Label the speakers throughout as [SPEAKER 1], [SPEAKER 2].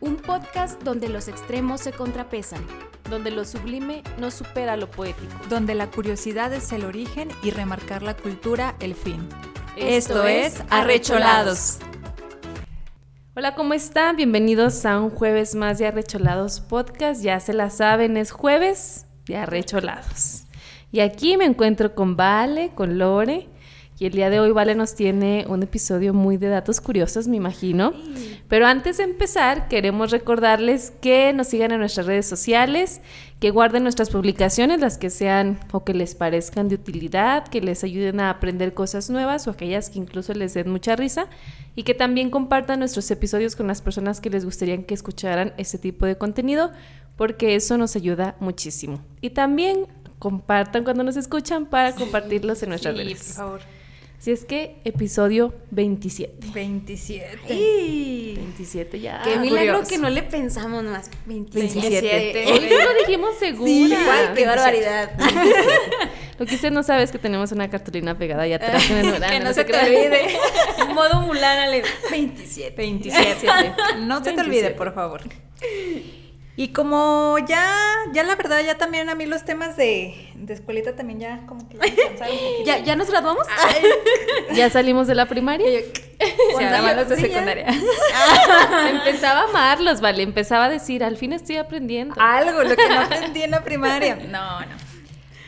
[SPEAKER 1] un podcast donde los extremos se contrapesan,
[SPEAKER 2] donde lo sublime no supera lo poético,
[SPEAKER 3] donde la curiosidad es el origen y remarcar la cultura el fin.
[SPEAKER 1] Esto es Arrecholados.
[SPEAKER 2] Hola, ¿cómo están? Bienvenidos a un jueves más de Arrecholados Podcast. Ya se la saben, es jueves de Arrecholados. Y aquí me encuentro con Vale, con Lore. Y el día de hoy Vale nos tiene un episodio muy de datos curiosos, me imagino. Pero antes de empezar, queremos recordarles que nos sigan en nuestras redes sociales, que guarden nuestras publicaciones, las que sean o que les parezcan de utilidad, que les ayuden a aprender cosas nuevas o aquellas que incluso les den mucha risa, y que también compartan nuestros episodios con las personas que les gustaría que escucharan este tipo de contenido, porque eso nos ayuda muchísimo. Y también compartan cuando nos escuchan para compartirlos en nuestras redes.
[SPEAKER 3] por favor.
[SPEAKER 2] Si es que episodio 27.
[SPEAKER 3] 27.
[SPEAKER 1] ¡Qué
[SPEAKER 2] 27 ya.
[SPEAKER 1] milagro
[SPEAKER 3] curioso.
[SPEAKER 1] que no le pensamos más!
[SPEAKER 3] 27.
[SPEAKER 2] Hoy sí lo dijimos
[SPEAKER 1] Sí,
[SPEAKER 2] segura.
[SPEAKER 1] igual, ¡Qué barbaridad!
[SPEAKER 2] Lo que usted no sabe es que tenemos una cartulina pegada allá atrás en el verano.
[SPEAKER 1] que no se te
[SPEAKER 2] crean.
[SPEAKER 1] olvide. En modo mulana le 27.
[SPEAKER 3] 27. No se te
[SPEAKER 2] 27.
[SPEAKER 3] olvide, por favor. Y como ya, ya la verdad, ya también a mí los temas de, de escuelita también ya como que ya me cansaron un poquito.
[SPEAKER 1] ¿Ya, ¿Ya nos graduamos?
[SPEAKER 2] Ya salimos de la primaria.
[SPEAKER 3] Cuando
[SPEAKER 1] ahora
[SPEAKER 3] yo-
[SPEAKER 1] van los de
[SPEAKER 3] sí, ya.
[SPEAKER 1] secundaria.
[SPEAKER 2] Empezaba a amarlos, vale. Empezaba a decir, al fin estoy aprendiendo.
[SPEAKER 1] Ah,
[SPEAKER 3] Algo, lo que no aprendí en la primaria. No, no.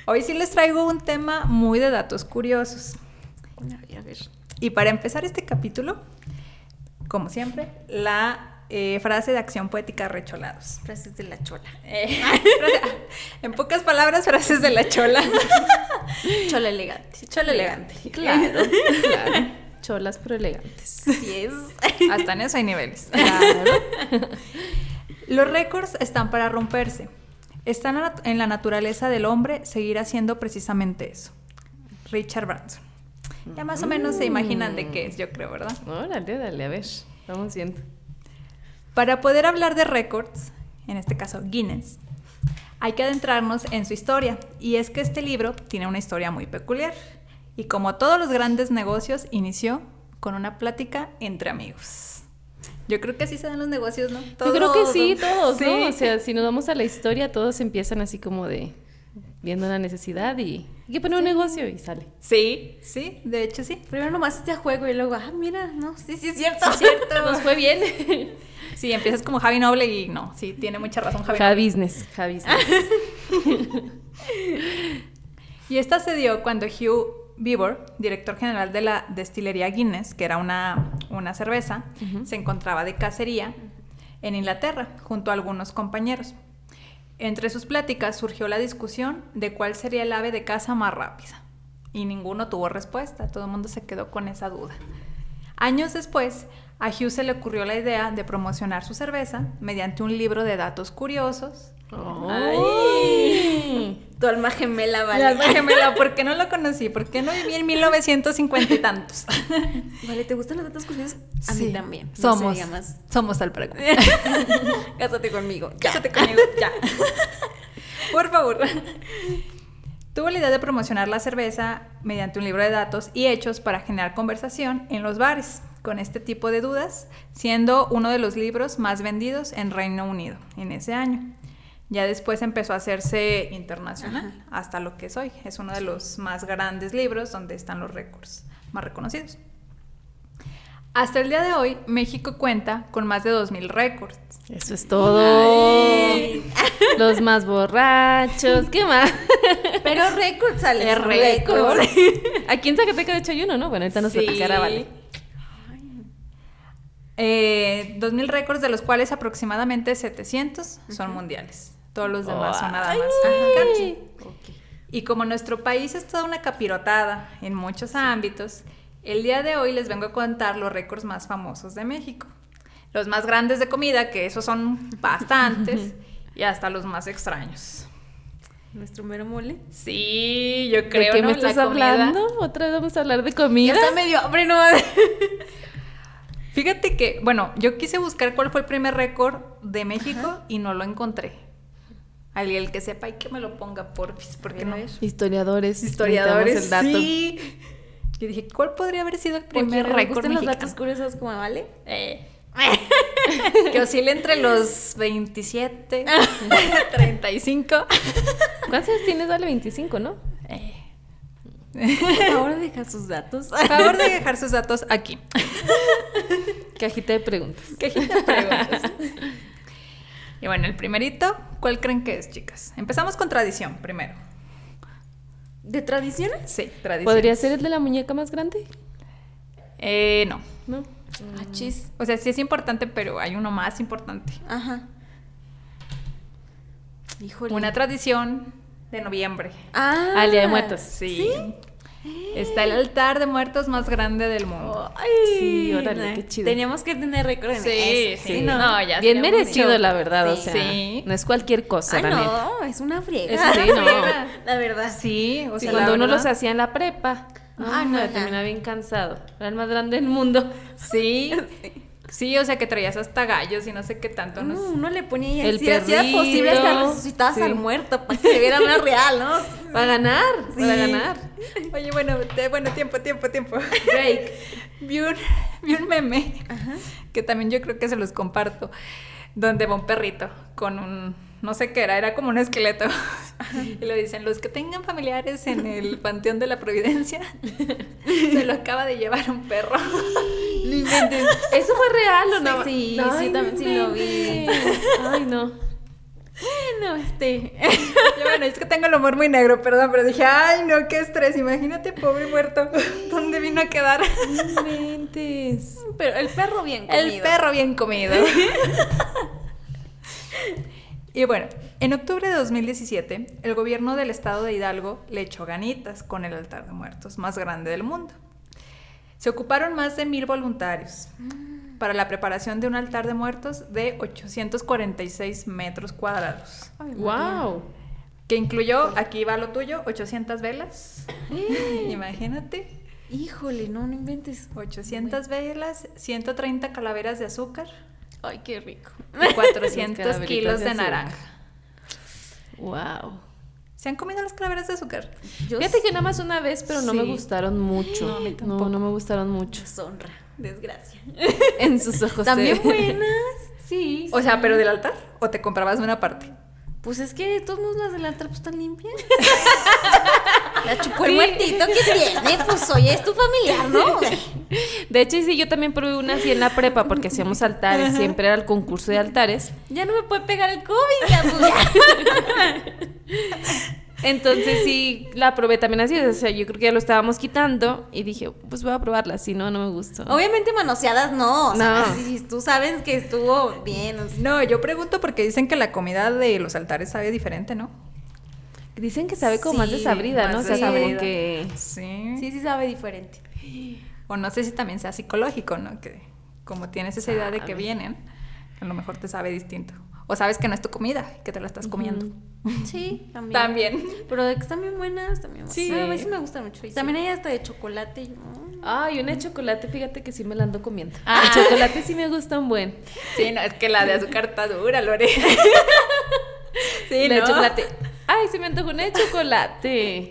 [SPEAKER 3] Hoy sí les traigo un tema muy de datos curiosos. Y para empezar este capítulo, como siempre, la eh, frase de acción poética recholados.
[SPEAKER 1] Frases de la chola.
[SPEAKER 3] Eh, frase- en pocas palabras, frases de la chola.
[SPEAKER 1] Chola elegante.
[SPEAKER 3] Chola elegante.
[SPEAKER 2] Claro, claro. Cholas pero elegantes.
[SPEAKER 1] Así es.
[SPEAKER 3] Hasta en eso hay niveles.
[SPEAKER 2] Claro.
[SPEAKER 3] Los récords están para romperse. Está en la nat- en la naturaleza del hombre seguir haciendo precisamente eso. Richard Branson. Ya más o menos se imaginan de qué es, yo creo, ¿verdad?
[SPEAKER 2] Órale, dale, a ver. Vamos viendo.
[SPEAKER 3] Para poder hablar de récords, en este caso Guinness, hay que adentrarnos en su historia. Y es que este libro tiene una historia muy peculiar. Y como todos los grandes negocios, inició con una plática entre amigos. Yo creo que así se dan los negocios, ¿no?
[SPEAKER 2] Yo creo que sí,
[SPEAKER 3] Todo-
[SPEAKER 2] todos,
[SPEAKER 3] Sí.
[SPEAKER 2] ¿no? O sea, si nos vamos a la historia, todos empiezan así como de viendo la necesidad y hay que poner un negocio y sale.
[SPEAKER 3] Sí, sí, de hecho sí.
[SPEAKER 1] Primero nomás este juego y luego, ah, mira, no, sí, sí es cierto.
[SPEAKER 2] Nos fue bien.
[SPEAKER 3] Sí, empiezas como Javi Noble y no, sí, tiene mucha razón Javi. Noble.
[SPEAKER 2] Javisnes, Javisnes.
[SPEAKER 3] Y esta se dio cuando Hugh Beaver, director general de la destilería Guinness, que era una, una cerveza, se encontraba de cacería en Inglaterra junto a algunos compañeros. Entre sus pláticas surgió la discusión de cuál sería el ave de caza más rápida. Y ninguno tuvo respuesta, todo el mundo se quedó con esa duda. Años después, a Hugh se le ocurrió la idea de promocionar su cerveza mediante un libro de datos curiosos
[SPEAKER 2] Ay.
[SPEAKER 1] Tu alma gemela,
[SPEAKER 3] Vale.
[SPEAKER 1] vale.
[SPEAKER 3] gemela, ¿por qué no lo conocí? ¿Por qué no viví en 1950 y tantos?
[SPEAKER 1] Vale, ¿te gustan los datos curiosos? A mí también. No
[SPEAKER 3] Somos.
[SPEAKER 1] se diga más.
[SPEAKER 3] Somos tal para
[SPEAKER 1] Cásate conmigo. Ya.
[SPEAKER 3] Cásate conmigo, ya. Por favor. Tuvo la idea de promocionar la cerveza mediante un libro de datos y hechos para generar conversación en los bares con este tipo de dudas, siendo uno de los libros más vendidos en Reino Unido en ese año. Ya después empezó a hacerse internacional hasta lo que es hoy. Es uno de los más grandes libros donde están los récords más reconocidos. Hasta el día de hoy, México cuenta con más de 2.000 récords.
[SPEAKER 2] Eso es todo. Los más borrachos, ¿qué más?
[SPEAKER 1] Pero récords sale.
[SPEAKER 2] Es récord. Aquí en Zacatecas de hecho hay uno, ¿no? Bueno, ahorita nos
[SPEAKER 1] Sí.
[SPEAKER 2] platicará, vale.
[SPEAKER 3] Eh, 2.000 récords, de los cuales aproximadamente 700 son mundiales. Todos los demás son nada más. mexicanos. Y como nuestro país es toda una capirotada en muchos ámbitos, el día de hoy les vengo a contar los récords más famosos de México. Los más grandes de comida, que esos son bastantes, y hasta los más extraños.
[SPEAKER 1] Nuestro mero mole.
[SPEAKER 3] Sí, yo
[SPEAKER 2] ¿De
[SPEAKER 3] creo
[SPEAKER 2] qué
[SPEAKER 3] ¿no?
[SPEAKER 2] me
[SPEAKER 3] La
[SPEAKER 2] estás
[SPEAKER 3] comida.
[SPEAKER 2] hablando? ¿Otra vez vamos a hablar de
[SPEAKER 1] Ya
[SPEAKER 2] comida?
[SPEAKER 1] está medio hambre, no
[SPEAKER 3] Fíjate que, bueno, yo quise buscar cuál fue el primer récord de México y no lo encontré. Alguien el que sepa y que me lo ponga, porfis, porque no.
[SPEAKER 2] Historiadores.
[SPEAKER 3] Historiadores,
[SPEAKER 2] necesitamos el dato.
[SPEAKER 3] sí. Yo dije, ¿cuál podría haber sido el
[SPEAKER 1] Primer
[SPEAKER 3] primer
[SPEAKER 1] récord.
[SPEAKER 3] récord Eh.
[SPEAKER 1] gustan los
[SPEAKER 3] mexicano?
[SPEAKER 1] datos curiosos como vale?
[SPEAKER 3] Eh,
[SPEAKER 1] Que oscila entre los 27, 35.
[SPEAKER 2] ¿Cuántos años tienes? Vale 25, ¿no?
[SPEAKER 3] Eh,
[SPEAKER 1] Por favor, deja sus datos.
[SPEAKER 3] Favor de dejar sus datos aquí.
[SPEAKER 2] Cajita de preguntas.
[SPEAKER 3] Cajita de preguntas. Y bueno, el primerito, ¿cuál creen que es, chicas? Empezamos con tradición primero.
[SPEAKER 1] ¿De tradiciones?
[SPEAKER 3] Sí, tradición.
[SPEAKER 2] ¿Podría ser el de la muñeca más grande?
[SPEAKER 3] Eh, no.
[SPEAKER 2] No.
[SPEAKER 1] Ah, chis.
[SPEAKER 3] O sea, sí es importante, pero hay uno más importante.
[SPEAKER 1] Ajá. Híjole.
[SPEAKER 3] Una tradición de noviembre.
[SPEAKER 1] Ah.
[SPEAKER 2] Al Día de Muertos.
[SPEAKER 3] Sí. Oh. Está el altar de muertos más grande del mundo.
[SPEAKER 1] Ay,
[SPEAKER 2] Sí, órale, qué chido.
[SPEAKER 1] Teníamos que tener récord en
[SPEAKER 3] Sí,
[SPEAKER 1] eso,
[SPEAKER 3] sí. No, ya
[SPEAKER 2] Bien
[SPEAKER 3] sería
[SPEAKER 2] merecido,
[SPEAKER 3] mucho.
[SPEAKER 2] la verdad, o
[SPEAKER 1] Sí.
[SPEAKER 2] sea.
[SPEAKER 3] Sí.
[SPEAKER 2] No es cualquier cosa,
[SPEAKER 1] Ah,
[SPEAKER 2] la neta.
[SPEAKER 1] no, es una friega.
[SPEAKER 2] Es- sí, no.
[SPEAKER 1] La verdad.
[SPEAKER 3] Sí, o sea,
[SPEAKER 2] Cuando
[SPEAKER 3] la
[SPEAKER 2] uno
[SPEAKER 3] verdad-
[SPEAKER 2] los hacía en la prepa.
[SPEAKER 1] Ah,
[SPEAKER 2] Ah,
[SPEAKER 1] no,
[SPEAKER 2] no,
[SPEAKER 1] ajá.
[SPEAKER 2] terminaba bien cansado. Era el más grande del mundo.
[SPEAKER 3] Sí. Ah. Sí, o sea, que traías hasta gallos y no sé qué tanto. no
[SPEAKER 1] No,
[SPEAKER 3] sé.
[SPEAKER 1] mm, uno le ponía
[SPEAKER 2] El
[SPEAKER 1] el si era
[SPEAKER 2] perrito.
[SPEAKER 1] posible hasta resucitabas
[SPEAKER 2] Sí.
[SPEAKER 1] al muerto para que se viera más real, ¿no?
[SPEAKER 2] Para ganar, para
[SPEAKER 1] Sí.
[SPEAKER 2] ganar.
[SPEAKER 3] Oye, bueno, te- bueno, tiempo, tiempo, tiempo.
[SPEAKER 1] Break.
[SPEAKER 3] Vi un, vi un meme que también yo creo que se los comparto, donde va un perrito con un, no sé qué era, era como un esqueleto. Y le dicen, los que tengan familiares en el Panteón de la Providencia, se lo acaba de llevar un perro.
[SPEAKER 2] ¿Eso fue real o no?
[SPEAKER 1] Sí, sí,
[SPEAKER 2] Ay,
[SPEAKER 1] sí, también
[SPEAKER 2] no
[SPEAKER 1] sí lo vi.
[SPEAKER 2] inventes. Ay, no.
[SPEAKER 1] Bueno, este.
[SPEAKER 3] Yo, bueno, es que tengo el humor muy negro, perdón, pero dije, ay, no, qué estrés, imagínate, pobre muerto, ¿dónde vino a quedar?
[SPEAKER 2] Inventes.
[SPEAKER 1] Pero el perro bien comido.
[SPEAKER 3] El perro bien comido. y bueno, en octubre de 2017, el gobierno del estado de Hidalgo le echó ganitas con el altar de muertos más grande del mundo. Se ocuparon más de mil voluntarios
[SPEAKER 1] Mm.
[SPEAKER 3] para la preparación de un altar de muertos de 846 metros cuadrados,
[SPEAKER 1] Ay, María.
[SPEAKER 2] Wow.
[SPEAKER 3] que incluyó, aquí va lo tuyo, 800 velas.
[SPEAKER 1] ¡Eh!
[SPEAKER 3] Imagínate.
[SPEAKER 1] Híjole, no, no inventes.
[SPEAKER 3] 800 velas, 130 calaveras de azúcar
[SPEAKER 1] Ay, qué rico.
[SPEAKER 3] y 400
[SPEAKER 2] calaveritas
[SPEAKER 3] kilos
[SPEAKER 2] de
[SPEAKER 3] de
[SPEAKER 2] azúcar.
[SPEAKER 3] naranja.
[SPEAKER 2] Wow.
[SPEAKER 3] ¿Se han comido las calaveras de azúcar?
[SPEAKER 1] Yo
[SPEAKER 2] Fíjate que nada más una vez, pero no me
[SPEAKER 3] Sí.
[SPEAKER 2] gustaron mucho.
[SPEAKER 1] No, a mí
[SPEAKER 2] No,
[SPEAKER 1] tampoco.
[SPEAKER 2] no me gustaron mucho.
[SPEAKER 1] Deshonra, desgracia.
[SPEAKER 2] En sus ojos.
[SPEAKER 1] También
[SPEAKER 2] se-
[SPEAKER 1] buenas. Sí.
[SPEAKER 3] O sea, pero del altar. ¿O te comprabas una parte?
[SPEAKER 1] Pues es que de todos modos las del altar pues están limpias. La chupó el
[SPEAKER 2] Sí.
[SPEAKER 1] muertito que tiene, pues oye, es tu familiar, ¿no?
[SPEAKER 2] De hecho, sí, yo también probé una así en la prepa porque hacíamos altares, siempre era el concurso de altares.
[SPEAKER 1] Ya no me puede pegar el COVID, ya, pues, ya.
[SPEAKER 2] Entonces sí, la probé también así, o sea, yo creo que ya lo estábamos quitando y dije, pues voy a probarla, si no, no me gustó.
[SPEAKER 1] Obviamente manoseadas no. O sea,
[SPEAKER 2] No.
[SPEAKER 1] si tú sabes que estuvo bien. o sea,
[SPEAKER 3] No, yo pregunto porque dicen que la comida de los altares sabe diferente, ¿no?
[SPEAKER 2] Dicen que sabe como más
[SPEAKER 1] Sí,
[SPEAKER 2] desabrida, ¿no?
[SPEAKER 1] más
[SPEAKER 2] o sea, sabe
[SPEAKER 1] desabrida.
[SPEAKER 2] que...
[SPEAKER 3] Sí.
[SPEAKER 1] sí, sí sabe diferente.
[SPEAKER 3] O no sé si también sea psicológico, ¿no? Que como tienes esa idea de que
[SPEAKER 2] Sabe.
[SPEAKER 3] vienen, a lo mejor te sabe distinto. O sabes que no es tu comida, que te la estás comiendo.
[SPEAKER 1] Sí, también.
[SPEAKER 3] También.
[SPEAKER 1] Pero de que están bien buenas, también. buenas.
[SPEAKER 2] Sí.
[SPEAKER 1] Ah, A mí sí me gustan mucho. Y también hay hasta de chocolate. y- mm.
[SPEAKER 2] Ay, una de chocolate, fíjate que sí me la ando comiendo.
[SPEAKER 3] Ah.
[SPEAKER 2] El chocolate sí me gusta un buen.
[SPEAKER 3] Sí, no, es que la de azúcar está dura, Lore. sí,
[SPEAKER 2] la de
[SPEAKER 3] ¿no?
[SPEAKER 2] chocolate. Ay, se me antojó una de chocolate.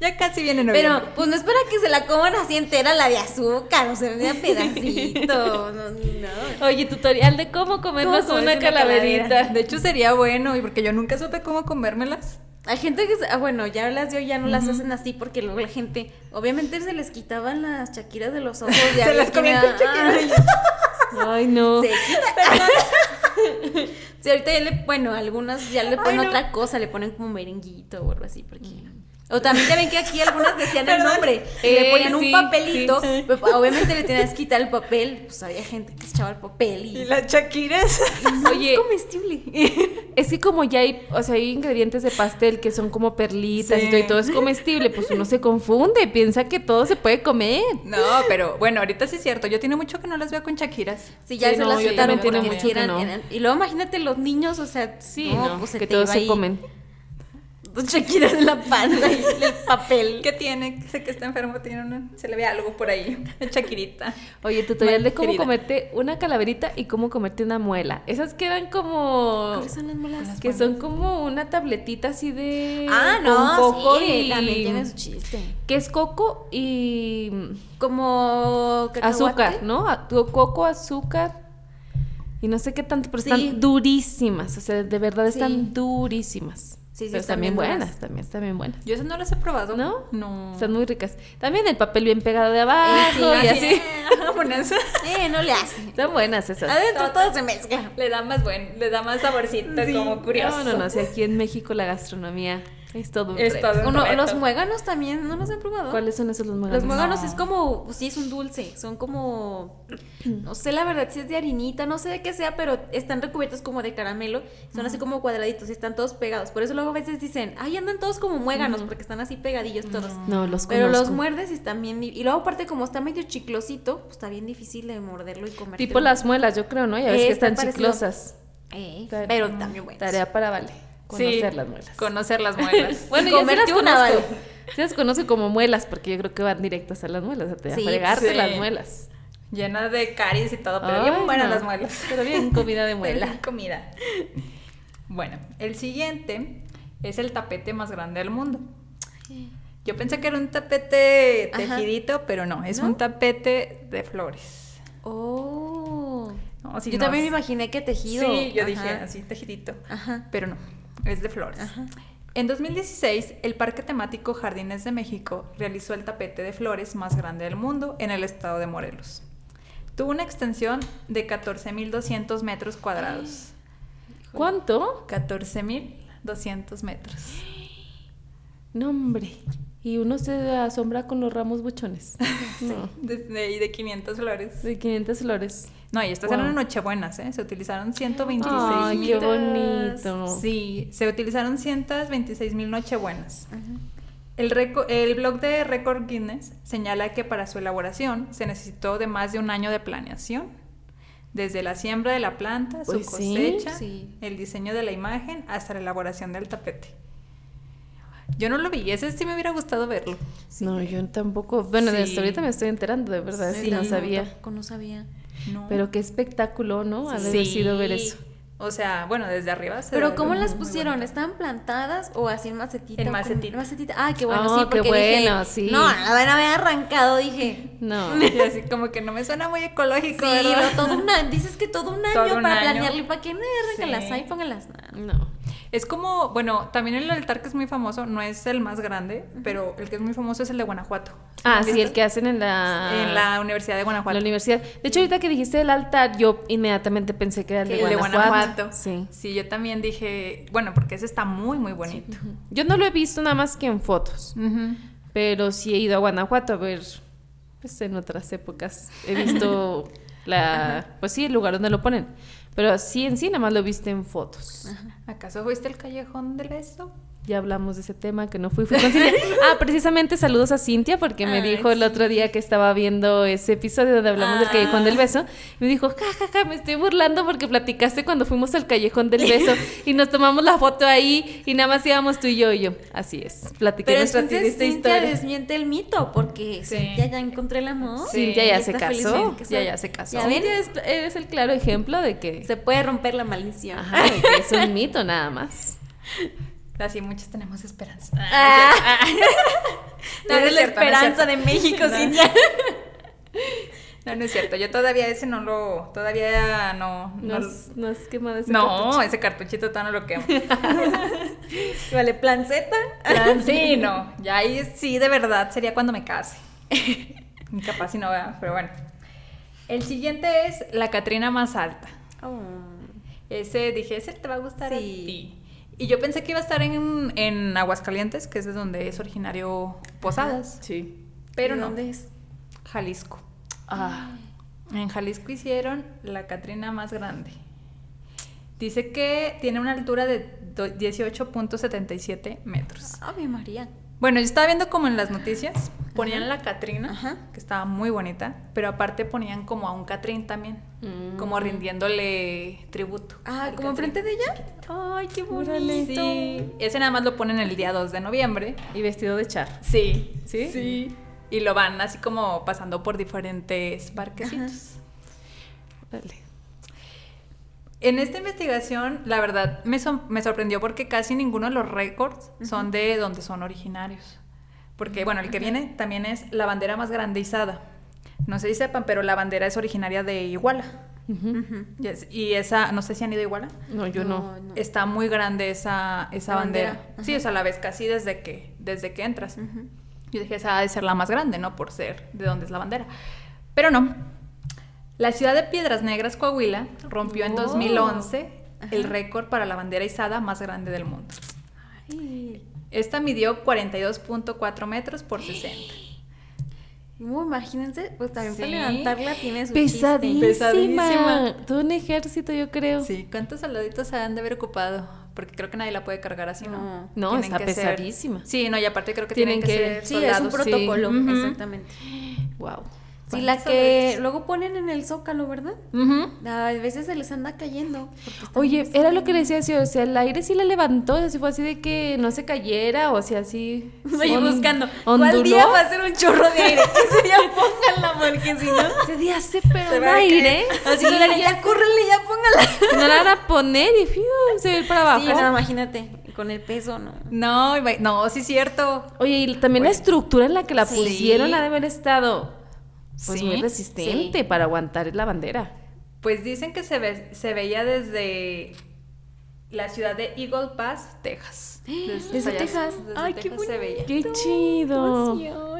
[SPEAKER 3] Ya casi viene noviembre.
[SPEAKER 1] Pero pues no es para que se la coman así entera la de azúcar, o sea, de a pedacitos. No, no.
[SPEAKER 2] Oye, tutorial de cómo comernos
[SPEAKER 1] ¿Cómo
[SPEAKER 2] una
[SPEAKER 1] comerse una
[SPEAKER 2] calaverita.
[SPEAKER 1] calavera?
[SPEAKER 3] De hecho, sería bueno, y porque yo nunca supe cómo comérmelas.
[SPEAKER 1] Hay gente que, se- ah, bueno, ya las de hoy ya no las hacen así porque luego la gente, obviamente se les quitaban las chaquiras de los ojos. ya
[SPEAKER 3] Se
[SPEAKER 1] ves
[SPEAKER 3] las
[SPEAKER 1] que
[SPEAKER 3] comían
[SPEAKER 1] era,
[SPEAKER 3] con chaquiras.
[SPEAKER 1] "Ah,
[SPEAKER 2] Ay, no.
[SPEAKER 1] se quita". Sí, ahorita ya le, bueno, algunas ya le ponen
[SPEAKER 3] no.
[SPEAKER 1] otra cosa, le ponen como merenguito o algo así porque... O también ya ven que aquí algunas decían el
[SPEAKER 3] Perdón.
[SPEAKER 1] nombre, y
[SPEAKER 2] Mm. Eh,
[SPEAKER 1] le ponían
[SPEAKER 2] sí,
[SPEAKER 1] un papelito, pero obviamente le tenías que quitar el papel, pues había gente que se echaba el papel y...
[SPEAKER 3] Y las chaquiras.
[SPEAKER 2] Oye,
[SPEAKER 1] comestible.
[SPEAKER 2] Es que como ya hay, o sea, hay ingredientes de pastel que son como perlitas
[SPEAKER 3] Sí.
[SPEAKER 2] y, todo, y todo es comestible, pues uno se confunde, piensa que todo se puede comer.
[SPEAKER 3] No, pero bueno, ahorita sí es cierto. Yo tiene mucho que no las veo con Chakiras.
[SPEAKER 1] Sí, ya
[SPEAKER 2] Sí,
[SPEAKER 1] se
[SPEAKER 2] no,
[SPEAKER 1] las
[SPEAKER 2] yo
[SPEAKER 1] quitaron
[SPEAKER 2] también
[SPEAKER 1] porque
[SPEAKER 2] tengo
[SPEAKER 1] sí
[SPEAKER 2] mucho que
[SPEAKER 1] eran,
[SPEAKER 2] no.
[SPEAKER 1] eran- Y luego imagínate los niños, o sea, sí, no, pues se
[SPEAKER 2] que
[SPEAKER 1] te
[SPEAKER 2] todos
[SPEAKER 1] iba
[SPEAKER 2] se
[SPEAKER 1] ahí
[SPEAKER 2] comen.
[SPEAKER 1] Dos chaquiras en la panza y el papel.
[SPEAKER 3] ¿Qué tiene? Sé que está enfermo, tiene una, se le ve algo por ahí. Una Chaquirita.
[SPEAKER 2] Oye, tutorial de cómo
[SPEAKER 3] Querida.
[SPEAKER 2] comerte una calaverita y cómo comerte una muela. Esas que eran como...
[SPEAKER 1] ¿Cuáles son las molas?
[SPEAKER 2] Que son como una tabletita así de...
[SPEAKER 1] Ah, no,
[SPEAKER 2] con coco
[SPEAKER 1] sí,
[SPEAKER 2] y-
[SPEAKER 1] también tiene su chiste.
[SPEAKER 2] Que es coco y...
[SPEAKER 1] Como cacahuate.
[SPEAKER 2] Azúcar, ¿no? A- Coco, azúcar. Y no sé qué tanto, pero
[SPEAKER 1] Sí.
[SPEAKER 2] están durísimas. O sea, de verdad están
[SPEAKER 1] Sí.
[SPEAKER 2] durísimas.
[SPEAKER 1] Sí, sí,
[SPEAKER 2] pero
[SPEAKER 1] están
[SPEAKER 2] están bien
[SPEAKER 1] bien duras.
[SPEAKER 2] buenas, también están bien buenas.
[SPEAKER 3] Yo esas no las he probado.
[SPEAKER 2] ¿No?
[SPEAKER 3] No.
[SPEAKER 2] Están muy ricas. También el papel bien pegado de abajo
[SPEAKER 1] Eh, sí,
[SPEAKER 2] y
[SPEAKER 1] así
[SPEAKER 2] así.
[SPEAKER 3] Ponerse-
[SPEAKER 1] Eh, no le hace.
[SPEAKER 2] Están buenas esas.
[SPEAKER 1] Adentro todo se mezcla.
[SPEAKER 3] Le da más buen, le da más saborcito,
[SPEAKER 1] Sí.
[SPEAKER 3] como curioso.
[SPEAKER 2] No, no, no. si aquí en México la gastronomía es todo un
[SPEAKER 3] Es
[SPEAKER 2] reto.
[SPEAKER 3] todo.
[SPEAKER 1] Uno,
[SPEAKER 3] Reto.
[SPEAKER 1] los muéganos también, ¿no los han probado?
[SPEAKER 2] ¿Cuáles son esos los muéganos?
[SPEAKER 1] Los muéganos
[SPEAKER 3] No.
[SPEAKER 1] es como, pues, sí, es un dulce, son como, no sé la verdad si es de harinita, no sé de qué sea, pero están recubiertos como de caramelo, son así como cuadraditos y están todos pegados. Por eso luego a veces dicen, ay, andan todos como muéganos, porque están así pegadillos todos.
[SPEAKER 2] No, los
[SPEAKER 1] Pero los
[SPEAKER 2] conozco.
[SPEAKER 1] muerdes y están bien, di- y luego aparte como está medio chiclosito, pues está bien difícil de morderlo y comer.
[SPEAKER 2] Tipo las muelas, yo creo, ¿no? Ya ves
[SPEAKER 1] Eh,
[SPEAKER 2] que
[SPEAKER 1] está
[SPEAKER 2] están
[SPEAKER 1] parecido.
[SPEAKER 2] chiclosas. Tarea-
[SPEAKER 1] Eh, pero también buenos.
[SPEAKER 2] Tarea para Vale. Conocer las muelas.
[SPEAKER 3] Conocer las muelas.
[SPEAKER 2] Bueno,
[SPEAKER 1] Y
[SPEAKER 2] yo sí las
[SPEAKER 1] comerte una,
[SPEAKER 2] conozco.
[SPEAKER 1] Vale.
[SPEAKER 2] Sí las conozco como muelas, porque yo creo que van directas a las muelas, o sea, te- a
[SPEAKER 1] Sí,
[SPEAKER 2] fregarte
[SPEAKER 3] sí.
[SPEAKER 2] las muelas.
[SPEAKER 3] Llena de caries y todo, pero bien
[SPEAKER 2] Ay,
[SPEAKER 3] buenas
[SPEAKER 2] no.
[SPEAKER 3] las muelas.
[SPEAKER 2] Pero bien comida de
[SPEAKER 3] Pero
[SPEAKER 2] muela.
[SPEAKER 3] bien comida. Bueno, el siguiente es el tapete más grande del mundo. Yo pensé que era un tapete
[SPEAKER 1] Ajá.
[SPEAKER 3] tejidito, pero no, es un tapete de flores.
[SPEAKER 1] Oh.
[SPEAKER 3] No, si
[SPEAKER 1] yo
[SPEAKER 3] no
[SPEAKER 1] también me
[SPEAKER 3] es-
[SPEAKER 1] imaginé que tejido.
[SPEAKER 3] Sí, yo dije
[SPEAKER 1] Ajá.
[SPEAKER 3] así, tejidito.
[SPEAKER 1] Ajá.
[SPEAKER 3] Pero no, es de flores.
[SPEAKER 1] Ajá.
[SPEAKER 3] En 2016, el Parque Temático Jardines de México realizó el tapete de flores más grande del mundo en el estado de Morelos. Tuvo una extensión de 14.200 metros cuadrados.
[SPEAKER 2] ¿Cuánto?
[SPEAKER 3] 14.200 metros.
[SPEAKER 2] No, hombre. Y uno se asombra con los ramos buchones. No.
[SPEAKER 3] De, y de 500 flores.
[SPEAKER 2] De 500 flores.
[SPEAKER 3] No, y estas
[SPEAKER 2] Wow.
[SPEAKER 3] eran nochebuenas, ¿eh? Se utilizaron 126
[SPEAKER 2] Ay, qué
[SPEAKER 1] mil.
[SPEAKER 2] bonito.
[SPEAKER 3] Sí, se utilizaron 126 mil nochebuenas.
[SPEAKER 1] Ajá.
[SPEAKER 3] El, reco- el blog de Record Guinness señala que para su elaboración se necesitó de más de un año de planeación, desde la siembra de la planta, su
[SPEAKER 2] Pues sí,
[SPEAKER 3] cosecha,
[SPEAKER 1] sí.
[SPEAKER 3] el diseño de la imagen, hasta la elaboración del tapete. Yo no lo vi, ese sí me hubiera gustado verlo.
[SPEAKER 2] No, yo tampoco. Bueno,
[SPEAKER 3] Sí.
[SPEAKER 2] desde ahorita me estoy enterando, de verdad,
[SPEAKER 3] Sí,
[SPEAKER 2] sí, no
[SPEAKER 3] no,
[SPEAKER 2] sabía.
[SPEAKER 1] Tampoco no sabía.
[SPEAKER 3] No.
[SPEAKER 2] Pero qué espectáculo, ¿no? Ha de haber
[SPEAKER 3] Sí.
[SPEAKER 2] sido ver eso.
[SPEAKER 3] O sea, bueno, desde arriba se ve
[SPEAKER 1] Pero ¿cómo
[SPEAKER 3] muy-
[SPEAKER 1] las
[SPEAKER 3] muy
[SPEAKER 1] pusieron?
[SPEAKER 3] bonito.
[SPEAKER 1] ¿Estaban plantadas o así en macetita?
[SPEAKER 3] En
[SPEAKER 1] ¿Cómo?
[SPEAKER 3] macetita.
[SPEAKER 1] macetita. Ah, qué bueno,
[SPEAKER 2] Oh,
[SPEAKER 1] sí, porque
[SPEAKER 2] qué bueno,
[SPEAKER 1] dije,
[SPEAKER 2] sí.
[SPEAKER 1] No, la van a haber arrancado, dije.
[SPEAKER 2] No.
[SPEAKER 3] Y así como que no me suena muy ecológico,
[SPEAKER 1] Sí,
[SPEAKER 3] ¿verdad?
[SPEAKER 1] pero todo un año, dices que todo un año
[SPEAKER 3] Todo un
[SPEAKER 1] para
[SPEAKER 3] año.
[SPEAKER 1] planearlo y para qué no, arrancalas
[SPEAKER 3] Sí.
[SPEAKER 1] ahí, póngalas. No.
[SPEAKER 2] No.
[SPEAKER 3] Es como, bueno, también el altar que es muy famoso, no es el más grande, pero el que es muy famoso es el de Guanajuato.
[SPEAKER 2] Ah,
[SPEAKER 3] ¿Has
[SPEAKER 2] sí,
[SPEAKER 3] visto?
[SPEAKER 2] el que hacen en la,
[SPEAKER 3] En Ah. la Universidad de Guanajuato.
[SPEAKER 2] la universidad. De hecho, ahorita que dijiste del altar, yo inmediatamente pensé que era el de
[SPEAKER 3] El de
[SPEAKER 2] Guanajuato.
[SPEAKER 3] Guanajuato.
[SPEAKER 2] Sí.
[SPEAKER 3] Sí, yo también dije, bueno, porque ese está muy, muy bonito.
[SPEAKER 2] Yo no lo he visto nada más que en fotos,
[SPEAKER 3] Ujú.
[SPEAKER 2] pero sí he ido a Guanajuato a ver, pues en otras épocas he visto la, pues sí, el lugar donde lo ponen, pero sí en sí nada más lo viste en fotos.
[SPEAKER 3] ¿Acaso fuiste el callejón del beso?
[SPEAKER 2] Ya hablamos de ese tema que no fui, fui con Cintia. Ah, precisamente saludos a Cintia porque me
[SPEAKER 1] Ay, Ah.
[SPEAKER 2] dijo el otro día que estaba viendo ese episodio donde hablamos del Callejón del Beso. Y me dijo, jajaja, me estoy burlando porque platicaste cuando fuimos al Callejón del Beso y nos tomamos la foto ahí y nada más íbamos tú y yo y yo. Así es, platiqué
[SPEAKER 1] Pero
[SPEAKER 2] nuestra
[SPEAKER 1] entonces
[SPEAKER 2] triste
[SPEAKER 1] Cintia
[SPEAKER 2] historia.
[SPEAKER 1] desmiente el mito, porque
[SPEAKER 3] Sí.
[SPEAKER 1] Cintia ya encontró el amor.
[SPEAKER 3] Sí,
[SPEAKER 2] Cintia ya
[SPEAKER 1] y
[SPEAKER 2] se
[SPEAKER 1] está feliz
[SPEAKER 2] casó.
[SPEAKER 1] en casar.
[SPEAKER 3] Ya, ya se casó.
[SPEAKER 1] Ya ven,
[SPEAKER 2] Cintia es, eres el claro ejemplo de que,
[SPEAKER 1] se puede romper la maldición.
[SPEAKER 2] ajá, de que es un mito nada más.
[SPEAKER 3] Así Ah, muchos tenemos esperanza.
[SPEAKER 1] Ah.
[SPEAKER 3] No, no
[SPEAKER 1] Eres
[SPEAKER 3] es
[SPEAKER 1] la
[SPEAKER 3] cierto, no es
[SPEAKER 1] esperanza
[SPEAKER 3] cierto.
[SPEAKER 1] de México,
[SPEAKER 3] No.
[SPEAKER 1] Cintia.
[SPEAKER 3] No, no es cierto. Yo todavía ese no lo, todavía no,
[SPEAKER 2] No,
[SPEAKER 3] no,
[SPEAKER 2] es, no es quemado ese
[SPEAKER 3] no, ese cartuchito todavía no lo quemo.
[SPEAKER 1] Vale, plan Z.
[SPEAKER 3] Sí, no. Ya ahí sí, de verdad, sería cuando me case. Capaz si no, ¿verdad? pero bueno. El siguiente es la Catrina más alta.
[SPEAKER 1] Oh.
[SPEAKER 3] Ese dije, ese te va a gustar a
[SPEAKER 1] Sí.
[SPEAKER 3] ti. Y yo pensé que iba a estar en, en Aguascalientes, que es de donde es originario Posadas,
[SPEAKER 2] Sí.
[SPEAKER 3] pero
[SPEAKER 1] ¿De
[SPEAKER 3] no,
[SPEAKER 1] ¿Dónde es?
[SPEAKER 3] Jalisco.
[SPEAKER 2] Ah.
[SPEAKER 3] En Jalisco hicieron la Catrina más grande. Dice que tiene una altura de do- 18.77 metros.
[SPEAKER 1] Ave María.
[SPEAKER 3] Bueno, yo estaba viendo como en las noticias, ponían la Catrina,
[SPEAKER 1] Ajá.
[SPEAKER 3] que estaba muy bonita, pero aparte ponían como a un Catrín también,
[SPEAKER 2] Mm.
[SPEAKER 3] como rindiéndole tributo.
[SPEAKER 1] Ah,
[SPEAKER 3] al
[SPEAKER 1] ¿como
[SPEAKER 3] Catrín.
[SPEAKER 1] enfrente de ella? Ay, qué
[SPEAKER 2] Órale.
[SPEAKER 1] bonito.
[SPEAKER 3] Sí, ese nada más lo ponen el día 2 de noviembre.
[SPEAKER 2] Y vestido de charro.
[SPEAKER 3] Sí,
[SPEAKER 2] ¿Sí?
[SPEAKER 3] Sí. Y lo van así como pasando por diferentes parquecitos.
[SPEAKER 2] Dale.
[SPEAKER 3] En esta investigación, la verdad, me, sor- me sorprendió porque casi ninguno de los récords son de donde son originarios. Porque, bueno, el que viene también es la bandera más grande izada. No se dice, pero la bandera es originaria de Iguala.
[SPEAKER 2] Ujú.
[SPEAKER 3] Y es- Y esa, no sé si han ido a Iguala.
[SPEAKER 2] No, yo no.
[SPEAKER 1] No.
[SPEAKER 3] Está muy grande esa, esa
[SPEAKER 1] La
[SPEAKER 3] bandera.
[SPEAKER 1] bandera,
[SPEAKER 3] Sí, o sea, la ves casi desde que, desde que entras. Yo dije, esa ha de ser la más grande, ¿no? Por ser de donde es la bandera. Pero no. La ciudad de Piedras Negras, Coahuila, rompió en
[SPEAKER 2] Oh.
[SPEAKER 3] 2011 el
[SPEAKER 1] Ajá.
[SPEAKER 3] récord para la bandera izada más grande del mundo.
[SPEAKER 1] Ay,
[SPEAKER 3] Esta midió 42.4 metros por 60.
[SPEAKER 1] no, imagínense, pues también para
[SPEAKER 3] Sí.
[SPEAKER 1] levantarla tiene su
[SPEAKER 2] Pesadísima.
[SPEAKER 1] chiste.
[SPEAKER 3] Pesadísima.
[SPEAKER 2] Todo un ejército, yo creo.
[SPEAKER 3] Sí, ¿cuántos soldaditos han de haber ocupado? Porque creo que nadie la puede cargar así, ¿no?
[SPEAKER 1] No.
[SPEAKER 2] No,
[SPEAKER 3] Tienen
[SPEAKER 2] está
[SPEAKER 3] que ser-
[SPEAKER 2] pesadísima.
[SPEAKER 3] Sí, no, y aparte creo que tienen,
[SPEAKER 2] Tienen
[SPEAKER 3] que,
[SPEAKER 2] que-
[SPEAKER 3] ser
[SPEAKER 1] Sí, es un
[SPEAKER 3] soldados.
[SPEAKER 2] sí.
[SPEAKER 1] protocolo,
[SPEAKER 3] Ujú.
[SPEAKER 1] exactamente.
[SPEAKER 2] Wow.
[SPEAKER 1] Sí, la que luego ponen en el zócalo, ¿verdad?
[SPEAKER 3] Ujú.
[SPEAKER 1] A veces se les anda cayendo. porque están
[SPEAKER 2] Oye,
[SPEAKER 1] pesadas.
[SPEAKER 2] era lo que decía, sí, o sea, el aire sí la levantó, así fue así de que no se cayera, o sea, así.
[SPEAKER 1] Voy
[SPEAKER 2] on-
[SPEAKER 1] buscando.
[SPEAKER 2] onduló.
[SPEAKER 1] ¿Cuál día va a ser un chorro de aire? Ese día pónganla, porque si no.
[SPEAKER 2] Ese día hace pero
[SPEAKER 1] se
[SPEAKER 2] un
[SPEAKER 1] va a
[SPEAKER 2] aire.
[SPEAKER 1] caer. Así que la ya córrele, ya póngala.
[SPEAKER 2] No la van a poner y fiu, se va a ir para abajo.
[SPEAKER 1] Sí, o sea, imagínate, con el peso, ¿no?
[SPEAKER 3] No, iba- no, sí es cierto.
[SPEAKER 2] Oye, y también la estructura en la que la
[SPEAKER 3] Pues, Sí.
[SPEAKER 2] pusieron ha de haber estado pues
[SPEAKER 3] Sí,
[SPEAKER 2] muy resistente
[SPEAKER 1] sí.
[SPEAKER 2] para aguantar la bandera.
[SPEAKER 3] Pues dicen que se, ve- se veía desde la ciudad de Eagle Pass, Texas.
[SPEAKER 1] Desde
[SPEAKER 3] allá-
[SPEAKER 1] Texas.
[SPEAKER 3] desde
[SPEAKER 1] Ay, qué
[SPEAKER 3] Texas se veía.
[SPEAKER 2] ¡Qué chido!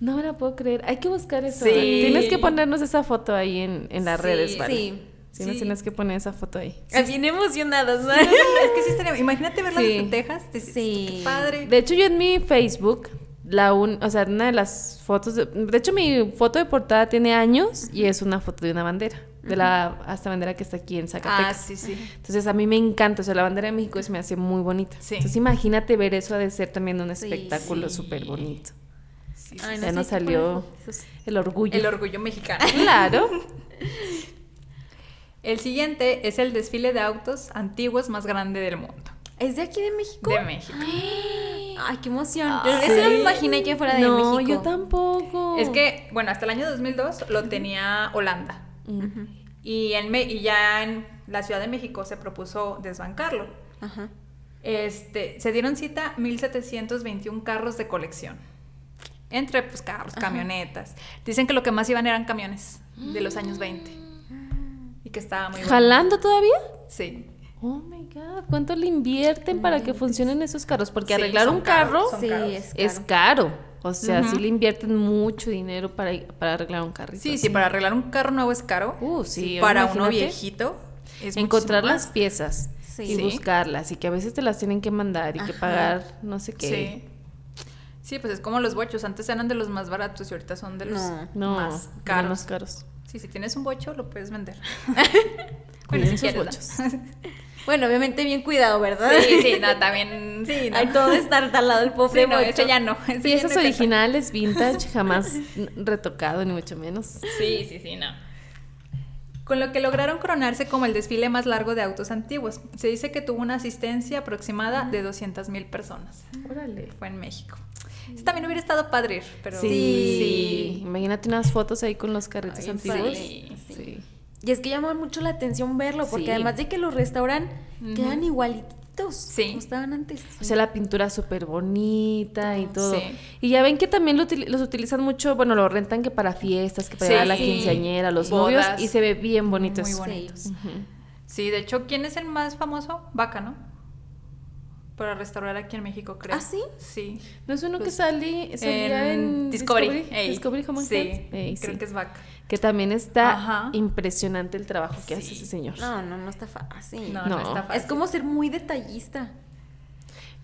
[SPEAKER 2] No me la puedo creer. Hay que buscar eso. Tienes que ponernos esa foto ahí en, en las
[SPEAKER 3] Sí,
[SPEAKER 2] redes, ¿vale?
[SPEAKER 1] sí,
[SPEAKER 2] Sí, nos
[SPEAKER 3] sí.
[SPEAKER 2] tienes que poner esa foto ahí.
[SPEAKER 1] Ah, Bien emocionadas, ¿no?
[SPEAKER 3] Sí, es que sí estaría. Imagínate verla
[SPEAKER 2] Sí.
[SPEAKER 3] desde Texas. dices,
[SPEAKER 1] Sí.
[SPEAKER 3] Qué padre.
[SPEAKER 2] De hecho, yo en mi Facebook, la un- o sea, una de las fotos, de, de hecho, mi foto de portada tiene años y es una foto de una bandera, de la hasta bandera que está aquí en
[SPEAKER 3] ah,
[SPEAKER 2] Zacatecas.
[SPEAKER 3] sí, sí.
[SPEAKER 2] Entonces, a mí me encanta, o sea, la bandera de México se me hace muy bonita.
[SPEAKER 3] Sí.
[SPEAKER 2] Entonces, imagínate ver eso ha de ser también un
[SPEAKER 1] Sí,
[SPEAKER 2] espectáculo
[SPEAKER 3] sí.
[SPEAKER 2] súper bonito.
[SPEAKER 3] sí, sí.
[SPEAKER 1] Ay,
[SPEAKER 2] Ya
[SPEAKER 1] sé,
[SPEAKER 2] nos
[SPEAKER 1] hay que
[SPEAKER 2] salió
[SPEAKER 1] poner fotos.
[SPEAKER 2] El orgullo.
[SPEAKER 3] El orgullo mexicano.
[SPEAKER 2] Claro.
[SPEAKER 3] El siguiente es el desfile de autos antiguos más grande del mundo.
[SPEAKER 1] ¿Es de aquí de México?
[SPEAKER 3] De México.
[SPEAKER 1] Ay, qué emoción.
[SPEAKER 3] Ah,
[SPEAKER 1] Pero eso no
[SPEAKER 3] sí.
[SPEAKER 1] me imaginé que fuera de
[SPEAKER 2] no,
[SPEAKER 1] México.
[SPEAKER 2] yo tampoco.
[SPEAKER 3] Es que, bueno, hasta el año 2002 lo tenía Holanda.
[SPEAKER 2] Ujú.
[SPEAKER 3] Y, en Me- y ya en la Ciudad de México se propuso desbancarlo.
[SPEAKER 1] Ajá.
[SPEAKER 3] Este, se dieron cita 1721 carros de colección. Entre pues carros, camionetas. Dicen que lo que más iban eran camiones de los años
[SPEAKER 2] Ah.
[SPEAKER 3] 20. Y que estaba muy bueno.
[SPEAKER 2] ¿Jalando todavía?
[SPEAKER 3] Sí.
[SPEAKER 2] Oh my God, ¿cuánto le invierten para que funcionen esos carros? Porque
[SPEAKER 3] Sí,
[SPEAKER 2] arreglar
[SPEAKER 3] son
[SPEAKER 2] un carro
[SPEAKER 3] caros, son
[SPEAKER 1] Sí,
[SPEAKER 3] caros.
[SPEAKER 1] es caro.
[SPEAKER 2] es caro. O sea,
[SPEAKER 3] Ujú.
[SPEAKER 2] sí le invierten mucho dinero para, para arreglar un carrito.
[SPEAKER 3] Sí, sí, para arreglar un carro nuevo es caro.
[SPEAKER 2] Uh, sí,
[SPEAKER 3] para
[SPEAKER 2] imagínate.
[SPEAKER 3] uno viejito es
[SPEAKER 2] Encontrar
[SPEAKER 3] muchísimo
[SPEAKER 2] las piezas
[SPEAKER 1] Sí.
[SPEAKER 2] y
[SPEAKER 3] Sí.
[SPEAKER 2] buscarlas y que a veces te las tienen que mandar y que
[SPEAKER 1] Ajá.
[SPEAKER 2] pagar no sé
[SPEAKER 3] más.
[SPEAKER 2] qué.
[SPEAKER 3] Sí. Sí, pues es como los bochos. Antes eran de los más baratos y ahorita son de los
[SPEAKER 1] No,
[SPEAKER 2] No,
[SPEAKER 3] más
[SPEAKER 2] eran
[SPEAKER 3] caros.
[SPEAKER 2] más caros.
[SPEAKER 3] Sí, si tienes un bocho, lo puedes vender.
[SPEAKER 2] Cuiden sus
[SPEAKER 3] ¿no?
[SPEAKER 2] bochos.
[SPEAKER 1] Bueno, obviamente bien cuidado, ¿verdad?
[SPEAKER 3] Sí, sí, no, también. Sí, no.
[SPEAKER 1] Hay todo estar talado el pobre
[SPEAKER 3] Sí, no,
[SPEAKER 1] bocho.
[SPEAKER 3] ese ya no. ese
[SPEAKER 2] Y
[SPEAKER 3] ya
[SPEAKER 2] esas
[SPEAKER 3] no te-
[SPEAKER 2] originales, vintage, jamás retocado, ni mucho menos.
[SPEAKER 3] Sí, sí, sí, no. Con lo que lograron coronarse como el desfile más largo de autos antiguos. Se dice que tuvo una asistencia aproximada de 200.000 personas.
[SPEAKER 2] Órale.
[SPEAKER 3] Fue en México. Eso también hubiera estado padre ir, pero.
[SPEAKER 2] Sí.
[SPEAKER 1] Sí.
[SPEAKER 2] Imagínate unas fotos ahí con los carritos
[SPEAKER 3] Ay,
[SPEAKER 2] antiguos.
[SPEAKER 3] sí.
[SPEAKER 2] sí.
[SPEAKER 1] Y es que llama mucho la atención verlo, porque
[SPEAKER 2] Sí.
[SPEAKER 1] además de que los restauran,
[SPEAKER 3] Ujú.
[SPEAKER 1] quedan igualititos.
[SPEAKER 3] Sí.
[SPEAKER 1] Como estaban antes.
[SPEAKER 2] O sea, la pintura súper bonita y todo.
[SPEAKER 3] Sí.
[SPEAKER 2] Y ya ven que también lo util- los utilizan mucho, bueno, lo rentan que para fiestas, que para
[SPEAKER 3] Sí.
[SPEAKER 2] llevar a la quinceañera, los
[SPEAKER 3] Bodas.
[SPEAKER 2] novios, y se ve bien bonito
[SPEAKER 3] Muy
[SPEAKER 2] eso.
[SPEAKER 3] bonitos.
[SPEAKER 2] Ujú.
[SPEAKER 3] Sí, de hecho, ¿quién es el más famoso? Vaca, ¿no? Para restaurar aquí en México, creo.
[SPEAKER 1] ¿Ah, sí?
[SPEAKER 3] Sí.
[SPEAKER 2] ¿No es uno que
[SPEAKER 3] Pues,
[SPEAKER 2] salí, salía en,
[SPEAKER 3] Discovery.
[SPEAKER 2] Discovery,
[SPEAKER 3] ey.
[SPEAKER 2] Discovery Home and
[SPEAKER 3] sí,
[SPEAKER 2] Health? Ey,
[SPEAKER 3] creo
[SPEAKER 2] sí.
[SPEAKER 3] que es Vaca.
[SPEAKER 2] Que también está
[SPEAKER 3] Ajá.
[SPEAKER 2] impresionante el trabajo que hace
[SPEAKER 3] Sí.
[SPEAKER 2] ese señor.
[SPEAKER 3] Ah.
[SPEAKER 1] No, no, no está fácil.
[SPEAKER 3] No, no,
[SPEAKER 2] No.
[SPEAKER 3] está fácil.
[SPEAKER 1] Mm. Es como ser muy detallista.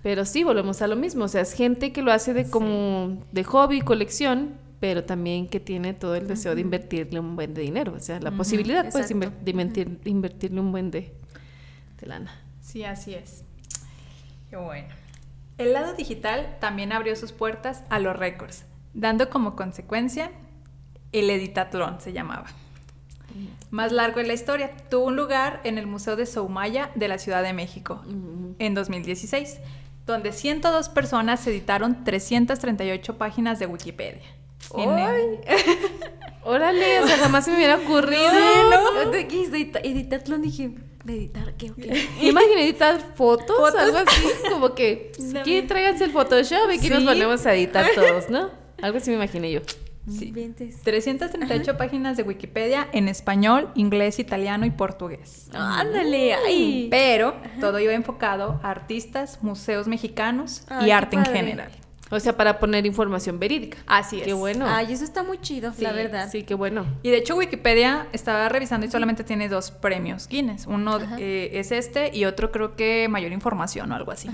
[SPEAKER 2] Pero sí, volvemos a lo mismo. O sea, es gente que lo hace de como de hobby, colección, pero también que tiene todo el deseo de invertirle un buen de dinero. O sea, la
[SPEAKER 3] Ujú,
[SPEAKER 2] posibilidad pues inver-
[SPEAKER 1] exacto.
[SPEAKER 2] de, mentir- de invertirle un buen de, de lana.
[SPEAKER 3] Sí, así es. Qué bueno. El lado digital también abrió sus puertas a los récords, dando como consecuencia el editatlón, se llamaba.
[SPEAKER 1] Mm.
[SPEAKER 3] Más largo es la historia. Tuvo un lugar en el Museo de Soumaya de la Ciudad de México
[SPEAKER 1] Mm.
[SPEAKER 2] Ujú.
[SPEAKER 3] en 2016, donde 102 personas editaron 338 páginas de Wikipedia. En-
[SPEAKER 1] ¡Ay!
[SPEAKER 2] Órale, o sea, jamás se me hubiera ocurrido.
[SPEAKER 1] Yo te quise edita- editarlo, dije, ¿meditar qué? o qué?
[SPEAKER 2] Yo Imaginé editar fotos,
[SPEAKER 3] Fotos.
[SPEAKER 2] algo así, como que
[SPEAKER 1] También.
[SPEAKER 2] aquí tráiganse el Photoshop y aquí nos
[SPEAKER 3] Sí.
[SPEAKER 2] volvemos a editar todos, ¿no? Algo así me imaginé yo.
[SPEAKER 3] Sí.
[SPEAKER 1] Inventes.
[SPEAKER 3] 338 páginas de Wikipedia en español, inglés, italiano y portugués.
[SPEAKER 1] Ándale, ay.
[SPEAKER 3] Mm. Pero todo iba enfocado a artistas, museos mexicanos y
[SPEAKER 1] Ay, qué
[SPEAKER 3] arte en
[SPEAKER 1] padre.
[SPEAKER 3] general.
[SPEAKER 2] O sea, para poner información verídica.
[SPEAKER 3] Así
[SPEAKER 2] Qué bueno.
[SPEAKER 1] Ay, eso está muy chido, la verdad.
[SPEAKER 2] Sí, qué bueno.
[SPEAKER 3] Y de hecho Wikipedia estaba revisando y solamente tiene dos premios Guinness. Uno eh, es este y otro creo que mayor información o algo así.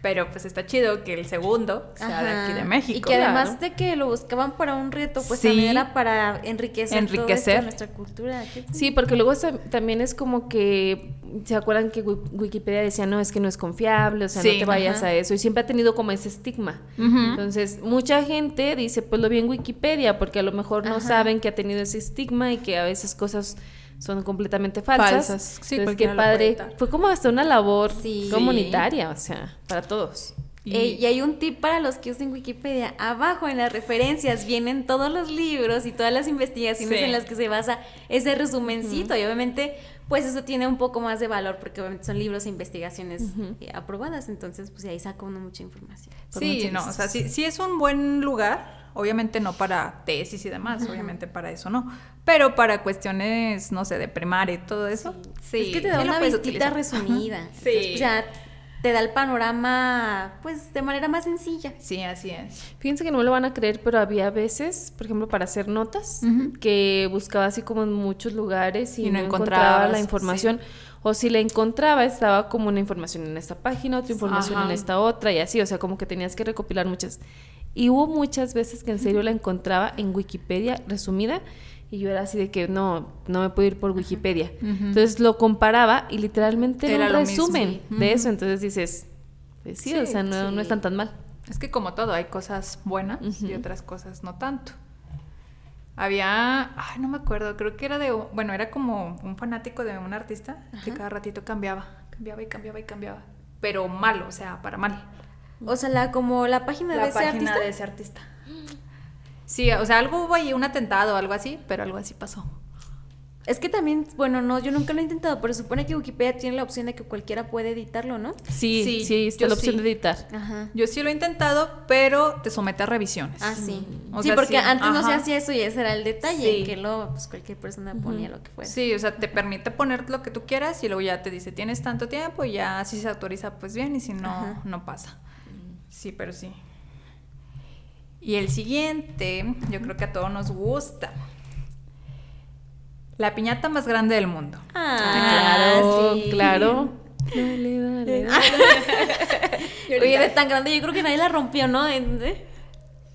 [SPEAKER 3] Pero pues está chido que el segundo sea de
[SPEAKER 1] Ajá.
[SPEAKER 3] aquí de México.
[SPEAKER 1] Y que además de que lo buscaban para un reto, pues
[SPEAKER 3] Sí.
[SPEAKER 1] también era para enriquecer, todo esto de
[SPEAKER 3] Enriquecer.
[SPEAKER 1] nuestra cultura. Qué
[SPEAKER 2] Sí, porque luego se- también es como que, ¿se acuerdan que Wi- Wikipedia decía, no, es que no es confiable, o sea,
[SPEAKER 3] Sí,
[SPEAKER 2] no te vayas
[SPEAKER 1] ajá.
[SPEAKER 2] a eso? Y siempre ha tenido como ese estigma. Entonces, mucha gente dice, pues lo vi en Wikipedia, porque a lo mejor no
[SPEAKER 1] Ajá.
[SPEAKER 2] saben que ha tenido ese estigma y que a veces cosas son completamente falsas.
[SPEAKER 3] Falsas. Sí,
[SPEAKER 2] Entonces,
[SPEAKER 3] cualquiera
[SPEAKER 2] qué
[SPEAKER 3] lo puede
[SPEAKER 2] padre.
[SPEAKER 3] editar.
[SPEAKER 2] Fue como hasta una labor
[SPEAKER 1] Sí.
[SPEAKER 2] comunitaria, o sea, para todos.
[SPEAKER 3] Y-
[SPEAKER 1] Ey, Eh, y hay un tip para los que usen Wikipedia. Abajo en las referencias vienen todos los libros y todas las investigaciones
[SPEAKER 3] Sí.
[SPEAKER 1] en las que se basa ese resumencito. Y obviamente, pues eso tiene un poco más de valor porque obviamente son libros e investigaciones eh, aprobadas. Entonces, pues de ahí saca uno mucha información.
[SPEAKER 2] por
[SPEAKER 3] Sí,
[SPEAKER 2] muchas
[SPEAKER 3] no, o
[SPEAKER 2] veces.
[SPEAKER 3] sea, sí, sí es un buen lugar, obviamente no para tesis y demás, obviamente para eso no, pero para cuestiones, no sé, de primaria y todo eso. Sí,
[SPEAKER 1] es que te da
[SPEAKER 3] sí lo
[SPEAKER 1] una
[SPEAKER 3] puedes
[SPEAKER 1] vistita
[SPEAKER 3] utilizar.
[SPEAKER 1] resumida.
[SPEAKER 3] Ajá.
[SPEAKER 1] Entonces,
[SPEAKER 3] Sí.
[SPEAKER 1] pues, ya te da el panorama, pues de manera más sencilla.
[SPEAKER 3] Sí, así es.
[SPEAKER 2] Fíjense que no me lo van a creer, pero había veces, por ejemplo, para hacer notas, que buscaba así como en muchos lugares y,
[SPEAKER 3] Y no
[SPEAKER 2] no, encontraba la
[SPEAKER 3] encontrabas,
[SPEAKER 2] información. O si la encontraba, estaba como una información en esta página, otra información
[SPEAKER 3] Ajá.
[SPEAKER 2] en esta otra y así. O sea, como que tenías que recopilar muchas. Y hubo muchas veces que en serio la encontraba en Wikipedia resumida y yo era así de que no, no me puedo ir por Wikipedia. Entonces lo comparaba y literalmente era,
[SPEAKER 3] Era
[SPEAKER 2] un
[SPEAKER 3] lo mismo.
[SPEAKER 2] resumen de eso. Entonces dices, pues sí, o
[SPEAKER 3] Sí,
[SPEAKER 2] sea, no,
[SPEAKER 1] sí.
[SPEAKER 2] no están tan mal.
[SPEAKER 3] Es que como todo, hay cosas buenas y
[SPEAKER 2] Ujú.
[SPEAKER 3] otras cosas no tanto. Había, ay, no me acuerdo, creo que era de, un- bueno, era como un fanático de un artista que cada ratito cambiaba, cambiaba y cambiaba y cambiaba, pero malo, o sea, para mal.
[SPEAKER 1] O sea, la, como la página de
[SPEAKER 3] la
[SPEAKER 1] ese
[SPEAKER 3] página
[SPEAKER 1] artista.
[SPEAKER 3] de ese artista. Sí, o sea, algo hubo ahí, un atentado o algo así, pero algo así pasó.
[SPEAKER 1] Es que también, bueno, no, yo nunca lo he intentado, pero supone que Wikipedia tiene la opción de que cualquiera puede editarlo, ¿no?
[SPEAKER 2] Sí,
[SPEAKER 3] Sí,
[SPEAKER 2] sí, está
[SPEAKER 3] yo
[SPEAKER 2] la opción
[SPEAKER 3] sí.
[SPEAKER 2] de editar.
[SPEAKER 1] Ajá.
[SPEAKER 3] Yo sí lo he intentado, pero te somete a revisiones.
[SPEAKER 1] Ah, sí.
[SPEAKER 3] O
[SPEAKER 1] sí,
[SPEAKER 3] sea,
[SPEAKER 1] porque
[SPEAKER 3] sí,
[SPEAKER 1] antes no se
[SPEAKER 3] ajá.
[SPEAKER 1] hacía eso y ese era el detalle,
[SPEAKER 3] Sí.
[SPEAKER 1] que luego pues, cualquier persona ponía lo que fuera.
[SPEAKER 3] Sí, o sea, te permite poner lo que tú quieras y luego ya te dice, tienes tanto tiempo y ya si se autoriza, pues bien, y si no,
[SPEAKER 1] Ajá.
[SPEAKER 3] no pasa. Sí, pero sí. Y el siguiente, yo creo que a todos nos gusta. La piñata más grande del mundo.
[SPEAKER 1] Ah,
[SPEAKER 2] Claro,
[SPEAKER 1] sí.
[SPEAKER 2] claro. Dale, dale, dale.
[SPEAKER 1] Oye, de tan grande, yo creo que nadie la rompió, ¿no? En- ¿eh?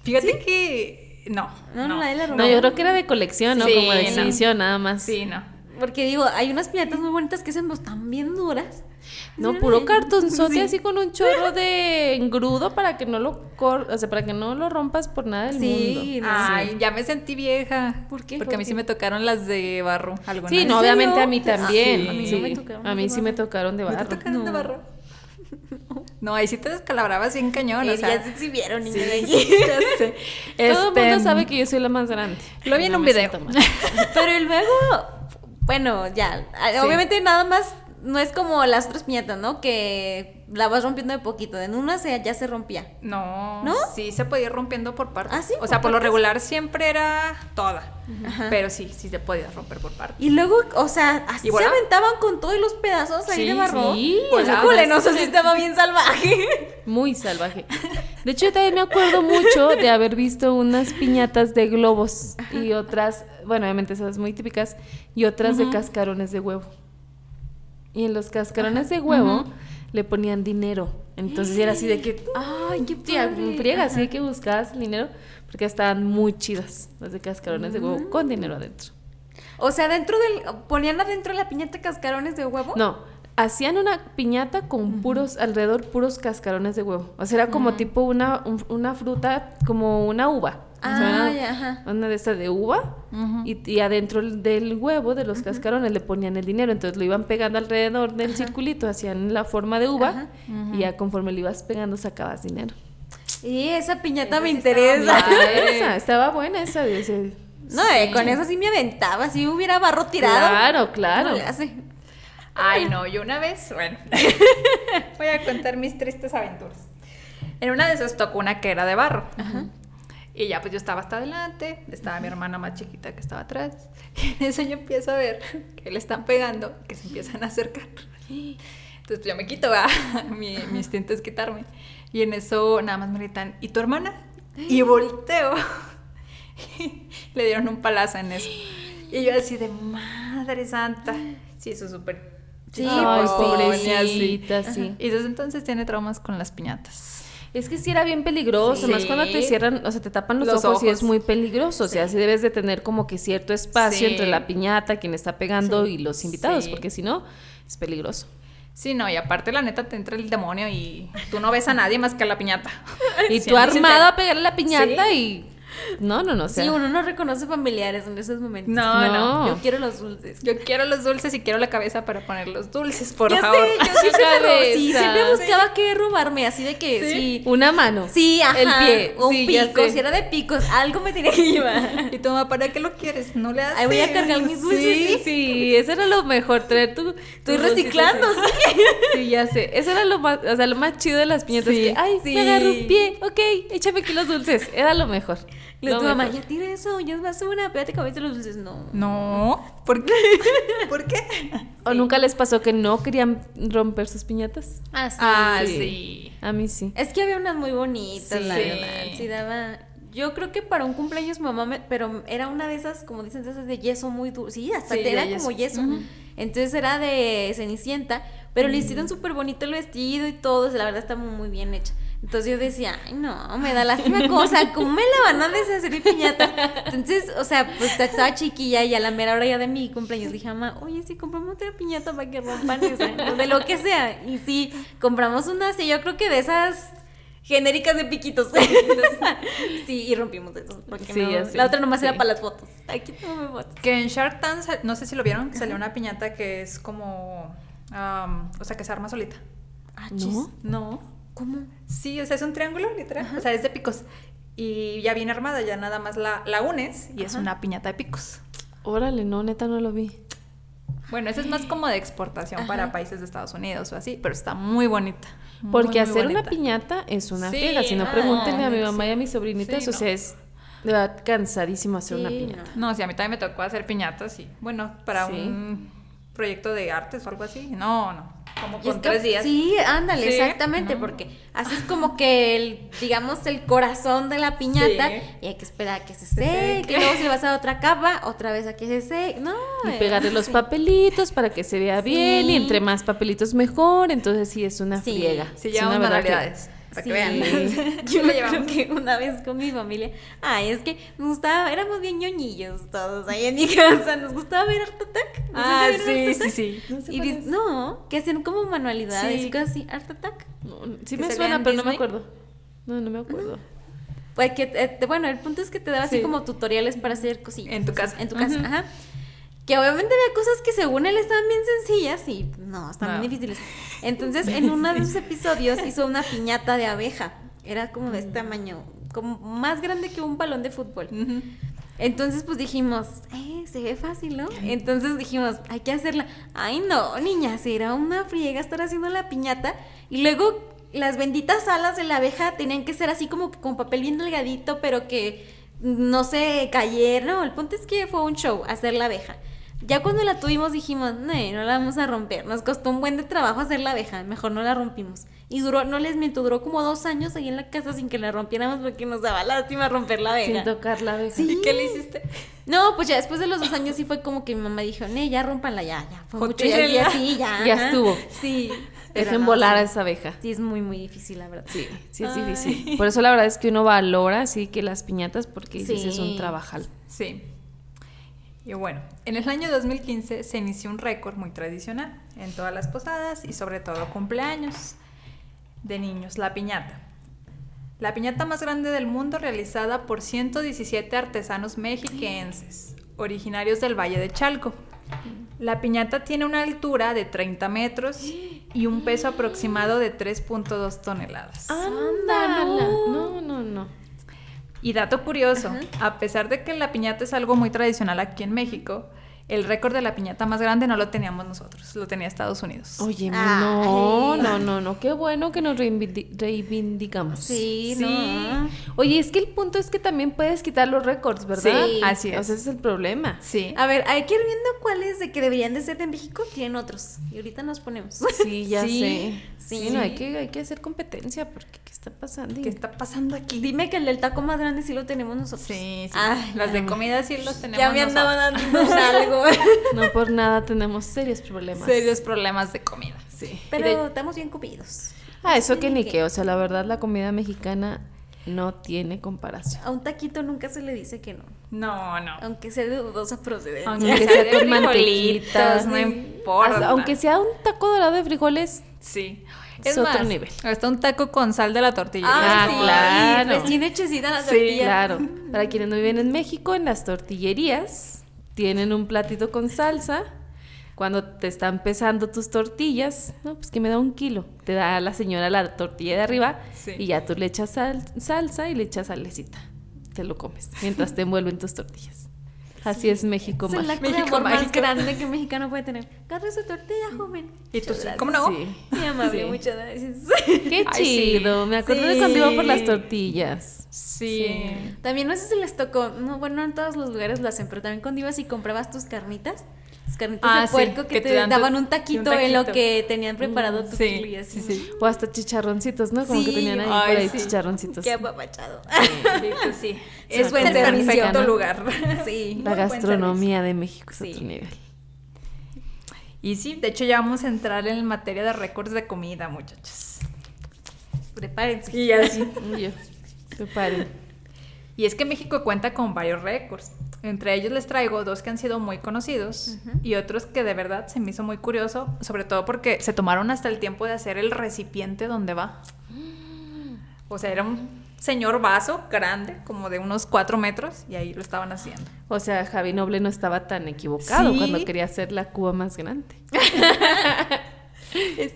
[SPEAKER 3] Fíjate que... No,
[SPEAKER 1] No, nadie la rompió.
[SPEAKER 2] No, yo creo que era de colección, ¿no?
[SPEAKER 3] Sí,
[SPEAKER 2] Como de
[SPEAKER 3] no.
[SPEAKER 2] exhibición, nada más.
[SPEAKER 3] Sí, no.
[SPEAKER 1] Porque digo, hay unas piñatas muy bonitas que se nos están bien duras.
[SPEAKER 2] No, puro cartonzote
[SPEAKER 1] Sí.
[SPEAKER 2] así con un chorro de engrudo para que no lo cor o sea, para que no lo rompas por nada del
[SPEAKER 1] Sí,
[SPEAKER 2] mundo.
[SPEAKER 1] no.
[SPEAKER 3] Ay, ya me sentí vieja.
[SPEAKER 1] ¿Por qué?
[SPEAKER 3] Porque a mí
[SPEAKER 1] ¿Por
[SPEAKER 3] sí
[SPEAKER 1] qué?
[SPEAKER 3] me tocaron las de barro. algunas.
[SPEAKER 2] Sí, no,
[SPEAKER 1] ¿En serio?
[SPEAKER 2] obviamente a mí también.
[SPEAKER 3] Sí.
[SPEAKER 2] Sí.
[SPEAKER 3] A mí no
[SPEAKER 2] sí.
[SPEAKER 1] me tocaron
[SPEAKER 2] A mí
[SPEAKER 1] de
[SPEAKER 2] sí me tocaron de
[SPEAKER 3] ¿No te
[SPEAKER 2] barro.
[SPEAKER 3] tocaron de barro? No, ahí sí te descalabrabas bien cañón,
[SPEAKER 1] Eh,
[SPEAKER 3] o sea.
[SPEAKER 1] ya se exhibieron, niña de
[SPEAKER 3] Sí,
[SPEAKER 1] aquí.
[SPEAKER 3] ya sé.
[SPEAKER 2] Todo el mundo
[SPEAKER 3] Este,
[SPEAKER 2] sabe que yo soy la más grande.
[SPEAKER 3] Lo vi en
[SPEAKER 2] No
[SPEAKER 3] un
[SPEAKER 2] me
[SPEAKER 3] video.
[SPEAKER 2] siento mal.
[SPEAKER 1] Pero y luego, bueno, ya. a-
[SPEAKER 3] Sí.
[SPEAKER 1] Obviamente nada más no es como las otras piñatas, ¿no? Que la vas rompiendo de poquito. En una se, ya se rompía.
[SPEAKER 3] No,
[SPEAKER 1] ¿No?
[SPEAKER 3] sí se podía ir rompiendo por partes.
[SPEAKER 1] Ah, sí,
[SPEAKER 3] o sea, por
[SPEAKER 1] por
[SPEAKER 3] lo
[SPEAKER 1] partes.
[SPEAKER 3] regular siempre era toda.
[SPEAKER 1] Ajá.
[SPEAKER 3] Pero sí, sí se podía romper por partes.
[SPEAKER 1] Y luego, o sea, así
[SPEAKER 3] ¿Y volaba?
[SPEAKER 1] se aventaban con todos los pedazos ahí
[SPEAKER 2] Sí,
[SPEAKER 1] de barro.
[SPEAKER 2] sí,
[SPEAKER 1] pues
[SPEAKER 2] volaba.
[SPEAKER 1] híjole, no sé si estaba bien salvaje.
[SPEAKER 2] Muy salvaje. De hecho, yo también me acuerdo mucho de haber visto unas piñatas de globos y otras, bueno, obviamente esas muy típicas, y otras de cascarones de huevo. Y en los cascarones de huevo le ponían dinero. Entonces era así de que, ay, qué tía,
[SPEAKER 1] padre.
[SPEAKER 2] friega, así de que buscabas el dinero, porque estaban muy chidas las de cascarones de huevo con dinero adentro.
[SPEAKER 1] O sea, dentro del. Ponían adentro de la piñata cascarones de huevo.
[SPEAKER 2] No, hacían una piñata con puros, alrededor puros cascarones de huevo. O sea, era como
[SPEAKER 1] Ah.
[SPEAKER 2] tipo una, un- una fruta, como una uva. O sea,
[SPEAKER 1] Ah,
[SPEAKER 2] una-
[SPEAKER 1] ya, ajá.
[SPEAKER 2] Una de estas de uva.
[SPEAKER 3] Ujú.
[SPEAKER 2] y, y adentro del huevo, de los cascarones, le ponían el dinero. Entonces lo iban pegando alrededor del circulito, hacían la forma de uva.
[SPEAKER 1] Ajá.
[SPEAKER 2] Y ya conforme le ibas pegando, sacabas dinero.
[SPEAKER 1] Y esa piñata
[SPEAKER 3] Esa
[SPEAKER 1] me
[SPEAKER 3] sí estaba
[SPEAKER 1] interesa.
[SPEAKER 3] bien. Padre.
[SPEAKER 2] Esa, estaba buena esa. dice.
[SPEAKER 1] No, eh, con eso sí me aventaba. Si hubiera barro tirado.
[SPEAKER 2] Claro, claro.
[SPEAKER 1] ¿cómo le hace?
[SPEAKER 3] Ay, no, yo una vez, bueno, voy a contar mis tristes aventuras. En una de esas tocó una que era de barro. Y ya pues yo estaba hasta adelante, estaba mi hermana más chiquita que estaba atrás. Y en eso yo empiezo a ver que le están pegando, que se empiezan a acercar. Entonces pues, yo me quito, ¿va? Mi, mi instinto es quitarme. Y en eso nada más me gritan, ¿y tu hermana? Y volteo. le dieron un palazo en eso. Y yo así de madre santa. Sí, eso es súper.
[SPEAKER 1] Sí,
[SPEAKER 2] Ay,
[SPEAKER 1] pues,
[SPEAKER 2] pobrecita, sí.
[SPEAKER 3] Y desde entonces tiene traumas con las piñatas.
[SPEAKER 2] Es que sí era bien peligroso,
[SPEAKER 1] Sí.
[SPEAKER 2] más cuando te cierran, o sea, te tapan los,
[SPEAKER 3] Los
[SPEAKER 2] ojos, y es
[SPEAKER 3] ojos.
[SPEAKER 2] muy peligroso. O sea, sí debes de tener como que cierto espacio
[SPEAKER 3] Sí.
[SPEAKER 2] entre la piñata, quien está pegando
[SPEAKER 3] Sí.
[SPEAKER 2] y los invitados,
[SPEAKER 3] Sí.
[SPEAKER 2] porque si no, es peligroso.
[SPEAKER 3] Sí, no, y aparte la neta te entra el demonio y tú no ves a nadie más que a la piñata.
[SPEAKER 2] Y tú
[SPEAKER 3] Siendo
[SPEAKER 2] armado
[SPEAKER 3] sincera.
[SPEAKER 2] a pegarle la piñata y. No, no, no. O sea,
[SPEAKER 1] Sí, uno no reconoce familiares en esos momentos.
[SPEAKER 3] No,
[SPEAKER 2] No.
[SPEAKER 3] pues, no,
[SPEAKER 1] Yo quiero los dulces.
[SPEAKER 3] Yo quiero los dulces y quiero la cabeza para poner los dulces, por
[SPEAKER 1] ya
[SPEAKER 3] favor.
[SPEAKER 1] sé, yo siempre, me ro- sí,
[SPEAKER 2] Cabeza.
[SPEAKER 1] siempre buscaba qué robarme, así de que sí. Sí,
[SPEAKER 2] una mano.
[SPEAKER 1] ajá.
[SPEAKER 2] El pie.
[SPEAKER 1] O
[SPEAKER 2] sí, ya
[SPEAKER 1] picos,
[SPEAKER 2] sé.
[SPEAKER 1] si era de picos, algo me tenía que llevar.
[SPEAKER 3] Y toma, ¿para qué lo quieres? No le haces.
[SPEAKER 1] Ahí voy a cargar mis dulces.
[SPEAKER 2] Sí,
[SPEAKER 1] Sí,
[SPEAKER 2] sí, eso era lo mejor, traer tu...
[SPEAKER 1] Estoy
[SPEAKER 2] tus dulces,
[SPEAKER 1] reciclando,
[SPEAKER 2] sí.
[SPEAKER 1] sí.
[SPEAKER 2] Sí, ya sé. Eso era lo más, o sea, lo más chido de las piñatas.
[SPEAKER 1] Sí.
[SPEAKER 2] que, Ay,
[SPEAKER 1] Sí.
[SPEAKER 2] me agarró un pie, ok, échame aquí los dulces. Era lo mejor.
[SPEAKER 1] Le
[SPEAKER 2] Lo
[SPEAKER 1] tu mamá,
[SPEAKER 2] mejor.
[SPEAKER 1] ya tira eso, ya es más una, pégate cabeza los dulces. No.
[SPEAKER 3] No, ¿por qué? ¿Por qué?
[SPEAKER 2] ¿O nunca les pasó que no querían romper sus piñatas?
[SPEAKER 1] Ah, sí.
[SPEAKER 3] Ah,
[SPEAKER 2] sí.
[SPEAKER 3] sí.
[SPEAKER 2] A mí sí.
[SPEAKER 1] Es que había unas muy bonitas,
[SPEAKER 2] Sí.
[SPEAKER 1] la verdad.
[SPEAKER 3] Sí.
[SPEAKER 1] Sí, daba. Yo creo que para un cumpleaños mamá, me- pero era una de esas, como dicen, de esas de yeso muy duro. Sí, hasta
[SPEAKER 3] Sí,
[SPEAKER 1] te era
[SPEAKER 3] de yeso.
[SPEAKER 1] como yeso.
[SPEAKER 3] Ujú.
[SPEAKER 1] Entonces era de Cenicienta, pero le
[SPEAKER 3] Mm.
[SPEAKER 1] hicieron súper bonito el vestido y todo. o sea, La verdad está muy, muy bien hecha. Entonces yo decía, ay, no, me da lástima cosa, ¿cómo me la van a deshacer mi piñata? Entonces, o sea, pues estaba chiquilla y a la mera hora ya de mi cumpleaños dije, mamá, oye, si compramos otra piñata para que rompan, o sea, de lo que sea. Y sí, compramos una, sí, yo creo que de esas genéricas de piquitos. sí, y rompimos eso. Porque
[SPEAKER 2] Sí,
[SPEAKER 1] no-
[SPEAKER 2] ya sé,
[SPEAKER 1] la otra nomás
[SPEAKER 2] sí.
[SPEAKER 1] era para las fotos. Aquí tomé fotos.
[SPEAKER 3] Que en Shark Tank, sal- no sé si lo vieron, que salió una piñata que es como. am, o sea, que se arma solita.
[SPEAKER 1] Ah,
[SPEAKER 2] No.
[SPEAKER 1] chis,
[SPEAKER 3] No.
[SPEAKER 1] ¿Cómo?
[SPEAKER 3] Sí, o sea, es un triángulo, literal. O sea, es de picos. Y ya viene armada, ya nada más la, la unes y es
[SPEAKER 1] Ajá.
[SPEAKER 3] una piñata de picos.
[SPEAKER 2] Órale, no, neta no lo vi.
[SPEAKER 3] Bueno, eso es más como de exportación para países de Estados Unidos o así, pero está muy bonita. Muy,
[SPEAKER 2] Porque
[SPEAKER 3] muy
[SPEAKER 2] hacer una
[SPEAKER 3] bonita.
[SPEAKER 2] piñata es una
[SPEAKER 3] Sí,
[SPEAKER 2] friega. Si no,
[SPEAKER 3] no,
[SPEAKER 2] pregúntenle a mi
[SPEAKER 3] sí.
[SPEAKER 2] mamá y a mis sobrinitas.
[SPEAKER 3] Sí,
[SPEAKER 2] o sea,
[SPEAKER 3] no.
[SPEAKER 2] es de verdad cansadísimo hacer una
[SPEAKER 1] Sí,
[SPEAKER 2] piñata.
[SPEAKER 3] No, sí, a mí también me tocó hacer piñatas y, bueno, para
[SPEAKER 2] Sí.
[SPEAKER 3] un proyecto de artes o algo así. No, no. Como
[SPEAKER 1] Y
[SPEAKER 3] con
[SPEAKER 1] es que-
[SPEAKER 3] tres días.
[SPEAKER 1] Sí, ándale,
[SPEAKER 3] Sí.
[SPEAKER 1] exactamente,
[SPEAKER 3] Ujú.
[SPEAKER 1] porque haces como que el, digamos, el corazón de la piñata
[SPEAKER 3] Sí.
[SPEAKER 1] y hay que esperar a que se
[SPEAKER 3] seque.
[SPEAKER 1] seque, y luego se le vas a otra capa, otra vez a que se seque, no.
[SPEAKER 2] Y
[SPEAKER 1] eh.
[SPEAKER 2] pegarle los papelitos para que se vea
[SPEAKER 1] Sí.
[SPEAKER 2] bien y entre más papelitos mejor. Entonces sí, es una
[SPEAKER 1] Sí.
[SPEAKER 2] friega.
[SPEAKER 3] Sí,
[SPEAKER 2] Es una
[SPEAKER 3] llevamos
[SPEAKER 2] verdad que-
[SPEAKER 3] manualidades. Para
[SPEAKER 1] Sí.
[SPEAKER 3] que vean.
[SPEAKER 1] Yo
[SPEAKER 3] Lo
[SPEAKER 1] me
[SPEAKER 3] llevamos.
[SPEAKER 1] acuerdo que una vez con mi familia, ay, es que nos gustaba, éramos bien ñoñillos todos ahí en mi casa, nos gustaba ver Art Attack. ¿No
[SPEAKER 3] Ah,
[SPEAKER 1] sé si vieron
[SPEAKER 3] sí,
[SPEAKER 1] Art
[SPEAKER 3] sí,
[SPEAKER 1] Attack?
[SPEAKER 3] sí.
[SPEAKER 1] Y dices, no, que hacían como manualidades
[SPEAKER 3] Sí.
[SPEAKER 1] y cosas así, Art Attack.
[SPEAKER 2] No, sí me
[SPEAKER 3] ¿Que salía
[SPEAKER 2] suena,
[SPEAKER 3] en
[SPEAKER 2] pero no me
[SPEAKER 3] Disney?
[SPEAKER 2] acuerdo. No, no me acuerdo.
[SPEAKER 1] Pues que, eh, te- bueno, el punto es que te daba así
[SPEAKER 3] Sí.
[SPEAKER 1] como tutoriales para hacer cosillas.
[SPEAKER 3] En tu casa.
[SPEAKER 1] En tu casa,
[SPEAKER 3] Ujú.
[SPEAKER 1] ajá. Que obviamente había cosas que según él estaban bien sencillas y no, estaban
[SPEAKER 3] No.
[SPEAKER 1] bien difíciles. Entonces, en uno de sus episodios hizo una piñata de abeja. Era como de este
[SPEAKER 3] Mm.
[SPEAKER 1] tamaño, como más grande que un balón de fútbol.
[SPEAKER 3] Ujú.
[SPEAKER 1] Entonces, pues dijimos, eh, se ve fácil, ¿no? Entonces dijimos, hay que hacerla. Ay, no, niña, será una friega estar haciendo la piñata. Y luego las benditas alas de la abeja tenían que ser así como que con papel bien delgadito, pero que no se cayeron. No, el punto es que fue un show hacer la abeja. Ya cuando la tuvimos dijimos, no, no la vamos a romper. Nos costó un buen de trabajo hacer la abeja, mejor no la rompimos. Y duró, no les miento, duró como dos años ahí en la casa sin que la rompiéramos porque nos daba lástima romper la abeja.
[SPEAKER 2] Sin tocar la abeja.
[SPEAKER 1] Sí.
[SPEAKER 3] ¿Y qué le hiciste?
[SPEAKER 1] No, pues ya después de los dos años sí fue como que mi mamá dijo, ne, ya rompanla, ya, ya, fue mucho, ya,
[SPEAKER 3] Jotírenla.
[SPEAKER 1] ya, sí, ya.
[SPEAKER 2] Ya
[SPEAKER 1] ajá".
[SPEAKER 2] estuvo.
[SPEAKER 1] Sí. pero
[SPEAKER 2] Dejen
[SPEAKER 1] no,
[SPEAKER 2] volar
[SPEAKER 1] sí.
[SPEAKER 2] a esa abeja.
[SPEAKER 1] Sí, es muy, muy difícil, la verdad.
[SPEAKER 2] Sí, sí es
[SPEAKER 3] Ay.
[SPEAKER 2] difícil. Por eso la verdad es que uno valora así que las piñatas porque
[SPEAKER 1] Sí.
[SPEAKER 2] dices es un trabajal.
[SPEAKER 3] Sí. Y bueno, en el año 2015 se inició un récord muy tradicional en todas las posadas y sobre todo cumpleaños de niños, la piñata. La piñata más grande del mundo realizada por 117 artesanos mexiquenses, originarios del Valle de Chalco. La piñata tiene una altura de 30 metros y un peso aproximado de 3.2 toneladas.
[SPEAKER 2] Ah,
[SPEAKER 1] Ándala.
[SPEAKER 2] No, no, no.
[SPEAKER 3] Y dato curioso, a pesar de que la piñata es algo muy tradicional aquí en México, El récord de la piñata más grande no lo teníamos nosotros, lo tenía Estados Unidos.
[SPEAKER 2] Oye,
[SPEAKER 1] Ay.
[SPEAKER 2] no, no, no, no, qué bueno que nos reivindi- reivindicamos.
[SPEAKER 1] Sí,
[SPEAKER 3] Sí.
[SPEAKER 1] no.
[SPEAKER 2] Oye, es que el punto es que también puedes quitar los récords, ¿verdad?
[SPEAKER 1] Sí.
[SPEAKER 3] Así es.
[SPEAKER 2] O sea, ese es el problema.
[SPEAKER 3] Sí.
[SPEAKER 1] A ver, hay que ir viendo cuáles de que deberían de ser de México tienen otros. Y ahorita nos ponemos.
[SPEAKER 2] Sí, ya
[SPEAKER 3] Sí,
[SPEAKER 2] sé.
[SPEAKER 1] sí.
[SPEAKER 2] Sí, no, hay que, hay que hacer competencia porque ¿qué está pasando?
[SPEAKER 3] ¿Qué está pasando aquí?
[SPEAKER 1] Dime que el del taco más grande sí lo tenemos nosotros.
[SPEAKER 3] Sí, sí.
[SPEAKER 1] Ay,
[SPEAKER 3] Las de
[SPEAKER 1] no.
[SPEAKER 3] comida sí los tenemos
[SPEAKER 1] Ya me
[SPEAKER 3] nosotros.
[SPEAKER 1] andaban dando algo.
[SPEAKER 2] No por nada tenemos serios problemas.
[SPEAKER 3] serios problemas de comida. Sí.
[SPEAKER 1] Pero
[SPEAKER 3] Y de-
[SPEAKER 1] estamos bien comidos.
[SPEAKER 2] Ah, eso que
[SPEAKER 1] Sí,
[SPEAKER 2] ni
[SPEAKER 1] que-
[SPEAKER 2] qué. O sea, la verdad, la comida mexicana no tiene comparación.
[SPEAKER 1] A un taquito nunca se le dice que no,
[SPEAKER 3] no, no.
[SPEAKER 1] aunque sea de dudosa procedencia.
[SPEAKER 3] Aunque
[SPEAKER 2] sea
[SPEAKER 3] sea
[SPEAKER 2] con
[SPEAKER 3] con
[SPEAKER 2] mantequita,
[SPEAKER 3] frijolitos, no
[SPEAKER 2] sí.
[SPEAKER 3] importa.
[SPEAKER 2] Hasta- aunque sea un taco dorado de frijoles,
[SPEAKER 3] Sí.
[SPEAKER 2] Es otro nivel.
[SPEAKER 3] Hasta un taco con sal de la tortilla.
[SPEAKER 2] Ah,
[SPEAKER 1] sí,
[SPEAKER 2] claro.
[SPEAKER 1] Recién hechecita la
[SPEAKER 3] Sí,
[SPEAKER 1] tortilla.
[SPEAKER 2] claro. Para quienes no viven en México, en las tortillerías tienen un platito con salsa. Cuando te están pesando tus tortillas, no, pues que me da un kilo. Te da la señora la tortilla de arriba
[SPEAKER 3] Sí.
[SPEAKER 2] y ya tú le echas sal- salsa y le echas salecita. Te lo comes mientras te envuelven tus tortillas. Así es México
[SPEAKER 1] Es el
[SPEAKER 2] mágico.
[SPEAKER 1] acto de
[SPEAKER 3] México
[SPEAKER 1] amor más
[SPEAKER 3] mágico.
[SPEAKER 1] grande que un mexicano puede tener. Agarre su tortilla, joven.
[SPEAKER 3] Y tú sí,
[SPEAKER 1] Muchas gracias.
[SPEAKER 3] ¿cómo no?
[SPEAKER 2] Sí.
[SPEAKER 1] Muy amable,
[SPEAKER 2] Sí.
[SPEAKER 1] muchas gracias.
[SPEAKER 2] Qué
[SPEAKER 3] Ay, sí.
[SPEAKER 2] chido. Me acuerdo de
[SPEAKER 3] Sí.
[SPEAKER 2] cuando iba por las tortillas.
[SPEAKER 3] Sí.
[SPEAKER 1] También no sé si les tocó, no, bueno, no en todos los lugares lo hacen, pero también cuando ibas y comprabas tus carnitas, tus carnitas
[SPEAKER 3] Ah,
[SPEAKER 1] de
[SPEAKER 3] sí,
[SPEAKER 1] puerco que,
[SPEAKER 3] que
[SPEAKER 1] te,
[SPEAKER 3] te dan tu-
[SPEAKER 1] daban un
[SPEAKER 3] un
[SPEAKER 1] taquito, en lo
[SPEAKER 3] taquito.
[SPEAKER 1] que tenían preparado tu
[SPEAKER 3] Sí,
[SPEAKER 1] kilo y así.
[SPEAKER 3] sí, sí.
[SPEAKER 2] O hasta chicharroncitos, ¿no? Como que
[SPEAKER 1] Sí.
[SPEAKER 2] tenían ahí,
[SPEAKER 3] Ay,
[SPEAKER 2] por ahí
[SPEAKER 3] sí.
[SPEAKER 2] chicharroncitos.
[SPEAKER 1] Qué apapachado.
[SPEAKER 3] Sí, tú sí.
[SPEAKER 1] Se
[SPEAKER 3] Es buen
[SPEAKER 1] me acuerda
[SPEAKER 3] servicio
[SPEAKER 2] mexicano.
[SPEAKER 3] otro lugar.
[SPEAKER 1] Sí.
[SPEAKER 2] La
[SPEAKER 3] Muy buen
[SPEAKER 2] gastronomía de México es
[SPEAKER 3] Sí.
[SPEAKER 2] otro nivel.
[SPEAKER 3] Y sí, de hecho ya vamos a entrar en materia de récords de comida, muchachos.
[SPEAKER 1] Prepárense.
[SPEAKER 3] Y así.
[SPEAKER 2] Y yo, preparen.
[SPEAKER 3] Y es que México cuenta con varios récords. Entre ellos les traigo dos que han sido muy conocidos y otros que de verdad se me hizo muy curioso, sobre todo porque se tomaron hasta el tiempo de hacer el recipiente donde va. O sea, era un señor vaso grande, como de unos cuatro metros, y ahí lo estaban haciendo.
[SPEAKER 2] O sea, Javi Noble no estaba tan equivocado
[SPEAKER 3] Sí.
[SPEAKER 2] cuando quería hacer la Cuba más grande.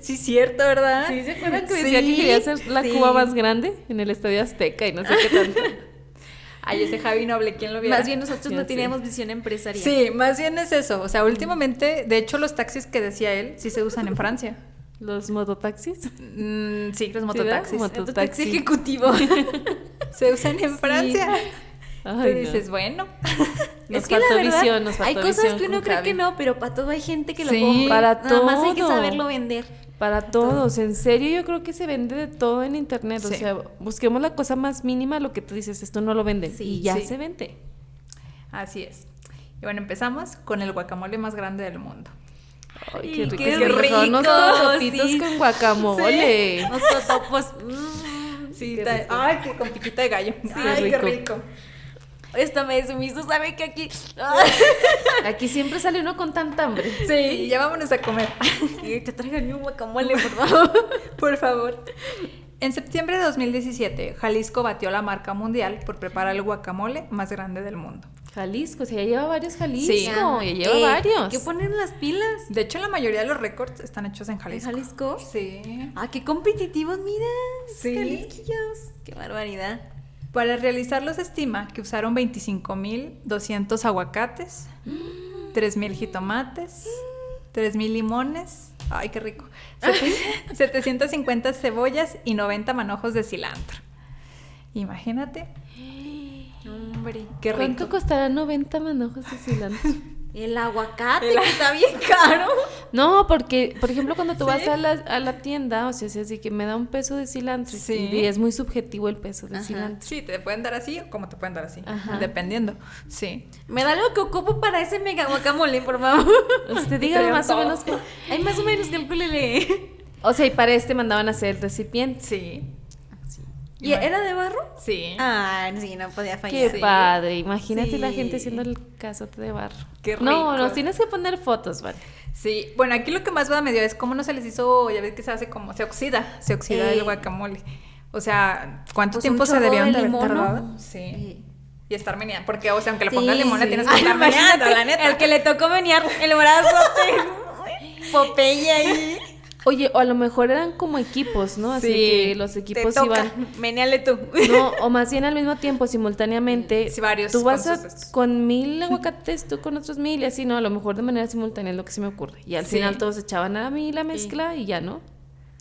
[SPEAKER 3] Sí, cierto, ¿verdad?
[SPEAKER 2] Sí, ¿se acuerdan que decía que quería hacer la
[SPEAKER 1] sí.
[SPEAKER 2] Cuba más grande en el Estadio Azteca y no sé qué tanto?
[SPEAKER 3] Ay, ese Javi Noble, ¿quién lo viera?
[SPEAKER 1] Más bien nosotros
[SPEAKER 2] Ya
[SPEAKER 1] no
[SPEAKER 2] sé.
[SPEAKER 1] teníamos visión empresarial.
[SPEAKER 3] Sí, más bien es eso. O sea, últimamente, de hecho, los taxis que decía él sí se usan en Francia.
[SPEAKER 2] Los mototaxis.
[SPEAKER 3] Mm, sí, los
[SPEAKER 2] ¿verdad?
[SPEAKER 3] mototaxis.
[SPEAKER 2] Moto-
[SPEAKER 1] Tu
[SPEAKER 2] taxi.
[SPEAKER 1] taxi ejecutivo.
[SPEAKER 3] Se usan en Francia.
[SPEAKER 2] Ay,
[SPEAKER 3] Tú
[SPEAKER 2] no.
[SPEAKER 3] dices, bueno.
[SPEAKER 2] Nos faltó visión, nos faltó
[SPEAKER 1] hay cosas
[SPEAKER 2] visión
[SPEAKER 1] que uno
[SPEAKER 2] con
[SPEAKER 1] cree que
[SPEAKER 2] Javi.
[SPEAKER 1] no, pero para todo hay gente que
[SPEAKER 3] Sí.
[SPEAKER 1] lo compra.
[SPEAKER 2] Para
[SPEAKER 1] Nada más hay que
[SPEAKER 2] todo.
[SPEAKER 1] saberlo vender.
[SPEAKER 2] Para todos, en serio, yo creo que se vende de todo en internet. O
[SPEAKER 3] Sí.
[SPEAKER 2] sea, busquemos la cosa más mínima, lo que tú dices, esto no lo venden.
[SPEAKER 1] Sí,
[SPEAKER 2] y ya
[SPEAKER 3] sí.
[SPEAKER 2] se vende.
[SPEAKER 3] Así es. Y bueno, empezamos con el guacamole más grande del mundo.
[SPEAKER 2] Ay,
[SPEAKER 1] Y
[SPEAKER 2] qué rico.
[SPEAKER 1] qué
[SPEAKER 2] Qué rico. Unos
[SPEAKER 1] rico,
[SPEAKER 2] totopitos
[SPEAKER 1] sí.
[SPEAKER 2] con guacamole.
[SPEAKER 1] Los totopos. pues, mm.
[SPEAKER 3] Sí,
[SPEAKER 2] Qué
[SPEAKER 3] está-
[SPEAKER 2] rico.
[SPEAKER 3] ay, qué con piquita de gallo.
[SPEAKER 2] qué
[SPEAKER 3] ay, qué
[SPEAKER 2] rico.
[SPEAKER 3] rico.
[SPEAKER 1] Esta me desumiso, sabe que aquí.
[SPEAKER 2] Aquí siempre sale uno con tanta hambre.
[SPEAKER 3] Sí, y ya vámonos a comer.
[SPEAKER 1] Y te traigan un guacamole, por favor.
[SPEAKER 3] Por favor. En septiembre de 2017, Jalisco batió la marca mundial por preparar el guacamole más grande del mundo.
[SPEAKER 2] Jalisco, o sea, ya lleva varios Jalisco.
[SPEAKER 3] Sí.
[SPEAKER 2] Ya lleva
[SPEAKER 1] Eh,
[SPEAKER 2] varios.
[SPEAKER 1] ¿Qué ponen las pilas?
[SPEAKER 3] De hecho, la mayoría de los récords están hechos en
[SPEAKER 1] ¿En
[SPEAKER 3] Jalisco.
[SPEAKER 1] Jalisco?
[SPEAKER 3] Sí.
[SPEAKER 1] Ah, qué competitivos, mira.
[SPEAKER 3] Sí.
[SPEAKER 1] Jalisquillos. Qué barbaridad.
[SPEAKER 3] Para realizarlos se estima que usaron 25.200 aguacates, 3.000 jitomates, 3.000 limones, ay qué rico, sete- 750 cebollas y 90 manojos de cilantro. Imagínate,
[SPEAKER 1] Hombre.
[SPEAKER 3] qué
[SPEAKER 2] ¿Cuánto
[SPEAKER 3] rico.
[SPEAKER 2] costará 90 manojos de cilantro?
[SPEAKER 1] El aguacate, que está bien caro.
[SPEAKER 2] No, porque, por ejemplo, cuando tú vas a la, a la tienda, o sea, es así que me da un peso de cilantro. y-
[SPEAKER 3] Sí.
[SPEAKER 2] Y es muy subjetivo el peso de
[SPEAKER 1] Ajá.
[SPEAKER 2] cilantro.
[SPEAKER 3] Sí, te pueden dar así o como te pueden dar así,
[SPEAKER 2] Ajá.
[SPEAKER 3] dependiendo. Sí.
[SPEAKER 1] Me da lo que ocupo para ese mega guacamole, por favor.
[SPEAKER 2] Usted
[SPEAKER 3] Te
[SPEAKER 2] diga
[SPEAKER 3] dan
[SPEAKER 2] más o
[SPEAKER 3] todo.
[SPEAKER 2] menos. cu-
[SPEAKER 1] Ay, más o menos, calcúlele.
[SPEAKER 2] O sea, y para este mandaban a hacer el recipiente.
[SPEAKER 3] Sí.
[SPEAKER 1] ¿Y era de barro?
[SPEAKER 3] Sí.
[SPEAKER 1] Ah, sí, no podía
[SPEAKER 2] Qué
[SPEAKER 1] fallar.
[SPEAKER 3] Sí.
[SPEAKER 2] padre, imagínate la
[SPEAKER 3] Sí.
[SPEAKER 2] gente haciendo el cazote de barro.
[SPEAKER 3] Qué
[SPEAKER 2] No,
[SPEAKER 3] rico.
[SPEAKER 2] nos tienes que poner fotos, vale.
[SPEAKER 3] Sí, bueno, aquí lo que más duda me dio es cómo no se les hizo, ya ves que se hace como, se oxida, se oxida
[SPEAKER 1] Ey.
[SPEAKER 3] el guacamole. O sea, ¿cuánto
[SPEAKER 1] Pues un
[SPEAKER 3] tiempo se
[SPEAKER 1] chorro
[SPEAKER 3] debieron
[SPEAKER 1] de
[SPEAKER 3] de haber
[SPEAKER 1] limón, ¿no?
[SPEAKER 3] tardado? Sí. Y estar meneando, porque, o sea, aunque le
[SPEAKER 1] Sí,
[SPEAKER 3] pongas limón, le
[SPEAKER 1] sí.
[SPEAKER 3] tienes que
[SPEAKER 1] Ay,
[SPEAKER 3] estar
[SPEAKER 1] imagínate,
[SPEAKER 3] meneando, la neta.
[SPEAKER 1] El que le tocó menear el brazo. te- Popeye ahí.
[SPEAKER 2] Oye, o a lo mejor eran como equipos, ¿no? Así que los
[SPEAKER 3] pues,
[SPEAKER 2] equipos iban.
[SPEAKER 1] Meneale tú.
[SPEAKER 2] No, o más bien al mismo tiempo, simultáneamente.
[SPEAKER 3] Sí, varios
[SPEAKER 2] Tú vas
[SPEAKER 3] con
[SPEAKER 2] a-
[SPEAKER 3] sus-
[SPEAKER 2] con mil aguacates, tú con otros mil, y así, ¿no? A lo mejor de manera simultánea es lo que se me ocurre. Y al
[SPEAKER 3] Sí.
[SPEAKER 2] final todos echaban a mí la mezcla y ya, ¿no.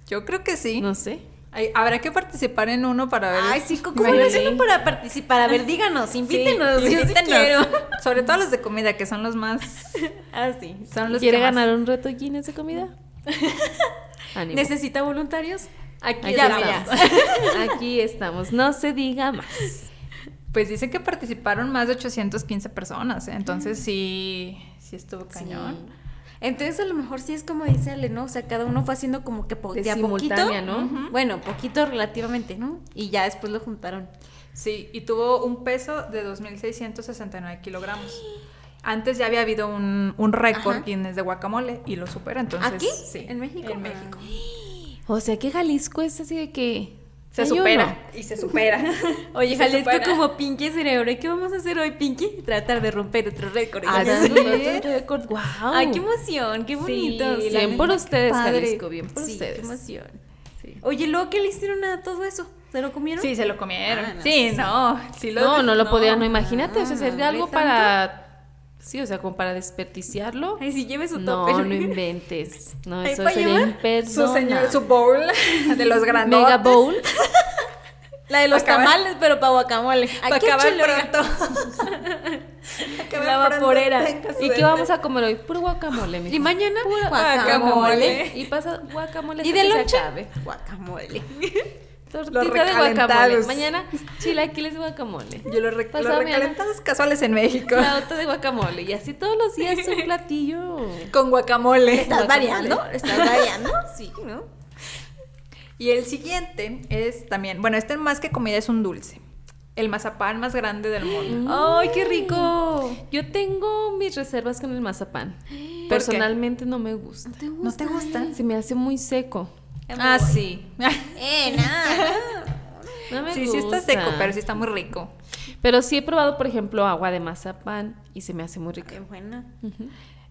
[SPEAKER 3] Yo creo que sí.
[SPEAKER 2] No sé.
[SPEAKER 3] Ay, habrá que participar en uno para ver.
[SPEAKER 1] Ay, sí, ¿cómo
[SPEAKER 2] Sí.
[SPEAKER 1] lo hacen para participar? A ver, díganos, invítenos.
[SPEAKER 3] Sí,
[SPEAKER 1] yo sí
[SPEAKER 3] invítenos.
[SPEAKER 1] quiero.
[SPEAKER 3] Sobre todo los de comida, que son los más.
[SPEAKER 1] Ah, sí.
[SPEAKER 3] Son los
[SPEAKER 2] ¿Quiere
[SPEAKER 3] que más-
[SPEAKER 2] ganar un reto Guinness de comida? Ánimo.
[SPEAKER 1] ¿Necesita voluntarios?
[SPEAKER 3] Aquí
[SPEAKER 2] Aquí
[SPEAKER 3] ya,
[SPEAKER 2] estamos. Aquí estamos. No se diga más.
[SPEAKER 3] Pues dicen que participaron más de 815 personas. ¿eh? Entonces sí, sí estuvo cañón.
[SPEAKER 1] Mm. Sí. Entonces a lo mejor sí es como dice Ale, ¿no? O sea, cada uno fue haciendo como que po-
[SPEAKER 2] De
[SPEAKER 1] de a poquito.
[SPEAKER 2] simultánea, ¿no?
[SPEAKER 1] Ujú. Bueno, poquito relativamente, ¿no? Y ya después lo juntaron.
[SPEAKER 3] Sí, y tuvo un peso de 2.669 kilogramos. Antes ya había habido un, un récord
[SPEAKER 1] Ajá.
[SPEAKER 3] Guinness de guacamole y lo supera, entonces...
[SPEAKER 1] ¿Aquí?
[SPEAKER 3] Sí.
[SPEAKER 1] ¿En México?
[SPEAKER 3] En México.
[SPEAKER 2] O sea que Jalisco es así de que.
[SPEAKER 3] Se
[SPEAKER 2] hay
[SPEAKER 3] supera.
[SPEAKER 2] uno.
[SPEAKER 3] Y se supera.
[SPEAKER 1] Ah.
[SPEAKER 3] Se
[SPEAKER 1] Oye, Jalisco
[SPEAKER 3] supera.
[SPEAKER 1] como Pinky Cerebro. ¿Y ¿Qué vamos a hacer hoy, Pinky? Tratar de romper otro récord.
[SPEAKER 2] Ah,
[SPEAKER 3] ¿sí?
[SPEAKER 2] dando otro récord. Wow.
[SPEAKER 1] Ay, qué emoción, qué bonito.
[SPEAKER 2] Sí,
[SPEAKER 1] la
[SPEAKER 2] bien
[SPEAKER 1] neta,
[SPEAKER 2] por
[SPEAKER 1] qué
[SPEAKER 2] ustedes,
[SPEAKER 1] padre.
[SPEAKER 2] Jalisco, bien por
[SPEAKER 1] Sí,
[SPEAKER 2] ustedes.
[SPEAKER 1] Qué emoción.
[SPEAKER 2] Sí.
[SPEAKER 1] Oye, ¿luego qué le hicieron a todo eso? ¿Se lo comieron?
[SPEAKER 3] Sí, se lo comieron.
[SPEAKER 1] Ah, no,
[SPEAKER 3] sí,
[SPEAKER 1] sí, sí.
[SPEAKER 3] no. sí lo-
[SPEAKER 2] No, no lo podía, no imagínate, o sea,
[SPEAKER 1] no,
[SPEAKER 2] sería
[SPEAKER 1] hombre,
[SPEAKER 2] algo para sí, o sea, como para desperdiciarlo.
[SPEAKER 1] Ay, si lleve su
[SPEAKER 2] No,
[SPEAKER 1] topper.
[SPEAKER 2] no inventes. No,
[SPEAKER 1] Ahí
[SPEAKER 2] eso
[SPEAKER 1] pa'
[SPEAKER 2] sería
[SPEAKER 1] llevar
[SPEAKER 3] Su, señor,
[SPEAKER 2] imperdonable.
[SPEAKER 3] su bowl de los grandotes.
[SPEAKER 2] Mega bowl.
[SPEAKER 1] La de los
[SPEAKER 3] Acabar-
[SPEAKER 1] tamales, pero para guacamole.
[SPEAKER 3] Para
[SPEAKER 1] Aquí en
[SPEAKER 3] acabar
[SPEAKER 1] Chiloé.
[SPEAKER 3] pronto. Acabar
[SPEAKER 1] La
[SPEAKER 3] pronto,
[SPEAKER 1] vaporera.
[SPEAKER 3] tenga su
[SPEAKER 2] ¿Y qué
[SPEAKER 3] dente.
[SPEAKER 2] vamos a comer hoy? Puro guacamole, mija.
[SPEAKER 1] Y mañana,
[SPEAKER 3] guacamole.
[SPEAKER 1] guacamole.
[SPEAKER 2] Y pasa guacamole
[SPEAKER 1] ¿Y
[SPEAKER 2] hasta
[SPEAKER 1] de
[SPEAKER 2] que se
[SPEAKER 1] lonche?
[SPEAKER 2] acabe.
[SPEAKER 1] Guacamole.
[SPEAKER 2] Tortita de
[SPEAKER 3] recalentados.
[SPEAKER 2] guacamole. Mañana chilaquiles de guacamole.
[SPEAKER 3] Yo los, rec- los
[SPEAKER 2] Pasado mañana.
[SPEAKER 3] recalentados casuales en México.
[SPEAKER 2] Flauta de guacamole. Y así todos los días un platillo.
[SPEAKER 3] Con guacamole.
[SPEAKER 1] ¿Estás
[SPEAKER 2] Guacamole.
[SPEAKER 1] variando? ¿Estás variando? Sí, ¿no?
[SPEAKER 3] Y el siguiente es también, bueno, este más que comida es un dulce. El mazapán más grande del mundo. Oh,
[SPEAKER 1] ¡Ay, qué rico!
[SPEAKER 2] Yo tengo mis reservas con el mazapán. Personalmente no me gusta.
[SPEAKER 1] te
[SPEAKER 3] ¿No te gusta?
[SPEAKER 2] Se me hace muy seco.
[SPEAKER 3] Ah, sí.
[SPEAKER 1] Eh, nada.
[SPEAKER 2] No me
[SPEAKER 3] Sí, sí está
[SPEAKER 2] gusta.
[SPEAKER 3] seco, pero sí está muy rico.
[SPEAKER 2] Pero sí he probado, por ejemplo, agua de mazapán y se me hace muy rica.
[SPEAKER 1] Qué buena.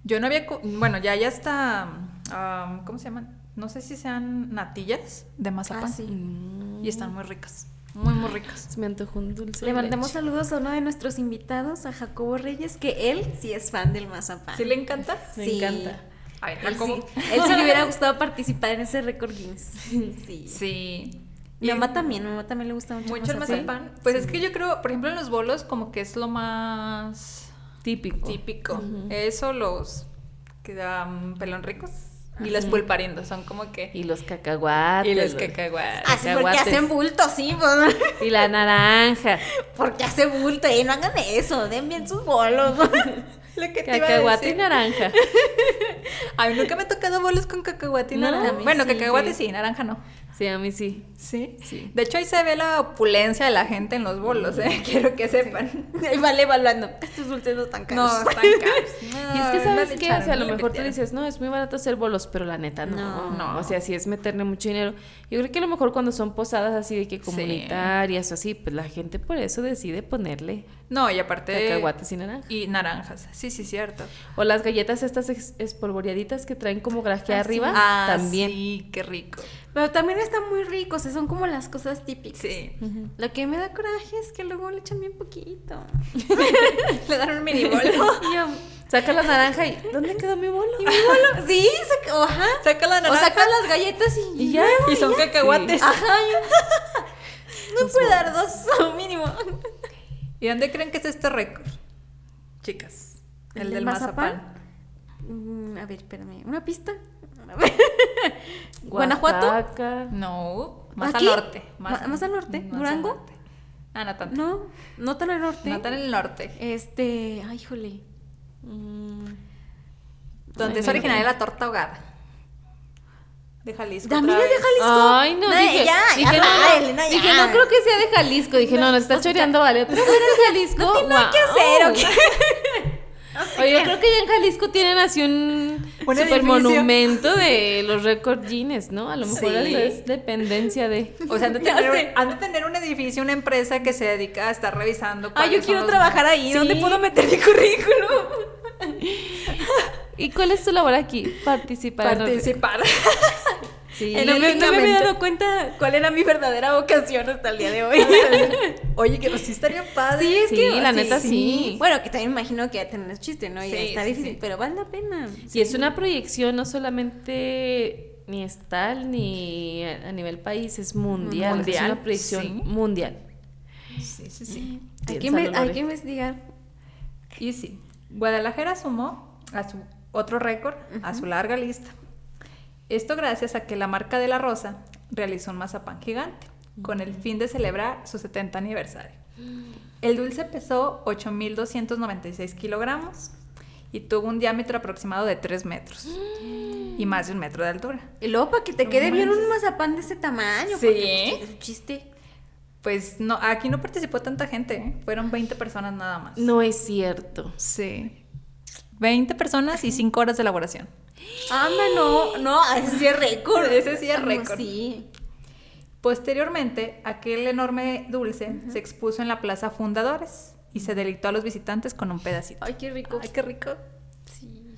[SPEAKER 3] Yo no había, co- bueno, ya ya está, ah, ¿cómo se llaman? No sé si sean natillas de mazapán.
[SPEAKER 1] Ah, sí.
[SPEAKER 2] Mm.
[SPEAKER 3] Y están muy ricas, muy, muy ricas.
[SPEAKER 2] Se me antojó un dulce.
[SPEAKER 1] Le
[SPEAKER 2] de
[SPEAKER 1] mandamos
[SPEAKER 2] leche.
[SPEAKER 1] saludos a uno de nuestros invitados, a Jacobo Reyes, que él sí es fan del mazapán.
[SPEAKER 3] ¿Sí le encanta?
[SPEAKER 1] Me Sí. encanta.
[SPEAKER 3] A ver,
[SPEAKER 1] él,
[SPEAKER 3] Jacobo.
[SPEAKER 1] sí, él sí le hubiera gustado participar en ese récord Guinness. Sí.
[SPEAKER 3] Sí.
[SPEAKER 1] Mi mamá también, mi mamá también le gusta mucho,
[SPEAKER 3] Mucho el mazapán. Pues es que yo creo, por ejemplo, en los bolos como que es lo más Oh.
[SPEAKER 2] Típico.
[SPEAKER 3] típico. Eso los que dan pelón ricos y las pulpariendas son como que
[SPEAKER 2] Y los cacahuates.
[SPEAKER 3] y los
[SPEAKER 2] los-
[SPEAKER 3] cacahuates.
[SPEAKER 1] Ah, sí, porque
[SPEAKER 2] Cacahuates.
[SPEAKER 1] hacen bulto, sí, pues,
[SPEAKER 2] Y la naranja.
[SPEAKER 1] porque hace bulto, eh, no hagan eso, den bien sus bolos.
[SPEAKER 3] Lo que te iba a
[SPEAKER 2] Cacahuate y
[SPEAKER 3] decir.
[SPEAKER 2] naranja.
[SPEAKER 3] Ay, nunca me ha tocado bolos con cacahuate y
[SPEAKER 2] No,
[SPEAKER 3] naranja.
[SPEAKER 2] a mí
[SPEAKER 3] bueno,
[SPEAKER 2] sí,
[SPEAKER 3] cacahuate
[SPEAKER 2] sí.
[SPEAKER 3] sí, naranja no.
[SPEAKER 2] Sí, a mí sí.
[SPEAKER 3] Sí.
[SPEAKER 2] Sí.
[SPEAKER 3] De hecho, ahí se ve la opulencia de la gente en los bolos, ¿eh? Quiero que sepan.
[SPEAKER 1] Ahí vale evaluando, estos dulces no están
[SPEAKER 3] No,
[SPEAKER 1] caros.
[SPEAKER 3] están caros.
[SPEAKER 2] Y es que,
[SPEAKER 3] No,
[SPEAKER 2] ¿sabes
[SPEAKER 3] vale,
[SPEAKER 2] qué? O sea, a lo
[SPEAKER 3] Charmin,
[SPEAKER 2] mejor tú
[SPEAKER 3] vete.
[SPEAKER 2] dices, no, es muy barato hacer bolos, pero la neta no.
[SPEAKER 1] No.
[SPEAKER 2] No, o sea, si es meterle mucho dinero. Yo creo que a lo mejor cuando son posadas así de que comunitarias o así, pues la gente por eso decide ponerle
[SPEAKER 3] No, y aparte.
[SPEAKER 2] cacahuates y naranja.
[SPEAKER 3] Y naranjas. Sí, sí, cierto.
[SPEAKER 2] O las galletas estas ex- espolvoreaditas que traen como graje
[SPEAKER 1] Ah, sí.
[SPEAKER 2] arriba,
[SPEAKER 3] Ah,
[SPEAKER 2] también.
[SPEAKER 3] Sí, qué rico.
[SPEAKER 1] Pero también están muy ricos, eh, son como las cosas típicas.
[SPEAKER 3] Sí.
[SPEAKER 1] Lo que me da coraje es que luego le echan bien poquito.
[SPEAKER 3] Le dan un mini bolo.
[SPEAKER 1] Y yo,
[SPEAKER 2] Saca la naranja y ¿dónde quedó mi bolo?
[SPEAKER 1] ¿y mi bolo? Sí, saca, ajá.
[SPEAKER 3] Saca la
[SPEAKER 1] O
[SPEAKER 3] naranja.
[SPEAKER 1] sacas las galletas y,
[SPEAKER 2] Y ya.
[SPEAKER 3] Y son cacahuates.
[SPEAKER 1] Ajá. yo- No puede dar dos mínimo.
[SPEAKER 3] ¿Y dónde creen que es este récord? Chicas. El, del mazapán.
[SPEAKER 1] Mm, a ver, espérame. ¿Una pista? A ver. ¿Guanajuato?
[SPEAKER 2] Oaxaca.
[SPEAKER 3] No. Más
[SPEAKER 1] ¿Aquí?
[SPEAKER 3] al norte.
[SPEAKER 1] Ma- más al norte.
[SPEAKER 3] más al
[SPEAKER 1] ¿Durango?
[SPEAKER 3] norte. Ah, no tanto.
[SPEAKER 1] No, no tan al norte.
[SPEAKER 3] No tan en el norte.
[SPEAKER 1] Este, ay, híjole.
[SPEAKER 2] Mm,
[SPEAKER 3] Donde
[SPEAKER 2] Ay,
[SPEAKER 3] es
[SPEAKER 2] no.
[SPEAKER 3] originaria la torta ahogada. De Jalisco.
[SPEAKER 1] También
[SPEAKER 3] otra
[SPEAKER 1] es de
[SPEAKER 3] vez.
[SPEAKER 1] Jalisco.
[SPEAKER 2] Ay, no,
[SPEAKER 1] No,
[SPEAKER 2] dije,
[SPEAKER 1] ya, ya,
[SPEAKER 2] dije, no,
[SPEAKER 1] ya,
[SPEAKER 2] no,
[SPEAKER 1] Elena, ya.
[SPEAKER 2] dije, no creo que sea de Jalisco. Dije, no, nos está choreando, vale. ¿Otra vez de Jalisco? No
[SPEAKER 1] tiene nada que hacer, ¿o
[SPEAKER 2] Oye, yo creo que ya en Jalisco tienen así un,
[SPEAKER 3] Un
[SPEAKER 2] super
[SPEAKER 3] edificio.
[SPEAKER 2] monumento de los récord Guinness, ¿no? A lo mejor
[SPEAKER 3] Sí.
[SPEAKER 2] hasta es dependencia de...
[SPEAKER 3] O sea, han de,
[SPEAKER 1] Ya
[SPEAKER 3] tener,
[SPEAKER 1] sé.
[SPEAKER 3] han de tener un edificio, una empresa que se dedica a estar revisando.
[SPEAKER 1] Ay,
[SPEAKER 3] cuáles
[SPEAKER 1] Ah, yo
[SPEAKER 3] son
[SPEAKER 1] quiero
[SPEAKER 3] los-
[SPEAKER 1] trabajar ahí. ¿Dónde
[SPEAKER 2] Sí.
[SPEAKER 1] puedo meter mi currículum?
[SPEAKER 2] ¿Y cuál es tu labor aquí? Participar. en los-
[SPEAKER 3] Participar. Sí,
[SPEAKER 1] no, me, no me
[SPEAKER 3] lógicamente.
[SPEAKER 1] había dado cuenta cuál era mi verdadera vocación hasta el día de hoy.
[SPEAKER 3] Oye, que pues sí estaría padre.
[SPEAKER 1] Sí, es
[SPEAKER 2] Sí,
[SPEAKER 1] que
[SPEAKER 2] la neta, sí.
[SPEAKER 1] Bueno, que también me imagino que ya tener chiste, ¿no? Y
[SPEAKER 3] Sí,
[SPEAKER 1] está
[SPEAKER 3] sí,
[SPEAKER 1] difícil,
[SPEAKER 3] sí.
[SPEAKER 1] pero vale la pena.
[SPEAKER 2] Y es una proyección no solamente ni estal ni a a nivel país, es mundial.
[SPEAKER 3] Mundial,
[SPEAKER 2] es una proyección
[SPEAKER 3] sí.
[SPEAKER 2] mundial.
[SPEAKER 3] Sí, sí, sí.
[SPEAKER 1] Hay que,
[SPEAKER 2] Piénsalo,
[SPEAKER 1] inve- hay
[SPEAKER 2] Lore.
[SPEAKER 1] que investigar.
[SPEAKER 3] Y sí, Guadalajara sumó a su otro récord a su larga lista. Esto gracias a que la marca de la rosa realizó un mazapán gigante con el fin de celebrar su 70 aniversario. El dulce pesó 8.296 kilogramos y tuvo un diámetro aproximado de 3 metros y más de un metro de altura.
[SPEAKER 1] Y luego para que te
[SPEAKER 3] No
[SPEAKER 1] quede bien un
[SPEAKER 3] manches.
[SPEAKER 1] mazapán de ese tamaño.
[SPEAKER 3] Sí.
[SPEAKER 1] Porque, pues, es un chiste.
[SPEAKER 3] Pues no, aquí no participó tanta gente, ¿eh? fueron 20 personas nada más.
[SPEAKER 2] No es cierto.
[SPEAKER 3] Sí. 20 personas y 5 horas de elaboración.
[SPEAKER 1] Anda, no, no, ese sí es récord.
[SPEAKER 3] Ese sí es
[SPEAKER 1] Ah, no,
[SPEAKER 3] récord.
[SPEAKER 1] Sí.
[SPEAKER 3] Posteriormente, aquel enorme dulce se expuso en la Plaza Fundadores y se delictó a los visitantes con un pedacito.
[SPEAKER 1] Ay, qué rico.
[SPEAKER 3] qué rico.
[SPEAKER 1] Sí.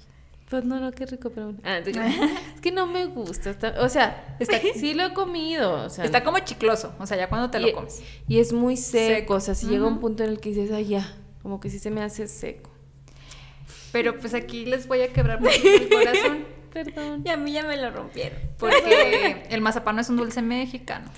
[SPEAKER 2] Pues no, no, qué rico, pero bueno. Ah, te- es que no me gusta. está- o sea,
[SPEAKER 3] Está-
[SPEAKER 2] sí lo he comido. o sea,
[SPEAKER 3] Está como chicloso, o sea, ya cuando te
[SPEAKER 2] y,
[SPEAKER 3] lo comes.
[SPEAKER 2] Y es muy seco.
[SPEAKER 3] Seco.
[SPEAKER 2] O sea, si llega un punto en el que dices, ay, ya, como que sí se me hace seco.
[SPEAKER 3] Pero pues aquí les voy a quebrar mucho el corazón
[SPEAKER 2] Perdón.
[SPEAKER 1] Y a mí ya me lo rompieron.
[SPEAKER 3] porque el mazapán no es un dulce mexicano.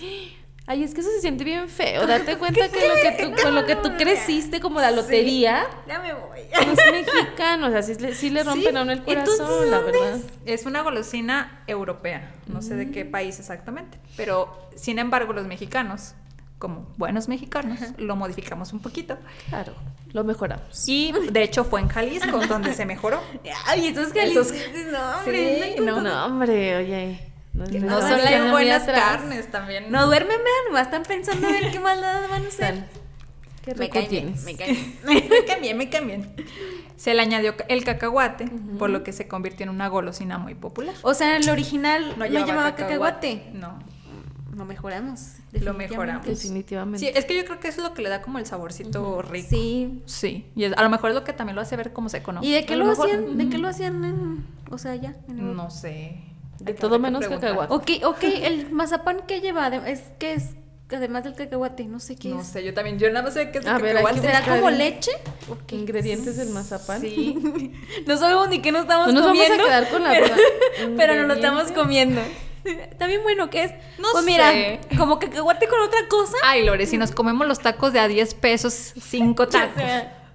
[SPEAKER 2] Ay, es que eso se siente bien feo. Date cuenta que, lo que tú, con lo que tú creciste, como la lotería,
[SPEAKER 1] Ya me voy.
[SPEAKER 2] no es mexicano. O sea, sí, le- sí le rompen a uno el corazón,
[SPEAKER 1] entonces,
[SPEAKER 2] la
[SPEAKER 1] ¿dónde
[SPEAKER 2] verdad.
[SPEAKER 3] Es una golosina europea, no sé de
[SPEAKER 1] Mm.
[SPEAKER 3] qué país exactamente, pero sin embargo los mexicanos, como buenos mexicanos, lo modificamos un poquito.
[SPEAKER 2] Claro, lo mejoramos.
[SPEAKER 3] Y de hecho fue en Jalisco donde se mejoró.
[SPEAKER 1] Ay, esos
[SPEAKER 3] Esos-
[SPEAKER 1] calientes. No, hombre.
[SPEAKER 3] Sí,
[SPEAKER 1] no,
[SPEAKER 2] no, no, hombre, oye. No,
[SPEAKER 3] No,
[SPEAKER 2] no
[SPEAKER 3] solo
[SPEAKER 2] estamos
[SPEAKER 3] hay
[SPEAKER 2] yendo muy
[SPEAKER 3] buenas
[SPEAKER 2] atrás.
[SPEAKER 3] carnes también.
[SPEAKER 1] no duermen, vean, nomás están pensando a ver qué maldades van a hacer.
[SPEAKER 2] Sal. Qué
[SPEAKER 1] me
[SPEAKER 2] rico
[SPEAKER 1] caen bien,
[SPEAKER 2] tienes.
[SPEAKER 1] me caen bien.
[SPEAKER 3] me cambié, me cambié. Se le añadió ca- el cacahuate, por lo que se convirtió en una golosina muy popular.
[SPEAKER 1] O sea, el original no, llamaba cacahuate.
[SPEAKER 3] No.
[SPEAKER 1] Lo mejoramos.
[SPEAKER 3] Lo
[SPEAKER 1] definitivamente.
[SPEAKER 3] mejoramos. Sí,
[SPEAKER 2] Definitivamente.
[SPEAKER 3] es que yo creo que eso es lo que le da como el saborcito rico. Sí.
[SPEAKER 1] Sí.
[SPEAKER 3] Y es- a lo mejor es lo que también lo hace ver como seco, ¿no?
[SPEAKER 1] ¿Y de qué
[SPEAKER 3] A
[SPEAKER 1] lo,
[SPEAKER 3] mejor-
[SPEAKER 1] hacían? ¿De qué lo hacían en, o sea, ya? en Europa?
[SPEAKER 3] No sé.
[SPEAKER 2] De
[SPEAKER 3] Hay que-
[SPEAKER 2] todo
[SPEAKER 3] hay que
[SPEAKER 2] menos
[SPEAKER 3] preguntar.
[SPEAKER 2] cacahuate.
[SPEAKER 1] Ok, ok, el mazapán que lleva, Adem- es que es además del cacahuate, no sé qué
[SPEAKER 3] No
[SPEAKER 1] es.
[SPEAKER 3] sé, yo también. Yo nada más sé que es de
[SPEAKER 2] A ver, hay
[SPEAKER 3] cacahuate.
[SPEAKER 2] que
[SPEAKER 1] ¿Será
[SPEAKER 2] buscar
[SPEAKER 1] como
[SPEAKER 2] el-
[SPEAKER 1] leche?
[SPEAKER 2] ¿Qué ingredientes del mazapán?
[SPEAKER 3] Sí.
[SPEAKER 1] No sabemos ni qué nos estamos
[SPEAKER 2] No nos vamos
[SPEAKER 1] comiendo.
[SPEAKER 2] a quedar con la duda.
[SPEAKER 1] Pero no lo
[SPEAKER 2] Ingredientes.
[SPEAKER 1] estamos comiendo. Está bien bueno que es.
[SPEAKER 3] No
[SPEAKER 1] pues mira,
[SPEAKER 3] sé. Ah,
[SPEAKER 1] como cacahuate con otra cosa.
[SPEAKER 3] Ay, Lore, si nos comemos los tacos de a 10 pesos, 5
[SPEAKER 1] O
[SPEAKER 3] tacos.
[SPEAKER 1] sea,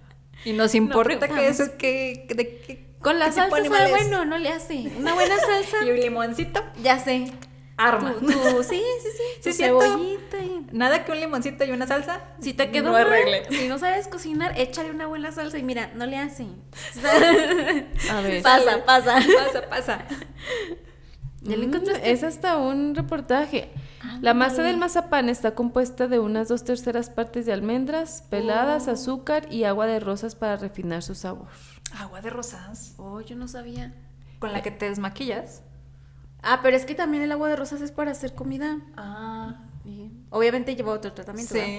[SPEAKER 3] Y nos importa que
[SPEAKER 1] preguntamos.
[SPEAKER 3] eso, que, que- de que-
[SPEAKER 1] con la
[SPEAKER 3] qué tipo
[SPEAKER 1] salsa
[SPEAKER 3] animal
[SPEAKER 1] sabe
[SPEAKER 3] es.
[SPEAKER 1] bueno, no le hace. Una buena salsa.
[SPEAKER 3] Y un limoncito,
[SPEAKER 1] ya sé.
[SPEAKER 3] arma.
[SPEAKER 1] Tú, tú, sí, sí, sí.
[SPEAKER 3] Sí,
[SPEAKER 1] tu
[SPEAKER 3] es cierto.
[SPEAKER 1] cebollita y-
[SPEAKER 3] Nada que un limoncito y una salsa.
[SPEAKER 1] Si te quedó
[SPEAKER 3] No
[SPEAKER 1] mal,
[SPEAKER 3] arregle.
[SPEAKER 1] si no sabes cocinar, échale una buena salsa y mira, no le hace.
[SPEAKER 2] A ver.
[SPEAKER 1] pasa, pasa.
[SPEAKER 3] Pasa, pasa.
[SPEAKER 2] Ya le encontraste. Mm, Es hasta un reportaje.
[SPEAKER 1] Ah,
[SPEAKER 2] La masa del mazapán está compuesta de unas dos terceras partes de almendras peladas,
[SPEAKER 1] Oh.
[SPEAKER 2] azúcar y agua de rosas para refinar su sabor.
[SPEAKER 3] Agua de rosas.
[SPEAKER 1] Oh, yo no sabía.
[SPEAKER 3] Con la que te desmaquillas.
[SPEAKER 1] Ah, pero es que también el agua de rosas es para hacer comida.
[SPEAKER 3] Ah,
[SPEAKER 1] Obviamente lleva otro tratamiento. ¿verdad?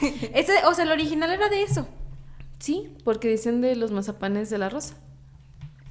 [SPEAKER 3] sí.
[SPEAKER 1] Ese, o sea, el original era de eso.
[SPEAKER 2] Sí, porque dicen de los mazapanes de la rosa.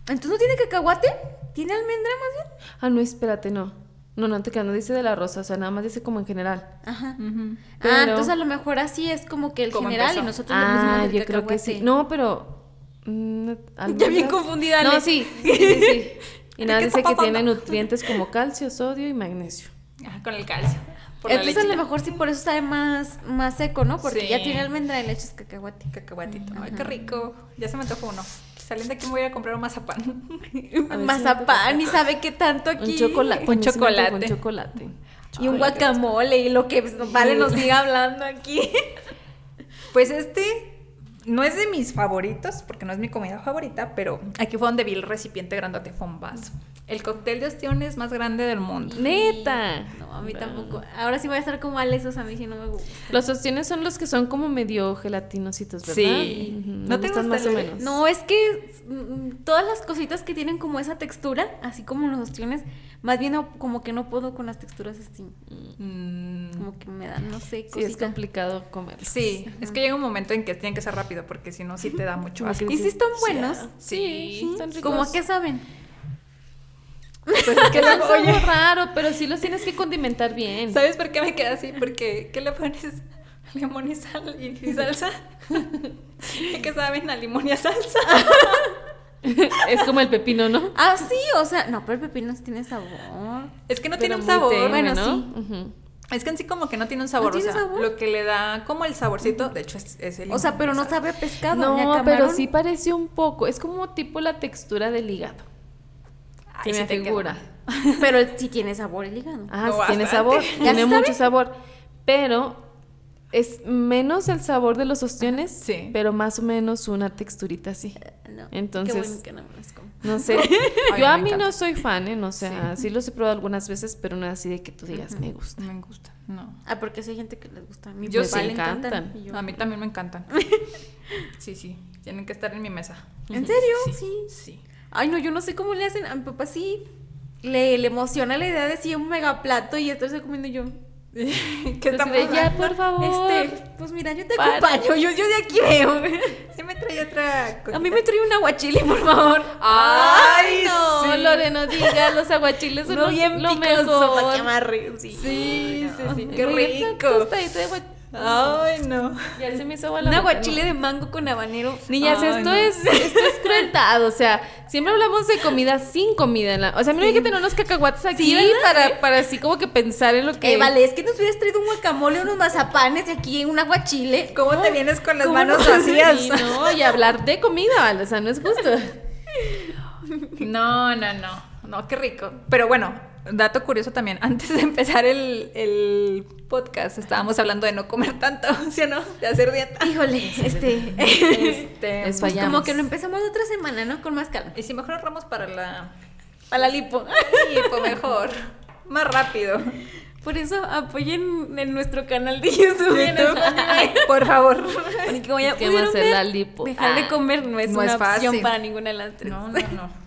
[SPEAKER 1] Entonces no tiene cacahuate, tiene almendra más bien.
[SPEAKER 2] Ah, no, espérate, no. No, no te quedas, no dice de la rosa, o sea, nada más dice como en general.
[SPEAKER 1] Ajá.
[SPEAKER 3] Ujú.
[SPEAKER 1] Ah,
[SPEAKER 2] Pero-
[SPEAKER 1] entonces a lo mejor así es como que el
[SPEAKER 3] ¿Cómo
[SPEAKER 1] general
[SPEAKER 3] empezó?
[SPEAKER 1] y nosotros le pusimos
[SPEAKER 2] Ah,
[SPEAKER 1] el
[SPEAKER 2] yo creo que
[SPEAKER 1] cacahuate.
[SPEAKER 2] sí. No, pero. mm,
[SPEAKER 1] Ya bien
[SPEAKER 2] almendras.
[SPEAKER 1] confundida. Ale.
[SPEAKER 2] No, sí, sí, sí, sí. Y
[SPEAKER 3] ¿De
[SPEAKER 2] nada,
[SPEAKER 3] qué
[SPEAKER 2] dice
[SPEAKER 3] está
[SPEAKER 2] que tiene
[SPEAKER 3] pasando?
[SPEAKER 2] nutrientes como calcio, sodio y magnesio.
[SPEAKER 3] Ah, con el calcio. Por la
[SPEAKER 1] Entonces a lo
[SPEAKER 3] lechita.
[SPEAKER 1] mejor sí por eso sabe más, más seco, ¿no? Porque
[SPEAKER 3] Sí.
[SPEAKER 1] ya tiene almendra y leche es cacahuate.
[SPEAKER 3] Cacahuatito. Ay, qué rico. Ya se me antojó uno. Saliendo aquí me voy a ir a comprar un mazapán.
[SPEAKER 2] A ver si me
[SPEAKER 1] Mazapán y sabe qué tanto aquí.
[SPEAKER 2] Un chocolate.
[SPEAKER 3] Un
[SPEAKER 2] a mí se me antojó
[SPEAKER 3] chocolate.
[SPEAKER 2] Un chocolate.
[SPEAKER 1] Y un guacamole y lo que pues, Vale nos siga hablando aquí.
[SPEAKER 3] Pues este no es de mis favoritos, porque no es mi comida favorita, pero aquí fue donde vi el recipiente grandote, fue un vaso. El cóctel de ostiones más grande del mundo.
[SPEAKER 2] Neta.
[SPEAKER 1] No, a mí tampoco. Ahora sí voy a estar como Alex, o sea, a mí sí no me gusta.
[SPEAKER 2] Los ostiones son los que son como medio gelatinositos, ¿verdad?
[SPEAKER 3] Sí.
[SPEAKER 2] Ujú,
[SPEAKER 3] ¿No
[SPEAKER 2] me
[SPEAKER 3] te
[SPEAKER 2] gustan
[SPEAKER 3] gustan,
[SPEAKER 2] más o
[SPEAKER 3] Lore?
[SPEAKER 2] menos.
[SPEAKER 1] No, es que mm, todas las cositas que tienen como esa textura, así como los ostiones, más bien no- como que no puedo con las texturas así.
[SPEAKER 3] Mm,
[SPEAKER 1] Como que me dan, no sé,
[SPEAKER 2] Sí, es
[SPEAKER 1] cosita.
[SPEAKER 2] complicado comerlos.
[SPEAKER 3] Sí, es que llega un momento en que tienen que ser rápido, porque si no, sí te da mucho
[SPEAKER 2] Como
[SPEAKER 3] asco.
[SPEAKER 2] que
[SPEAKER 1] y sí están buenos.
[SPEAKER 3] Sí,
[SPEAKER 2] están ricos.
[SPEAKER 1] ¿Cómo a qué saben?
[SPEAKER 3] Pues es que
[SPEAKER 2] Es un
[SPEAKER 3] luego,
[SPEAKER 2] sabor
[SPEAKER 3] oye,
[SPEAKER 2] raro, pero sí los tienes que condimentar bien.
[SPEAKER 3] ¿sabes por qué me queda así? Porque, ¿qué le pones? Limón y sal y, y salsa. ¿Y qué saben a limón y a salsa?
[SPEAKER 2] es como el pepino, ¿no?
[SPEAKER 1] Ah, sí, o sea, no, pero el pepino sí tiene sabor.
[SPEAKER 3] Es que no
[SPEAKER 2] Pero
[SPEAKER 3] tiene un
[SPEAKER 2] muy
[SPEAKER 3] sabor.
[SPEAKER 2] tenue,
[SPEAKER 1] bueno,
[SPEAKER 2] ¿no?
[SPEAKER 1] sí.
[SPEAKER 2] Ujú.
[SPEAKER 3] Es que en sí como que no tiene un sabor.
[SPEAKER 1] ¿No tiene
[SPEAKER 3] o sea,
[SPEAKER 1] sabor?
[SPEAKER 3] lo que le da como el saborcito, de hecho, es, es el
[SPEAKER 1] O sea,
[SPEAKER 3] limón
[SPEAKER 1] pero
[SPEAKER 3] y
[SPEAKER 1] no
[SPEAKER 3] sal.
[SPEAKER 1] sabe a pescado. ni a
[SPEAKER 2] No,
[SPEAKER 1] camarón.
[SPEAKER 2] pero sí parece un poco. Es como tipo la textura del hígado.
[SPEAKER 3] Ay,
[SPEAKER 2] Se me
[SPEAKER 3] sí te queda.
[SPEAKER 2] figura.
[SPEAKER 1] Pero sí tiene sabor el hígado.
[SPEAKER 2] Ah,
[SPEAKER 3] No,
[SPEAKER 2] sí tiene
[SPEAKER 3] bastante.
[SPEAKER 2] sabor.
[SPEAKER 3] ¿Ya
[SPEAKER 2] Tiene
[SPEAKER 1] se sabe?
[SPEAKER 2] mucho sabor. Pero es menos el sabor de los ostiones,
[SPEAKER 3] Sí.
[SPEAKER 2] pero más o menos una texturita así.
[SPEAKER 1] No,
[SPEAKER 2] Entonces-
[SPEAKER 1] Qué bueno que no me las como.
[SPEAKER 2] No sé.
[SPEAKER 3] Ay,
[SPEAKER 2] Yo a
[SPEAKER 3] me
[SPEAKER 2] mí
[SPEAKER 3] encanta.
[SPEAKER 2] no soy fan, ¿eh? O sea, sí. los he probado algunas veces, pero no es así de que tú digas, me gusta.
[SPEAKER 3] Me gusta. No.
[SPEAKER 1] Ah, porque sí hay gente que les gusta. A mí
[SPEAKER 2] Yo
[SPEAKER 1] papá
[SPEAKER 2] sí.
[SPEAKER 1] le encantan.
[SPEAKER 2] encantan.
[SPEAKER 1] y yo-
[SPEAKER 3] A mí también me encantan. Sí, sí. Tienen que estar en mi mesa.
[SPEAKER 1] ¿En serio?
[SPEAKER 3] Sí.
[SPEAKER 1] Sí.
[SPEAKER 3] Sí.
[SPEAKER 1] Ay, no, yo no sé cómo le hacen. A mi papá sí le, le emociona la idea de sí un megaplato y estarse comiendo yo.
[SPEAKER 3] ¿Qué
[SPEAKER 2] Pero si de, ya, por favor.
[SPEAKER 1] Este, pues mira, yo te
[SPEAKER 2] Para.
[SPEAKER 1] acompaño. Yo, yo de aquí veo.
[SPEAKER 3] Sí me trae otra
[SPEAKER 1] A mí me trae un aguachile, por favor.
[SPEAKER 3] Ah, Ay,
[SPEAKER 2] no,
[SPEAKER 3] sí.
[SPEAKER 2] Lore, no digas, los aguachiles son
[SPEAKER 1] No
[SPEAKER 2] lo,
[SPEAKER 1] bien
[SPEAKER 2] lo
[SPEAKER 1] picoso para que
[SPEAKER 2] mejor.
[SPEAKER 1] amarre. Sí.
[SPEAKER 3] Sí, sí, sí. Qué
[SPEAKER 2] Muy bien,
[SPEAKER 3] rico.
[SPEAKER 2] tostadito de aguachile.
[SPEAKER 3] Ay, no.
[SPEAKER 2] Ya se me hizo agua la
[SPEAKER 1] Un
[SPEAKER 2] boca,
[SPEAKER 1] aguachile de mango con habanero.
[SPEAKER 2] Niñas,
[SPEAKER 3] Ay,
[SPEAKER 2] esto
[SPEAKER 3] no.
[SPEAKER 2] es esto es crueldad, o sea, siempre hablamos de comida sin comida. en la- o sea, mira hay que tener unos cacahuates aquí
[SPEAKER 1] Sí, ¿verdad?
[SPEAKER 2] para, para así como que pensar en lo que...
[SPEAKER 1] Eh, vale, es que nos hubieras traído un guacamole, unos mazapanes y aquí un aguachile.
[SPEAKER 3] ¿Cómo te vienes con las
[SPEAKER 1] ¿Cómo
[SPEAKER 3] manos
[SPEAKER 1] no?
[SPEAKER 3] vacías?
[SPEAKER 2] Y no, y hablar de comida, vale, o sea, no es justo.
[SPEAKER 3] No, no, no. No, qué rico. Pero bueno, dato curioso también. Antes de empezar el, el podcast, estábamos hablando de no comer tanto, ¿sí o no? De hacer dieta.
[SPEAKER 1] Híjole, este.
[SPEAKER 3] Este,
[SPEAKER 2] Es
[SPEAKER 1] pues
[SPEAKER 2] fallamos.
[SPEAKER 1] como que lo empezamos otra semana, ¿no? Con más calma.
[SPEAKER 3] Y si mejor ahorramos para la
[SPEAKER 1] A la lipo.
[SPEAKER 3] lipo, mejor. Más rápido.
[SPEAKER 1] Por eso apoyen en nuestro canal de YouTube. en Spotify.
[SPEAKER 3] Por favor.
[SPEAKER 1] Así que como ya
[SPEAKER 2] Es que
[SPEAKER 1] pudieron
[SPEAKER 2] va a ser
[SPEAKER 1] ver,
[SPEAKER 2] la lipo.
[SPEAKER 1] Dejar de
[SPEAKER 2] Ah.
[SPEAKER 1] comer no es
[SPEAKER 3] No
[SPEAKER 1] una
[SPEAKER 3] es fácil.
[SPEAKER 1] opción para ninguna de las tres.
[SPEAKER 3] No, no, no.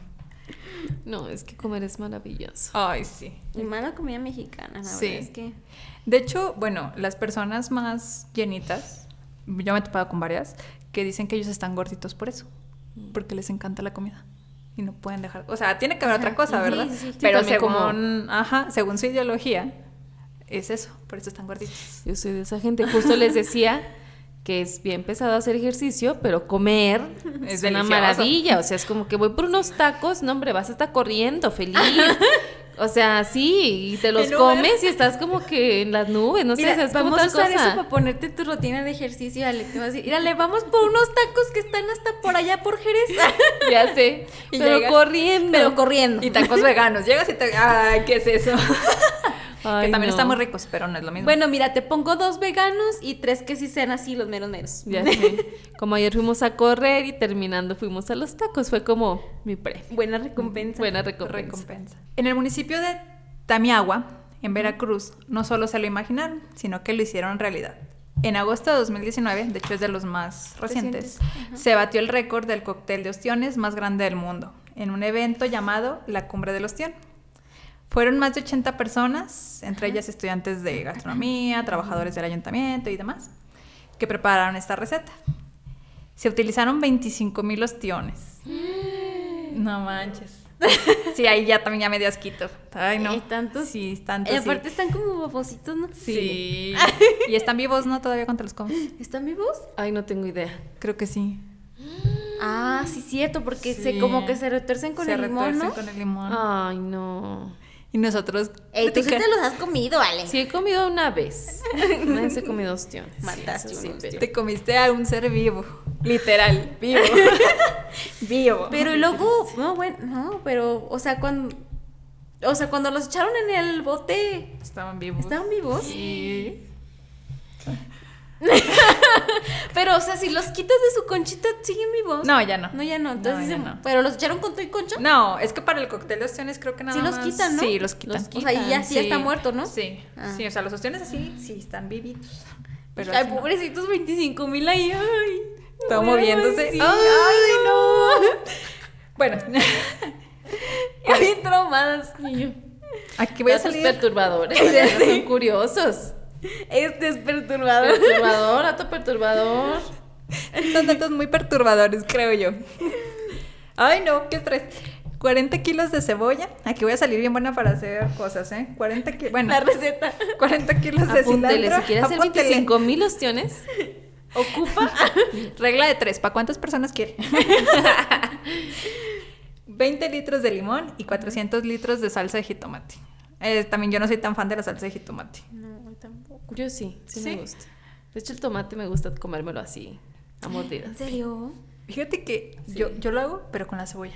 [SPEAKER 2] No, es que comer es maravilloso.
[SPEAKER 3] Ay, sí.
[SPEAKER 1] Y más la comida mexicana, la
[SPEAKER 3] Sí.
[SPEAKER 1] verdad es que.
[SPEAKER 3] De hecho, bueno, las personas más llenitas, yo me he topado con varias, que dicen que ellos están gorditos por eso, porque les encanta la comida y no pueden dejar. O sea, tiene que haber otra cosa,
[SPEAKER 1] Ajá,
[SPEAKER 3] ¿verdad?
[SPEAKER 1] sí, sí, sí.
[SPEAKER 3] Pero
[SPEAKER 2] Sí, también
[SPEAKER 3] según,
[SPEAKER 2] como-
[SPEAKER 3] ajá, según su ideología, es eso, por eso están gorditos.
[SPEAKER 2] Yo soy de esa gente, justo les decía que es bien pesado hacer ejercicio, pero comer
[SPEAKER 3] Es
[SPEAKER 2] es, una
[SPEAKER 3] delicioso.
[SPEAKER 2] maravilla, o sea, es como que voy por unos tacos, no hombre, vas a estar corriendo, feliz. O sea, sí, y te los
[SPEAKER 3] En Uber.
[SPEAKER 2] comes y estás como que en las nubes, no
[SPEAKER 1] Mira,
[SPEAKER 2] sé, es como
[SPEAKER 1] vamos a
[SPEAKER 2] tal
[SPEAKER 1] usar eso
[SPEAKER 2] cosa.
[SPEAKER 1] para ponerte tu rutina de ejercicio, Ale. Te vas a decir, "Írale, vamos por unos tacos que están hasta por allá por Jerez.
[SPEAKER 2] Ya sé,
[SPEAKER 3] Y
[SPEAKER 2] pero
[SPEAKER 3] llegas-
[SPEAKER 2] corriendo.
[SPEAKER 1] Pero corriendo.
[SPEAKER 3] Y tacos veganos, llegas y te... ¡Ay, qué es eso!
[SPEAKER 2] Ay,
[SPEAKER 3] que también
[SPEAKER 2] no.
[SPEAKER 3] están muy ricos, pero no es lo mismo.
[SPEAKER 1] Bueno, mira, te pongo dos veganos y tres que sí sean así los meros meros.
[SPEAKER 2] Ya sé. Como ayer fuimos a correr y terminando fuimos a los tacos, fue como mi pre.
[SPEAKER 1] Buena recompensa.
[SPEAKER 2] Buena recompensa.
[SPEAKER 3] recompensa. En el municipio de Tamiagua, en Veracruz, no solo se lo imaginaron, sino que lo hicieron realidad. En agosto de 2019, de hecho es de los más recientes, se batió el récord del cóctel de ostiones más grande del mundo, en un evento llamado la Cumbre del Ostión. Fueron más de 80 personas, entre ellas estudiantes de gastronomía, trabajadores del ayuntamiento y demás, que prepararon esta receta. Se utilizaron 25 mil ostiones. No manches. Sí, ahí ya también ya me dio asquito. Ay, no.
[SPEAKER 1] Eh, tantos.
[SPEAKER 3] Sí,
[SPEAKER 1] Y
[SPEAKER 3] tantos. sí.
[SPEAKER 1] aparte están como babositos, ¿no?
[SPEAKER 3] Sí. Y están vivos, ¿no? Todavía contra los comes.
[SPEAKER 1] ¿Están vivos?
[SPEAKER 2] Ay, no tengo idea.
[SPEAKER 3] Creo que sí.
[SPEAKER 1] Ah, sí, cierto, porque
[SPEAKER 3] Sí.
[SPEAKER 1] se como que se retuercen con
[SPEAKER 3] Se
[SPEAKER 1] el limón,
[SPEAKER 3] retuercen
[SPEAKER 1] ¿no? Ah.
[SPEAKER 3] con el limón.
[SPEAKER 2] Ay, no.
[SPEAKER 3] Y nosotros.
[SPEAKER 1] Ey, tú sí
[SPEAKER 3] platica-
[SPEAKER 1] te los has comido, Ale.
[SPEAKER 2] Sí, he comido una vez. Una vez he comido ostiones. Sí,
[SPEAKER 1] Mataste
[SPEAKER 2] eso
[SPEAKER 1] un
[SPEAKER 2] sí,
[SPEAKER 1] ostión.
[SPEAKER 3] te comiste a un ser vivo. Literal, vivo. vivo.
[SPEAKER 1] Pero y luego, no, bueno, no, pero, o sea, cuando, o sea, cuando los echaron en el bote,
[SPEAKER 3] Estaban vivos.
[SPEAKER 1] ¿estaban vivos?
[SPEAKER 3] Sí.
[SPEAKER 1] Pero, o sea, si los quitas de su conchita, ¿siguen vivos?
[SPEAKER 3] No, ya no.
[SPEAKER 1] No, ya no, entonces "Pues,
[SPEAKER 3] No, ya
[SPEAKER 1] se-
[SPEAKER 3] no.
[SPEAKER 1] pero los echaron con todo y concha.
[SPEAKER 3] No, es que para el cóctel de ostiones creo que nada
[SPEAKER 1] Sí los
[SPEAKER 3] más-
[SPEAKER 1] quitan, ¿no?
[SPEAKER 3] Sí, los quitan.
[SPEAKER 1] Los O sea, y ya sí ya está muerto, ¿no?
[SPEAKER 3] Sí.
[SPEAKER 1] Ah.
[SPEAKER 3] Sí, o sea, los ostiones así, sí, están vivitos. Pero
[SPEAKER 1] Ay,
[SPEAKER 3] así no.
[SPEAKER 1] pobrecitos 25 mil ahí, ay.
[SPEAKER 3] Está
[SPEAKER 1] Ay,
[SPEAKER 3] moviéndose.
[SPEAKER 1] sí.
[SPEAKER 3] Ay,
[SPEAKER 1] no.
[SPEAKER 3] Bueno,
[SPEAKER 1] Ay, traumadas, niño.
[SPEAKER 3] aquí voy a
[SPEAKER 2] Datos
[SPEAKER 3] salir.
[SPEAKER 2] perturbadores.
[SPEAKER 3] Ya
[SPEAKER 2] datos
[SPEAKER 3] sé.
[SPEAKER 2] Son curiosos.
[SPEAKER 1] Este es perturbador.
[SPEAKER 2] Perturbador, dato perturbador.
[SPEAKER 3] Son datos muy perturbadores, creo yo. Ay, no, qué estrés. 40 kilos de cebolla. Aquí voy a salir bien buena para hacer cosas, ¿eh? 40 kilos. Bueno,
[SPEAKER 1] La receta.
[SPEAKER 3] 40 kilos de
[SPEAKER 2] Apúntele,
[SPEAKER 3] cilantro.
[SPEAKER 2] si quiere hacer
[SPEAKER 3] apúntele.
[SPEAKER 2] 25 mil ostiones, ocupa.
[SPEAKER 3] Regla de tres, ¿para cuántas personas quiere? 20 litros de limón y 400 litros de salsa de jitomate. Eh, también yo no soy tan fan de la salsa de jitomate.
[SPEAKER 1] No, tampoco.
[SPEAKER 2] Yo sí, sí, me
[SPEAKER 3] Sí.
[SPEAKER 2] gusta. De hecho, el tomate me gusta comérmelo así, a mordidas.
[SPEAKER 1] ¿En serio?
[SPEAKER 3] Fíjate que yo, yo lo hago, pero con la cebolla.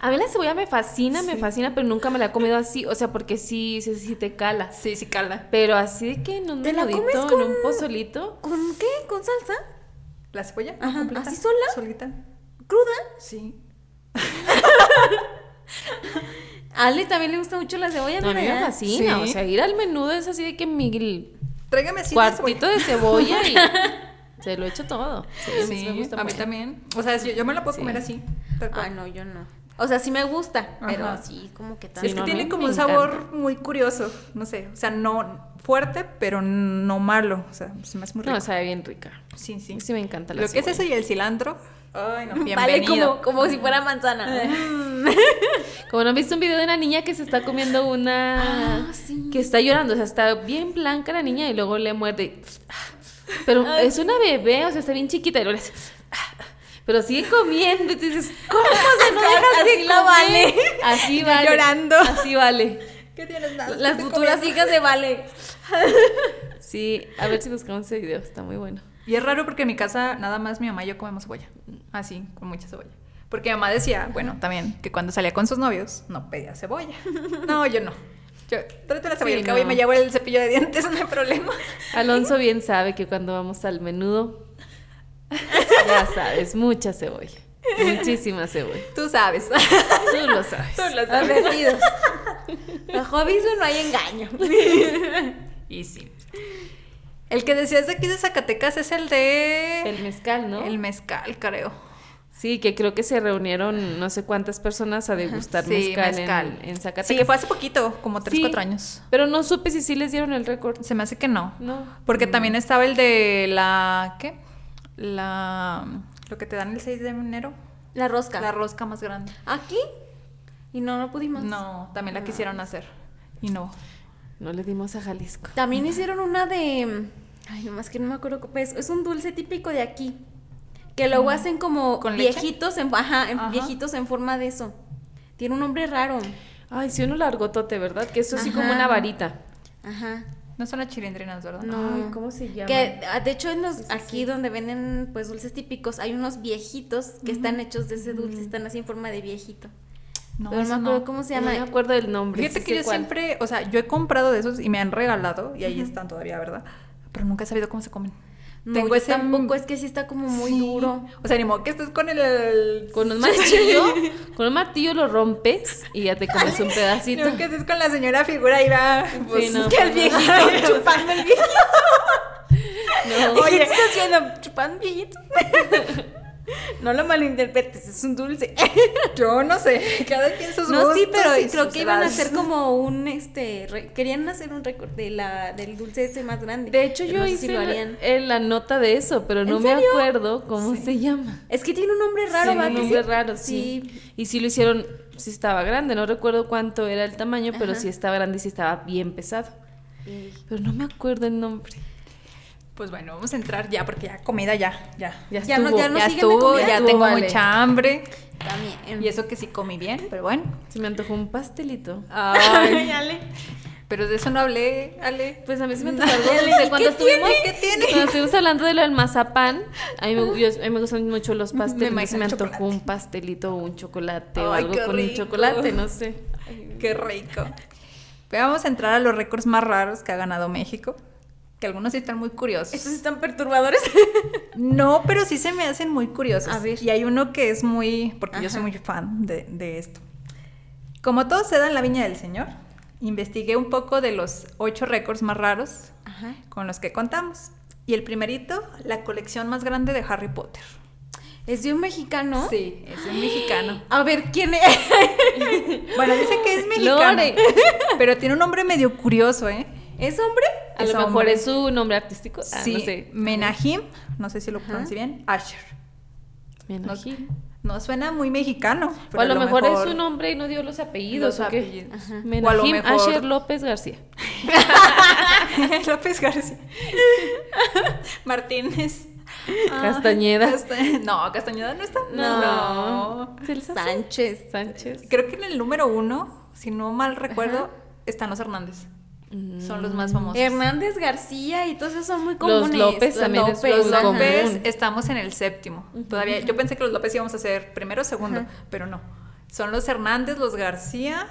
[SPEAKER 2] A mí la cebolla me fascina, me fascina, pero nunca me la he comido así. O sea, porque sí, sí, sí te cala.
[SPEAKER 3] Sí, sí, cala.
[SPEAKER 2] Pero así de que en un
[SPEAKER 1] ¿Te la
[SPEAKER 2] menudito,
[SPEAKER 1] comes
[SPEAKER 2] en un
[SPEAKER 1] con-
[SPEAKER 2] pozolito.
[SPEAKER 1] ¿Con qué? ¿Con salsa?
[SPEAKER 3] ¿La cebolla?
[SPEAKER 1] Ajá,
[SPEAKER 3] completa,
[SPEAKER 1] ¿así sola?
[SPEAKER 3] Solita.
[SPEAKER 1] ¿Cruda?
[SPEAKER 3] Sí.
[SPEAKER 1] A Ale también le gusta mucho la cebolla,
[SPEAKER 2] No, a mí me
[SPEAKER 1] ¿verdad?
[SPEAKER 2] fascina.
[SPEAKER 3] Sí.
[SPEAKER 2] O sea, ir al menudo es así de que mi
[SPEAKER 3] Tráigame así la cebolla.
[SPEAKER 2] cuartito de cebolla y se lo echo todo. Sí, a mí sí
[SPEAKER 3] Sí,
[SPEAKER 2] me gusta
[SPEAKER 3] a mí
[SPEAKER 2] mucho.
[SPEAKER 3] también. O sea, yo, yo me la puedo
[SPEAKER 2] Sí.
[SPEAKER 3] comer así. tal cual.
[SPEAKER 1] Ah, no, yo no. O sea, sí me gusta, pero
[SPEAKER 3] Ajá.
[SPEAKER 1] sí, como que
[SPEAKER 2] Sí,
[SPEAKER 1] tal.
[SPEAKER 3] es que
[SPEAKER 2] no, a mí
[SPEAKER 3] tiene como
[SPEAKER 2] me
[SPEAKER 3] un sabor muy curioso, no sé, o sea, no fuerte, pero no malo, o sea, se me hace muy rico.
[SPEAKER 2] No, sabe bien rica.
[SPEAKER 3] sí, sí.
[SPEAKER 2] Sí, me encanta la
[SPEAKER 3] Lo que es
[SPEAKER 2] cebolla.
[SPEAKER 3] eso y el cilantro. Ay, no,
[SPEAKER 1] Vale,
[SPEAKER 3] bienvenido.
[SPEAKER 1] como, como si fuera manzana.
[SPEAKER 2] Como no han visto un video de una niña que se está comiendo una.
[SPEAKER 1] Ah, sí.
[SPEAKER 2] Que está llorando. O sea, está bien blanca la niña y luego le muerde. y- Pero
[SPEAKER 1] Ay.
[SPEAKER 2] es una bebé, o sea, está bien chiquita y luego le hace. Pero sigue comiendo. Y tú dices, ¿cómo? O sea, no
[SPEAKER 1] Así-
[SPEAKER 2] dejas de
[SPEAKER 1] así la
[SPEAKER 2] comer.
[SPEAKER 1] vale.
[SPEAKER 2] Así
[SPEAKER 3] Yo
[SPEAKER 2] vale.
[SPEAKER 3] llorando.
[SPEAKER 2] Así vale.
[SPEAKER 3] ¿Qué tienes nada?
[SPEAKER 1] Las futuras hijas de Vale.
[SPEAKER 2] Sí, a ver si buscamos ese video. Está muy bueno.
[SPEAKER 3] Y es raro porque en mi casa nada más mi mamá y yo comemos cebolla. Así, con mucha cebolla. Porque mi mamá decía, bueno, también, que cuando salía con sus novios no pedía cebolla. No, yo no. Yo trato la cebolla
[SPEAKER 2] Sí,
[SPEAKER 3] al cabo y
[SPEAKER 2] no.
[SPEAKER 3] me llevo el cepillo de dientes, no hay problema.
[SPEAKER 2] Alonso bien sabe que cuando vamos al menudo. Ya sabes, mucha cebolla. Muchísima cebolla.
[SPEAKER 3] Tú sabes.
[SPEAKER 2] Tú lo sabes.
[SPEAKER 3] Tú lo sabes.
[SPEAKER 1] Advertidos. Bajo aviso no hay engaño.
[SPEAKER 3] Y sí. El que decías de aquí de Zacatecas es el de...
[SPEAKER 2] El mezcal, ¿no?
[SPEAKER 3] El mezcal, creo.
[SPEAKER 2] Sí, que creo que se reunieron no sé cuántas personas a degustar
[SPEAKER 3] Sí,
[SPEAKER 2] mezcal,
[SPEAKER 3] mezcal.
[SPEAKER 2] En, en Zacatecas.
[SPEAKER 3] Sí, fue hace poquito, como 3,
[SPEAKER 2] Sí,
[SPEAKER 3] 4 años.
[SPEAKER 2] Pero no supe si sí les dieron el récord.
[SPEAKER 3] Se me hace que no.
[SPEAKER 2] No.
[SPEAKER 3] Porque
[SPEAKER 1] Mm.
[SPEAKER 3] también estaba el de la... ¿Qué? La... Lo que te dan el 6 de enero.
[SPEAKER 1] La rosca.
[SPEAKER 3] La rosca más grande.
[SPEAKER 1] Aquí. Y no, no pudimos.
[SPEAKER 3] No, también la quisieron hacer. Y no.
[SPEAKER 2] No le dimos a Jalisco.
[SPEAKER 1] También hicieron una de. Ay, nomás que no me acuerdo. cómo Es, es un dulce típico de aquí. Que luego hacen como
[SPEAKER 3] Mm. ¿Con leche?
[SPEAKER 1] viejitos en, ajá, en-
[SPEAKER 3] Ajá.
[SPEAKER 1] viejitos en forma de eso. Tiene un nombre raro.
[SPEAKER 2] Ay, sí, uno largotote, ¿verdad? Que eso así como
[SPEAKER 1] Ajá.
[SPEAKER 2] una varita.
[SPEAKER 1] Ajá.
[SPEAKER 3] No son las chilindrinas, ¿verdad?
[SPEAKER 1] No.
[SPEAKER 2] Ay, ¿cómo se llama?
[SPEAKER 1] Que ah, de hecho en los, aquí donde venden pues dulces típicos hay unos viejitos que están hechos de ese
[SPEAKER 3] Mm.
[SPEAKER 1] dulce, están así en forma de viejito.
[SPEAKER 3] No,
[SPEAKER 1] Pero no me
[SPEAKER 3] eso
[SPEAKER 1] acuerdo cómo se
[SPEAKER 2] No
[SPEAKER 1] llama.
[SPEAKER 2] me acuerdo del nombre.
[SPEAKER 3] Fíjate
[SPEAKER 2] sí
[SPEAKER 3] que
[SPEAKER 2] sé
[SPEAKER 3] yo
[SPEAKER 2] cuál.
[SPEAKER 3] siempre, o sea, yo he comprado de esos y me han regalado y ahí están todavía, ¿verdad? Pero nunca he sabido cómo se comen.
[SPEAKER 1] No,
[SPEAKER 3] Tengo
[SPEAKER 1] yo
[SPEAKER 3] ese-
[SPEAKER 1] tampoco es que sí está como muy
[SPEAKER 3] Sí.
[SPEAKER 1] duro.
[SPEAKER 3] O sea, ni modo que estés con el.
[SPEAKER 2] Con un martillo, con un martillo lo rompes y ya te comes un
[SPEAKER 3] Ni
[SPEAKER 2] pedacito.
[SPEAKER 3] modo que estés con la señora figura y va. Pues,
[SPEAKER 2] no,
[SPEAKER 3] que el
[SPEAKER 2] pues, no.
[SPEAKER 3] viejito chupando el viejito.
[SPEAKER 2] No.
[SPEAKER 1] Oye, ¿qué estás haciendo? ¿Chupando viejito? no lo malinterpretes, es un dulce.
[SPEAKER 3] Yo no sé. Cada quien sus
[SPEAKER 1] No, sí,
[SPEAKER 3] gustos
[SPEAKER 1] pero
[SPEAKER 3] y
[SPEAKER 1] creo
[SPEAKER 3] sus
[SPEAKER 1] que iban a
[SPEAKER 3] edades.
[SPEAKER 1] hacer como un, este, re- querían hacer un récord de la, del dulce ese más grande.
[SPEAKER 2] De hecho,
[SPEAKER 1] Pero
[SPEAKER 2] yo
[SPEAKER 1] no sé
[SPEAKER 2] hice
[SPEAKER 1] si lo
[SPEAKER 2] la-
[SPEAKER 1] harían.
[SPEAKER 2] eh, la nota de eso, pero no
[SPEAKER 1] ¿En
[SPEAKER 2] me
[SPEAKER 1] serio?
[SPEAKER 2] acuerdo cómo se llama.
[SPEAKER 1] Es que tiene un nombre raro,
[SPEAKER 2] Sí,
[SPEAKER 1] ¿va
[SPEAKER 2] un
[SPEAKER 1] que
[SPEAKER 2] nombre
[SPEAKER 1] sí?
[SPEAKER 2] raro, sí. Y sí lo hicieron, sí estaba grande, no recuerdo cuánto era el tamaño, pero sí estaba grande y sí estaba bien pesado.
[SPEAKER 1] Sí.
[SPEAKER 2] Pero no me acuerdo el nombre.
[SPEAKER 3] Pues bueno, vamos a entrar ya, porque ya comida ya, ya.
[SPEAKER 2] Ya
[SPEAKER 1] Ya no-
[SPEAKER 2] estuvo.
[SPEAKER 1] ya Em. no-
[SPEAKER 3] ya
[SPEAKER 1] siguen de
[SPEAKER 3] estuvo,
[SPEAKER 1] comida?
[SPEAKER 3] ya
[SPEAKER 2] Estuvo,
[SPEAKER 3] tengo
[SPEAKER 2] vale.
[SPEAKER 3] mucha hambre.
[SPEAKER 1] También.
[SPEAKER 3] Y eso que sí comí bien, pero bueno.
[SPEAKER 2] Se me antojó un pastelito.
[SPEAKER 3] Ay,
[SPEAKER 1] Ale.
[SPEAKER 3] pero de eso no hablé, Ale.
[SPEAKER 2] Pues a mí se me antojó algo
[SPEAKER 3] Mm. Dale,
[SPEAKER 2] dulce.
[SPEAKER 3] ¿y
[SPEAKER 2] Cuando
[SPEAKER 3] qué tiene?
[SPEAKER 2] estuvimos,
[SPEAKER 3] ¿Qué tiene?
[SPEAKER 2] cuando estuvimos hablando de lo del mazapán, a mí me, yo- a mí me gustan mucho los
[SPEAKER 3] Me
[SPEAKER 2] pasteles. Me,
[SPEAKER 3] imagino
[SPEAKER 2] me
[SPEAKER 3] el
[SPEAKER 2] antojó
[SPEAKER 3] chocolate.
[SPEAKER 2] un pastelito o un chocolate o
[SPEAKER 3] Ay,
[SPEAKER 2] algo
[SPEAKER 3] qué
[SPEAKER 2] con un
[SPEAKER 3] rico.
[SPEAKER 2] chocolate, no sé.
[SPEAKER 3] Qué rico. Pero vamos a entrar a los récords más raros que ha ganado México. Que algunos sí están muy curiosos.
[SPEAKER 1] Estos están perturbadores.
[SPEAKER 3] No, pero sí se me hacen muy curiosos.
[SPEAKER 1] A ver.
[SPEAKER 3] Y hay uno que es muy... Porque yo soy muy fan de, de esto. Como todo se da en la Viña del Señor, investigué un poco de los ocho récords más raros
[SPEAKER 1] Ajá.
[SPEAKER 3] con los que contamos. Y el primerito, la colección más grande de Harry Potter.
[SPEAKER 1] Es de un
[SPEAKER 2] ¿Ah?
[SPEAKER 1] mexicano.
[SPEAKER 3] Sí, es un mexicano.
[SPEAKER 1] A ver, ¿quién es?
[SPEAKER 3] Bueno, dice que es mexicano.
[SPEAKER 2] Lore.
[SPEAKER 3] Pero tiene un nombre medio curioso, ¿eh?
[SPEAKER 1] ¿Es hombre?
[SPEAKER 2] A
[SPEAKER 3] Es
[SPEAKER 2] lo mejor
[SPEAKER 3] hombre.
[SPEAKER 2] es su nombre artístico. Ah,
[SPEAKER 3] sí,
[SPEAKER 2] no sé.
[SPEAKER 3] Menahim, no sé si lo pronuncié bien, Asher.
[SPEAKER 2] Bien,
[SPEAKER 3] No-
[SPEAKER 2] ají.
[SPEAKER 3] No suena muy mexicano.
[SPEAKER 2] O
[SPEAKER 3] pero
[SPEAKER 2] a lo mejor, es su nombre y no dio los apellidos.
[SPEAKER 3] Los
[SPEAKER 2] ¿o qué?
[SPEAKER 3] apellidos.
[SPEAKER 1] Ajá.
[SPEAKER 2] Menahim
[SPEAKER 3] O a lo mejor-
[SPEAKER 2] Asher López García.
[SPEAKER 3] López García. Martínez. Ah,
[SPEAKER 2] Castañeda.
[SPEAKER 3] Casta- No, Castañeda no está.
[SPEAKER 1] No.
[SPEAKER 3] no.
[SPEAKER 2] ¿Se les hace?
[SPEAKER 1] Sánchez.
[SPEAKER 2] Sánchez.
[SPEAKER 3] Creo que en el número uno, si no mal recuerdo, están los Hernández.
[SPEAKER 2] Mm.
[SPEAKER 3] Son los más famosos.
[SPEAKER 1] Hernández García y todos esos son muy comunes.
[SPEAKER 2] López también es
[SPEAKER 1] López,
[SPEAKER 3] Los
[SPEAKER 2] Muy
[SPEAKER 1] ajá.
[SPEAKER 3] López
[SPEAKER 2] común.
[SPEAKER 3] estamos en el séptimo. Todavía, yo pensé que los López íbamos a ser primero o segundo, pero no. Son los Hernández, los García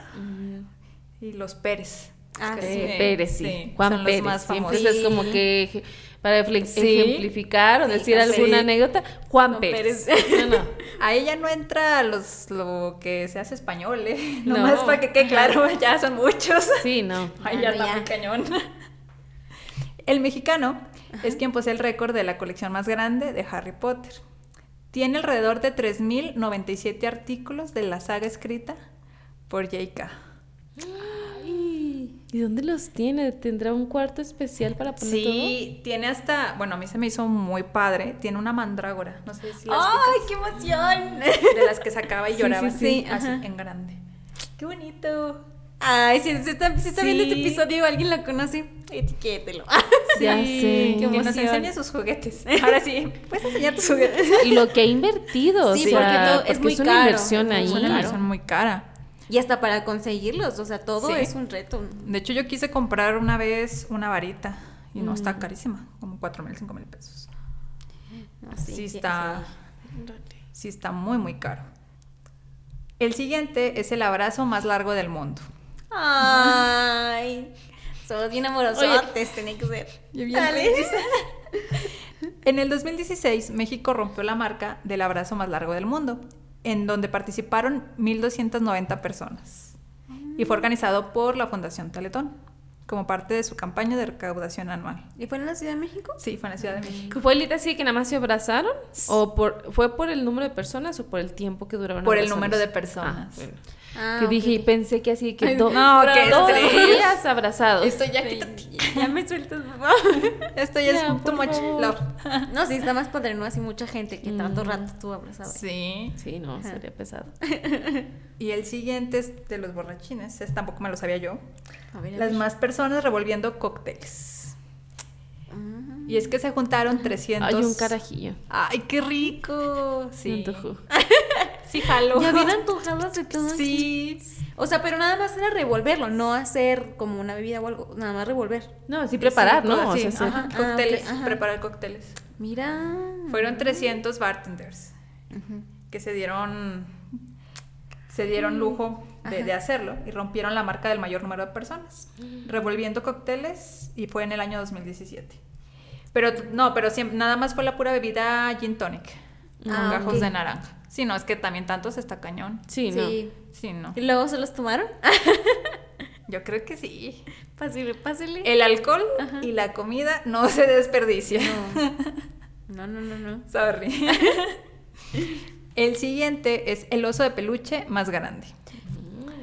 [SPEAKER 3] y los Pérez.
[SPEAKER 1] Ah,
[SPEAKER 3] Creo.
[SPEAKER 1] sí.
[SPEAKER 2] Eh, Pérez, sí. Juan
[SPEAKER 3] son los
[SPEAKER 2] Pérez.
[SPEAKER 3] más
[SPEAKER 2] Siempre
[SPEAKER 3] famosos.
[SPEAKER 2] es como que ej- para fle-
[SPEAKER 3] Sí.
[SPEAKER 2] ejemplificar o
[SPEAKER 3] Sí,
[SPEAKER 2] decir
[SPEAKER 3] Juan
[SPEAKER 2] alguna
[SPEAKER 3] Pérez.
[SPEAKER 2] anécdota, Juan
[SPEAKER 3] Juan
[SPEAKER 2] Pérez.
[SPEAKER 3] Pérez.
[SPEAKER 2] No, no.
[SPEAKER 3] A ella no entra los, lo que se hace español, ¿eh?
[SPEAKER 2] No.
[SPEAKER 3] Nomás para que quede claro, ya son muchos.
[SPEAKER 2] Sí, no.
[SPEAKER 3] Ay,
[SPEAKER 1] Ah,
[SPEAKER 3] ya
[SPEAKER 1] no,
[SPEAKER 3] está
[SPEAKER 1] ya.
[SPEAKER 3] muy cañón. El mexicano es quien posee el récord de la colección más grande de Harry Potter. Tiene alrededor de 3.097 artículos de la saga escrita por J.K.
[SPEAKER 2] ¿Y dónde los tiene? ¿Tendrá un cuarto especial para poner
[SPEAKER 3] Sí, tiene hasta, bueno, a mí se me hizo muy padre, tiene una mandrágora, no sé si la
[SPEAKER 1] ¡Ay, qué emoción!
[SPEAKER 3] explicas, de las que sacaba y
[SPEAKER 2] Sí,
[SPEAKER 3] lloraba
[SPEAKER 2] sí,
[SPEAKER 1] sí,
[SPEAKER 3] así,
[SPEAKER 1] ajá.
[SPEAKER 3] en grande. ¡Qué bonito!
[SPEAKER 1] Ay, si se está, si está viendo
[SPEAKER 3] Sí.
[SPEAKER 1] este episodio, alguien la conoce, etiquételo.
[SPEAKER 2] todo? Ya sé.
[SPEAKER 3] que nos enseñe sus juguetes. Ahora sí, puedes enseñar tus juguetes.
[SPEAKER 2] Y lo que ha invertido,
[SPEAKER 1] Sí,
[SPEAKER 2] o sea,
[SPEAKER 1] porque todo- es
[SPEAKER 2] porque es,
[SPEAKER 1] muy
[SPEAKER 2] una
[SPEAKER 1] caro.
[SPEAKER 2] inversión ahí.
[SPEAKER 3] Es una
[SPEAKER 1] Claro.
[SPEAKER 3] inversión muy cara.
[SPEAKER 1] Y hasta para conseguirlos, o sea, todo
[SPEAKER 3] Sí.
[SPEAKER 1] es un reto.
[SPEAKER 3] De hecho, yo quise comprar una vez una varita y no está carísima, como 4 mil, 5 mil pesos.
[SPEAKER 1] No,
[SPEAKER 3] Sí,
[SPEAKER 1] que-
[SPEAKER 3] está, sí está muy, muy caro. El siguiente es el abrazo más largo del mundo.
[SPEAKER 1] sí. Ay, somos bien amorosotes, tiene que ser. Dale.
[SPEAKER 3] En el 2016, México rompió la marca del abrazo más largo del mundo, en donde participaron 1.290 personas. Y fue organizado por la Fundación Teletón, como parte de su campaña de recaudación anual.
[SPEAKER 1] ¿Y fue en la Ciudad de México?
[SPEAKER 3] Sí, fue en la Ciudad de México.
[SPEAKER 2] ¿Fue el así que nada más se abrazaron? ¿O por, fue por el número de personas o por el tiempo que duraron?
[SPEAKER 3] Por el
[SPEAKER 2] abrazándose?
[SPEAKER 3] número de personas.
[SPEAKER 2] bueno.
[SPEAKER 1] Ah,
[SPEAKER 2] que
[SPEAKER 1] ok,
[SPEAKER 2] dije y
[SPEAKER 1] ok.
[SPEAKER 2] pensé que así que do-
[SPEAKER 3] no, qué
[SPEAKER 2] dos
[SPEAKER 3] estrés.
[SPEAKER 2] días abrazados.
[SPEAKER 3] Estoy ya
[SPEAKER 1] Ya me sueltas, por favor.
[SPEAKER 3] Esto
[SPEAKER 2] ya es Ya, too por much favor. love.
[SPEAKER 1] No, sí, está más padre, ¿no? Así mucha gente que tanto rato tú abrazado.
[SPEAKER 3] Sí.
[SPEAKER 2] Mm. Sí, no, sería pesado.
[SPEAKER 3] Y el siguiente es de los borrachines. Ese tampoco me lo sabía yo.
[SPEAKER 1] A ver, a
[SPEAKER 3] Las
[SPEAKER 1] ver.
[SPEAKER 3] más personas revolviendo cócteles.
[SPEAKER 1] Ah.
[SPEAKER 3] Y es que se juntaron 300.
[SPEAKER 2] Hay un carajillo.
[SPEAKER 3] Ay, qué rico.
[SPEAKER 2] Me
[SPEAKER 3] Sí.
[SPEAKER 2] antojó.
[SPEAKER 3] Sí, jalo.
[SPEAKER 1] Ya bien antojadas de todo.
[SPEAKER 3] Sí.
[SPEAKER 1] O sea, pero nada más era revolverlo, no hacer como una bebida o algo, nada más revolver.
[SPEAKER 2] No, así preparar,
[SPEAKER 3] Sí,
[SPEAKER 2] ¿no? O
[SPEAKER 3] sí,
[SPEAKER 2] sea, sí.
[SPEAKER 3] ajá,
[SPEAKER 1] Ah,
[SPEAKER 3] Cócteles,
[SPEAKER 1] ok, ajá. Mm.
[SPEAKER 3] preparar cócteles.
[SPEAKER 1] Mira.
[SPEAKER 3] Fueron 300 bartenders
[SPEAKER 1] Ujú.
[SPEAKER 3] que se dieron se dieron
[SPEAKER 1] Mm,
[SPEAKER 3] lujo de, de hacerlo y rompieron la marca del mayor número de personas
[SPEAKER 1] Mm.
[SPEAKER 3] revolviendo cócteles y fue en el año 2017 pero t- no pero siempre, nada más fue la pura bebida gin tonic con
[SPEAKER 1] Ah,
[SPEAKER 3] gajos
[SPEAKER 1] ok.
[SPEAKER 3] de naranja sí no es que también tantos está cañón
[SPEAKER 2] Sí, no.
[SPEAKER 1] Sí.
[SPEAKER 3] sí no
[SPEAKER 1] ¿Y luego se los tomaron? Ah,
[SPEAKER 3] yo creo que sí
[SPEAKER 1] Pásele, pásele.
[SPEAKER 2] Eh,
[SPEAKER 3] el alcohol y la comida no se desperdicia
[SPEAKER 1] No, no, no, no.
[SPEAKER 3] Sorry. El siguiente es el oso de peluche más grande.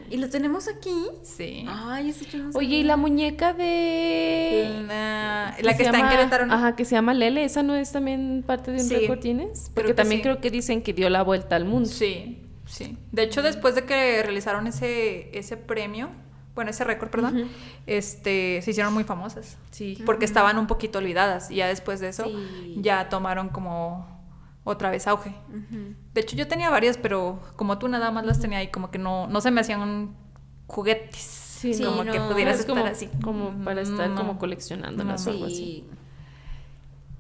[SPEAKER 1] ¿Y lo tenemos aquí?
[SPEAKER 3] Sí.
[SPEAKER 1] Ay, ese yo no sé.
[SPEAKER 2] Oye, ¿y la muñeca de...?
[SPEAKER 3] La, Mm, la que,
[SPEAKER 2] se
[SPEAKER 3] está en
[SPEAKER 2] llama-
[SPEAKER 3] Querétaro. ¿no?
[SPEAKER 2] Ajá, que se llama Lele. ¿Esa no es también parte de un
[SPEAKER 3] Sí,
[SPEAKER 2] récord Guinness? Porque
[SPEAKER 3] que
[SPEAKER 2] también
[SPEAKER 3] sí.
[SPEAKER 2] creo que dicen que dio la vuelta al mundo.
[SPEAKER 3] Sí, sí. De hecho, después de que realizaron ese, ese premio, bueno, ese récord, perdón, este, se hicieron muy famosas.
[SPEAKER 2] Sí.
[SPEAKER 3] Porque estaban un poquito olvidadas. Y ya después de eso,
[SPEAKER 1] Sí.
[SPEAKER 3] ya tomaron como otra vez auge.
[SPEAKER 1] Ujú.
[SPEAKER 3] De hecho, yo tenía varias, pero como tú nada más las tenía ahí, como que no, no se me hacían juguetes.
[SPEAKER 2] Sí,
[SPEAKER 3] como
[SPEAKER 1] no.
[SPEAKER 3] que
[SPEAKER 1] No,
[SPEAKER 3] pudieras
[SPEAKER 2] es
[SPEAKER 3] estar
[SPEAKER 2] como,
[SPEAKER 3] así.
[SPEAKER 2] Como para estar
[SPEAKER 3] No.
[SPEAKER 2] como coleccionándolas
[SPEAKER 3] No,
[SPEAKER 2] o algo así.
[SPEAKER 1] Sí.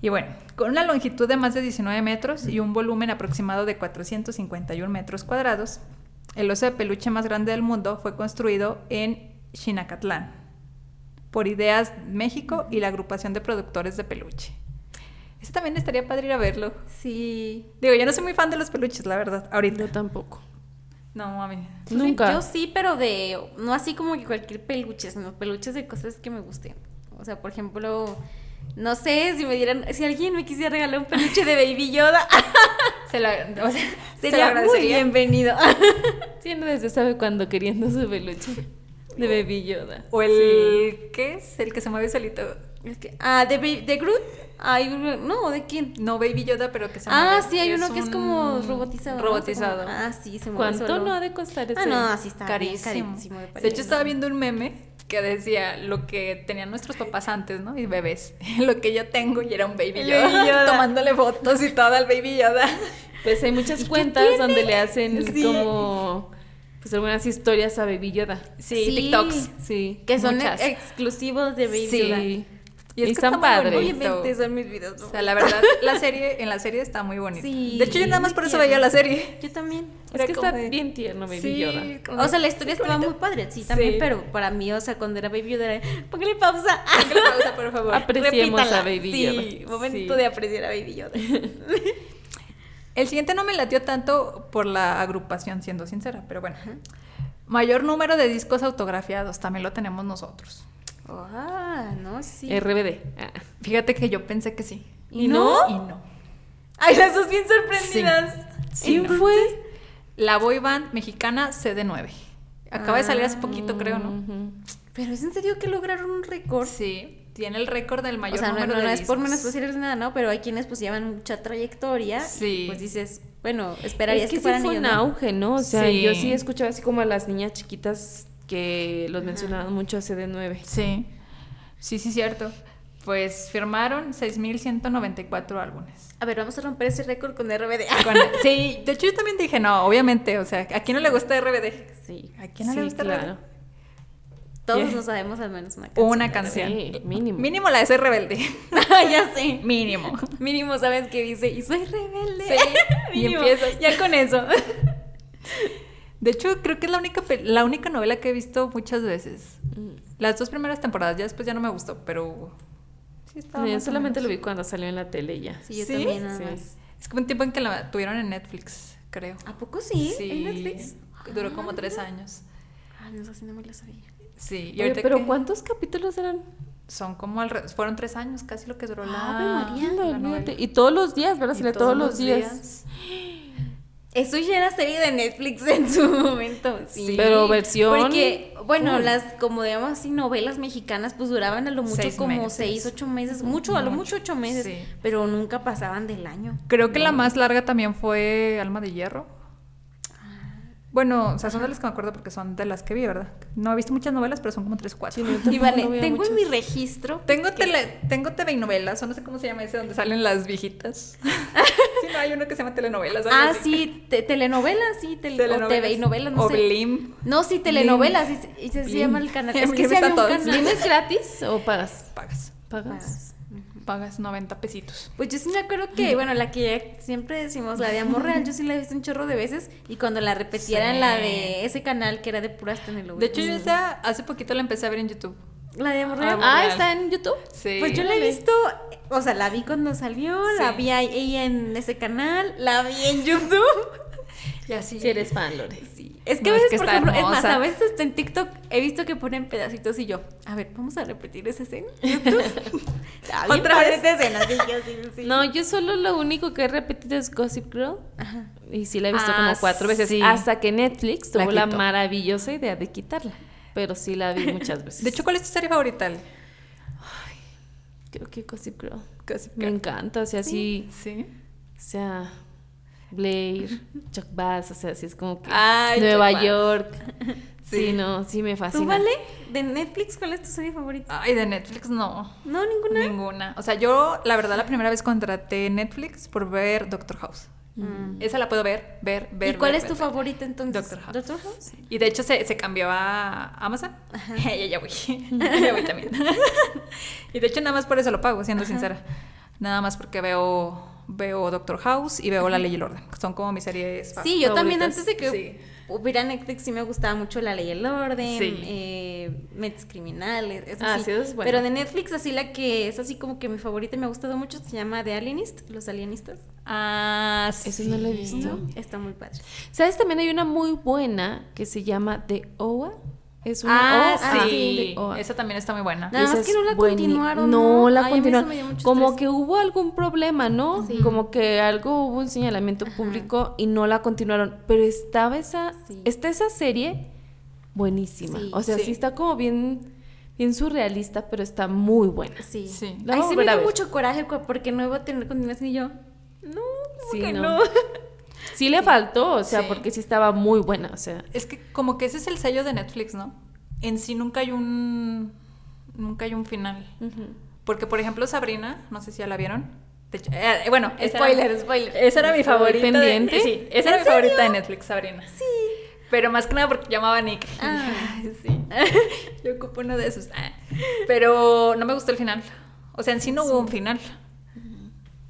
[SPEAKER 3] Y bueno, con una longitud de más de 19 metros y un volumen aproximado de 451 metros cuadrados, el oso de peluche más grande del mundo fue construido en Chinacatlán por Ideas México y la agrupación de productores de peluche. Ese también estaría padre ir a verlo.
[SPEAKER 1] Sí.
[SPEAKER 3] Digo, yo no soy muy fan de los peluches, la verdad,
[SPEAKER 2] Yo
[SPEAKER 3] ahorita.
[SPEAKER 2] tampoco.
[SPEAKER 3] No, a mí.
[SPEAKER 2] Nunca.
[SPEAKER 1] Yo sí, pero de. No así como que cualquier peluche, sino peluches de cosas que me gusten. O sea, por ejemplo. No sé si me dieran. Si alguien me quisiera regalar un peluche de Baby Yoda,
[SPEAKER 3] Se la, o sea, se lo
[SPEAKER 1] sería muy
[SPEAKER 3] agradecería.
[SPEAKER 1] bienvenido.
[SPEAKER 2] Tiene desde sabe cuándo queriendo su peluche de Baby Yoda.
[SPEAKER 3] O el. ¿Qué es? El que se mueve solito.
[SPEAKER 1] Es que- ah, de, Ba- de Groot. Hay uno- no, ¿de quién?
[SPEAKER 3] No Baby Yoda, pero que se
[SPEAKER 1] Ah,
[SPEAKER 3] mueve,
[SPEAKER 1] sí, hay uno que es como
[SPEAKER 3] un
[SPEAKER 1] robotizado. ¿no?
[SPEAKER 3] Robotizado.
[SPEAKER 1] Como- ah, sí, se mueve
[SPEAKER 2] ¿Cuánto
[SPEAKER 1] solo.
[SPEAKER 2] no ha de costar ese?
[SPEAKER 1] Ah, no, así está. bien,
[SPEAKER 3] carísimo.
[SPEAKER 1] carísimo, me
[SPEAKER 3] de hecho,
[SPEAKER 1] parece.
[SPEAKER 3] estaba viendo un meme que decía lo que tenían nuestros papás antes, ¿no? Y bebés. Lo que yo tengo y era un Baby
[SPEAKER 1] El
[SPEAKER 3] Yoda,
[SPEAKER 1] Baby Yoda.
[SPEAKER 3] tomándole fotos y todo al Baby Yoda.
[SPEAKER 2] Pues hay muchas cuentas donde le hacen
[SPEAKER 3] Sí.
[SPEAKER 2] como pues algunas historias a Baby Yoda.
[SPEAKER 3] Sí,
[SPEAKER 1] Sí.
[SPEAKER 3] TikToks.
[SPEAKER 2] Sí.
[SPEAKER 1] Que son
[SPEAKER 2] muchas.
[SPEAKER 1] ex- exclusivos de Baby
[SPEAKER 2] Sí.
[SPEAKER 1] Yoda.
[SPEAKER 3] Y es que
[SPEAKER 2] están
[SPEAKER 3] está muy
[SPEAKER 2] padres.
[SPEAKER 3] bonito.
[SPEAKER 1] Obviamente son mis videos.
[SPEAKER 3] O sea, la verdad, la serie, en la serie está muy bonita.
[SPEAKER 1] Sí,
[SPEAKER 3] de hecho, yo nada más
[SPEAKER 1] muy
[SPEAKER 3] por eso
[SPEAKER 1] tierna.
[SPEAKER 3] veía la serie.
[SPEAKER 1] Yo también.
[SPEAKER 2] Es que está
[SPEAKER 3] Era como-
[SPEAKER 2] bien tierno Baby Yoda.
[SPEAKER 3] como-
[SPEAKER 1] O sea, la historia estaba muy padre, sí, también,
[SPEAKER 2] Sí.
[SPEAKER 1] pero para mí, o sea, cuando era Baby Yoda, era, póngale pausa.
[SPEAKER 3] Póngale pausa, por favor.
[SPEAKER 2] Apreciemos
[SPEAKER 1] Repítala.
[SPEAKER 2] a Baby
[SPEAKER 1] sí,
[SPEAKER 2] Yoda.
[SPEAKER 1] momento
[SPEAKER 3] Sí.
[SPEAKER 1] de apreciar a Baby Yoda.
[SPEAKER 3] El siguiente no me latió tanto por la agrupación, siendo sincera, pero bueno. Mayor número de discos autografiados, también lo tenemos nosotros.
[SPEAKER 1] Ah, no, sí.
[SPEAKER 2] RBD. Ah.
[SPEAKER 3] Fíjate que yo pensé que sí.
[SPEAKER 2] ¿Y no?
[SPEAKER 3] Y no.
[SPEAKER 1] Ay, las dos bien sorprendidas.
[SPEAKER 3] Sí, no.
[SPEAKER 2] fue?
[SPEAKER 3] La boy band mexicana CD9. Acaba de salir hace poquito, creo,
[SPEAKER 1] Mm.
[SPEAKER 3] ¿no?
[SPEAKER 2] Ujú.
[SPEAKER 1] Pero es en serio que lograron un récord.
[SPEAKER 3] Sí, tiene el récord del mayor
[SPEAKER 1] o sea, no,
[SPEAKER 3] número
[SPEAKER 1] no,
[SPEAKER 3] de
[SPEAKER 1] no es por
[SPEAKER 3] discos.
[SPEAKER 1] menospreciarles nada, ¿no? Pero hay quienes pues llevan mucha trayectoria.
[SPEAKER 3] Sí.
[SPEAKER 1] y, pues dices, bueno, esperarías
[SPEAKER 2] es que, sí
[SPEAKER 1] fueran
[SPEAKER 2] fue
[SPEAKER 1] ellos,
[SPEAKER 2] un
[SPEAKER 1] ¿no?
[SPEAKER 2] auge, ¿no? O sea,
[SPEAKER 3] Sí.
[SPEAKER 2] yo sí escuchaba así como a las niñas chiquitas que los mencionaban mucho a CD9.
[SPEAKER 3] Sí, sí, sí, cierto. Pues firmaron 6.194 álbumes.
[SPEAKER 1] A ver, vamos a romper ese récord con RBD.
[SPEAKER 3] Con- sí, de hecho yo también dije, no, obviamente, o sea, ¿a quién no le gusta RBD?
[SPEAKER 2] Sí.
[SPEAKER 3] ¿A quién no le
[SPEAKER 2] Sí,
[SPEAKER 3] gusta
[SPEAKER 2] claro.
[SPEAKER 1] Todos
[SPEAKER 3] Ya.
[SPEAKER 1] nos sabemos al menos una canción.
[SPEAKER 3] Una canción.
[SPEAKER 2] Sí, mínimo.
[SPEAKER 3] Mínimo la de Soy Rebelde.
[SPEAKER 1] ya sé.
[SPEAKER 3] Mínimo.
[SPEAKER 1] Mínimo sabes que dice, y soy rebelde.
[SPEAKER 3] Sí, y
[SPEAKER 1] Mínimo,
[SPEAKER 3] empiezas.
[SPEAKER 1] Ya con eso.
[SPEAKER 3] De hecho, creo que es la única, pe- la única novela que he visto muchas veces.
[SPEAKER 2] Mm.
[SPEAKER 3] Las dos primeras temporadas, ya después ya no me gustó, pero sí estaba
[SPEAKER 2] Yo
[SPEAKER 3] más
[SPEAKER 2] Eh,
[SPEAKER 3] o
[SPEAKER 2] solamente lo
[SPEAKER 3] menos.
[SPEAKER 2] vi cuando salió en la tele y ya.
[SPEAKER 1] Sí, yo
[SPEAKER 3] ¿Sí?
[SPEAKER 1] también nada
[SPEAKER 2] Sí.
[SPEAKER 1] más.
[SPEAKER 3] Es como un tiempo en que la tuvieron en Netflix, creo.
[SPEAKER 1] ¿A poco Ah, sí? ¿En Netflix? Ah,
[SPEAKER 3] Duró como tres años.
[SPEAKER 1] Ay, no sé si no me lo sabía.
[SPEAKER 3] Sí, y
[SPEAKER 2] Oye,
[SPEAKER 3] ahorita
[SPEAKER 2] pero
[SPEAKER 3] que-
[SPEAKER 2] ¿cuántos capítulos eran?
[SPEAKER 3] Son como alre- fueron tres años casi lo que duró la,
[SPEAKER 1] Ah, Ave María.
[SPEAKER 3] la
[SPEAKER 2] Ándale,
[SPEAKER 3] novela.
[SPEAKER 2] olvídate. Y todos los días, ¿verdad?
[SPEAKER 3] Y
[SPEAKER 2] Salía todos los días.
[SPEAKER 1] Eso ya era serie de Netflix en su momento, sí.
[SPEAKER 2] Pero versión-
[SPEAKER 1] Porque, bueno,
[SPEAKER 2] Uy.
[SPEAKER 1] las, como digamos así, novelas mexicanas, pues duraban a lo mucho
[SPEAKER 3] Seis
[SPEAKER 1] como
[SPEAKER 3] meses.
[SPEAKER 1] seis, ocho meses, mucho, a lo mucho ocho meses,
[SPEAKER 3] Sí.
[SPEAKER 1] pero nunca pasaban del año.
[SPEAKER 3] Creo que la más larga también fue Alma de Hierro.
[SPEAKER 1] Ah.
[SPEAKER 3] Bueno, o sea, son de las que me acuerdo porque son de las que vi, ¿verdad? No he visto muchas novelas, pero son como tres o cuatro.
[SPEAKER 1] Y vale,
[SPEAKER 2] no veía
[SPEAKER 1] tengo en mi
[SPEAKER 2] muchas.
[SPEAKER 1] registro.
[SPEAKER 3] Tengo, tele, tengo TV y novelas, o no sé cómo se llama ese donde salen las viejitas. sí, no, hay uno que se llama telenovelas. algo
[SPEAKER 1] Ah,
[SPEAKER 3] así.
[SPEAKER 1] sí, te- telenovelas, sí, tele- o TV y novelas, no
[SPEAKER 3] o
[SPEAKER 1] sé.
[SPEAKER 3] Blim.
[SPEAKER 1] No, sí, telenovelas, y, se- y se, se
[SPEAKER 3] Blim.
[SPEAKER 1] llama el canal.
[SPEAKER 3] Ya
[SPEAKER 1] Es
[SPEAKER 3] me
[SPEAKER 1] que se
[SPEAKER 3] llevas a
[SPEAKER 1] había un
[SPEAKER 3] todos.
[SPEAKER 1] canal. Ah,
[SPEAKER 2] ¿Dime es gratis o pagas?
[SPEAKER 3] Pagas.
[SPEAKER 2] ¿Pagas?
[SPEAKER 3] Pagas 90 pesitos.
[SPEAKER 1] Pues yo sí me acuerdo que, bueno, la que ya siempre decimos, la de Amor Real, yo sí la he visto un chorro de veces. Y cuando la repetieran
[SPEAKER 3] Sí.
[SPEAKER 1] la de ese canal que era de puras telenovelas.
[SPEAKER 3] De hecho, yo esa hace poquito la empecé a ver en YouTube.
[SPEAKER 1] La de Amor Real.
[SPEAKER 3] Amor
[SPEAKER 2] Ah,
[SPEAKER 3] Real.
[SPEAKER 2] ¿está en YouTube?
[SPEAKER 3] Sí.
[SPEAKER 1] Pues yo la he visto, o sea, la vi cuando salió, la
[SPEAKER 3] Sí.
[SPEAKER 1] vi ahí en ese canal, la vi en YouTube.
[SPEAKER 3] Y así.
[SPEAKER 2] Si eres fan, Lore.
[SPEAKER 1] Sí. Es que
[SPEAKER 3] No,
[SPEAKER 1] a
[SPEAKER 3] es
[SPEAKER 1] veces,
[SPEAKER 3] que
[SPEAKER 1] por
[SPEAKER 3] está
[SPEAKER 1] ejemplo, es más,
[SPEAKER 3] hermosa.
[SPEAKER 1] a veces hasta en TikTok he visto que ponen pedacitos y yo, a ver, vamos a repetir esa escena. en YouTube. Está bien
[SPEAKER 3] Otra
[SPEAKER 1] padre
[SPEAKER 3] vez.
[SPEAKER 1] esta escena, sí, yo sí, sí.
[SPEAKER 2] No, yo solo lo único que he repetido es Gossip Girl.
[SPEAKER 1] Ajá.
[SPEAKER 2] Y sí la he visto
[SPEAKER 3] Ah,
[SPEAKER 2] como cuatro veces.
[SPEAKER 3] sí.
[SPEAKER 2] Hasta que Netflix
[SPEAKER 3] La
[SPEAKER 2] tuvo la,
[SPEAKER 3] quitó.
[SPEAKER 2] maravillosa idea de quitarla. Pero sí la vi muchas veces.
[SPEAKER 3] De hecho, ¿cuál es tu serie favorita? Ale?
[SPEAKER 2] creo que Gossip Girl.
[SPEAKER 3] Gossip
[SPEAKER 2] Me
[SPEAKER 3] Girl.
[SPEAKER 2] encanta. O sea, sí.
[SPEAKER 3] Sí.
[SPEAKER 2] O sea, Blair, Chuck Bass. O sea, sí es como que.
[SPEAKER 3] Ay,
[SPEAKER 2] Nueva
[SPEAKER 3] Chuck Bass.
[SPEAKER 2] York.
[SPEAKER 3] Sí.
[SPEAKER 2] Sí. no, sí me fascina.
[SPEAKER 1] ¿Tú, Vale? ¿De Netflix cuál es tu serie favorita?
[SPEAKER 3] Ay, de Netflix no.
[SPEAKER 1] No, ninguna.
[SPEAKER 3] Ninguna. O sea, yo la verdad la primera vez contraté Netflix por ver Doctor House. Esa la puedo ver, ver, ver.
[SPEAKER 1] ¿Y Mm. cuál
[SPEAKER 3] ver,
[SPEAKER 1] es tu
[SPEAKER 3] ver, ver.
[SPEAKER 1] favorita entonces?
[SPEAKER 3] Doctor House.
[SPEAKER 1] ¿Doctor House?
[SPEAKER 3] Y de hecho se, se cambió a Amazon. Ya, ya voy. ya voy también. y de hecho nada más por eso lo pago, siendo sincera. Nada más porque veo veo Doctor House y veo La Ley y el Orden. Son como mis series fa-
[SPEAKER 1] Sí, yo también
[SPEAKER 3] favoritas.
[SPEAKER 1] antes de que
[SPEAKER 3] Sí.
[SPEAKER 1] hubiera Netflix sí me gustaba mucho La Ley y el Orden,
[SPEAKER 3] Sí.
[SPEAKER 1] eh, Mentes Criminales, eso
[SPEAKER 2] Ah,
[SPEAKER 1] sí.
[SPEAKER 2] sí, eso es bueno.
[SPEAKER 1] Pero de Netflix así la que es así como que mi favorita y me ha gustado mucho se llama The Alienist, Los Alienistas.
[SPEAKER 3] Ah, sí.
[SPEAKER 2] Eso no lo he visto.
[SPEAKER 1] ¿No? Está muy padre.
[SPEAKER 2] ¿Sabes? También hay una muy buena que se llama The OA. Es una
[SPEAKER 3] ah,
[SPEAKER 2] OA.
[SPEAKER 1] ah,
[SPEAKER 3] sí.
[SPEAKER 2] The OA.
[SPEAKER 3] Esa también está muy buena.
[SPEAKER 1] Nada
[SPEAKER 2] Esa
[SPEAKER 1] más que no la
[SPEAKER 2] bueni-
[SPEAKER 1] continuaron,
[SPEAKER 2] No,
[SPEAKER 1] ¿no? Ay,
[SPEAKER 2] la
[SPEAKER 1] a mí eso
[SPEAKER 2] continuaron.
[SPEAKER 1] me dio mucho
[SPEAKER 2] Como
[SPEAKER 1] estrés.
[SPEAKER 2] que hubo algún problema, ¿no? Como que algo hubo un señalamiento público y no la continuaron. Pero estaba esa,
[SPEAKER 1] Sí.
[SPEAKER 2] está esa serie buenísima.
[SPEAKER 1] Sí.
[SPEAKER 2] o sea,
[SPEAKER 3] Sí.
[SPEAKER 2] sí. está como bien bien surrealista, pero está muy buena.
[SPEAKER 1] Sí.
[SPEAKER 3] Sí.
[SPEAKER 2] La
[SPEAKER 1] Ay,
[SPEAKER 2] vamos a
[SPEAKER 1] sí
[SPEAKER 2] volver
[SPEAKER 1] me
[SPEAKER 2] a
[SPEAKER 1] dio
[SPEAKER 2] ver.
[SPEAKER 1] mucho coraje cua- porque no iba a tener continuación y yo. No, ¿cómo
[SPEAKER 2] Sí,
[SPEAKER 1] que
[SPEAKER 2] no.
[SPEAKER 1] no.
[SPEAKER 2] Sí le faltó, o sea,
[SPEAKER 3] Sí.
[SPEAKER 2] porque sí estaba muy buena, o sea.
[SPEAKER 3] Es que como que ese es el sello de Netflix, ¿no? En sí nunca hay un nunca hay un final. Porque por ejemplo Sabrina, no sé si ya la vieron. De hecho, eh, bueno, esa era-
[SPEAKER 1] Spoiler, spoiler.
[SPEAKER 3] Esa era mi
[SPEAKER 2] Estoy
[SPEAKER 3] favorita. de-
[SPEAKER 2] pendiente.
[SPEAKER 3] sí, esa era mi favorita de Netflix, Sabrina. Sí. Pero más que nada porque llamaba a Nick.
[SPEAKER 1] Ah.
[SPEAKER 3] Ay, sí. Yo ocupo uno de esos. Ah. Pero no me gustó el final. O sea, en sí no hubo un final.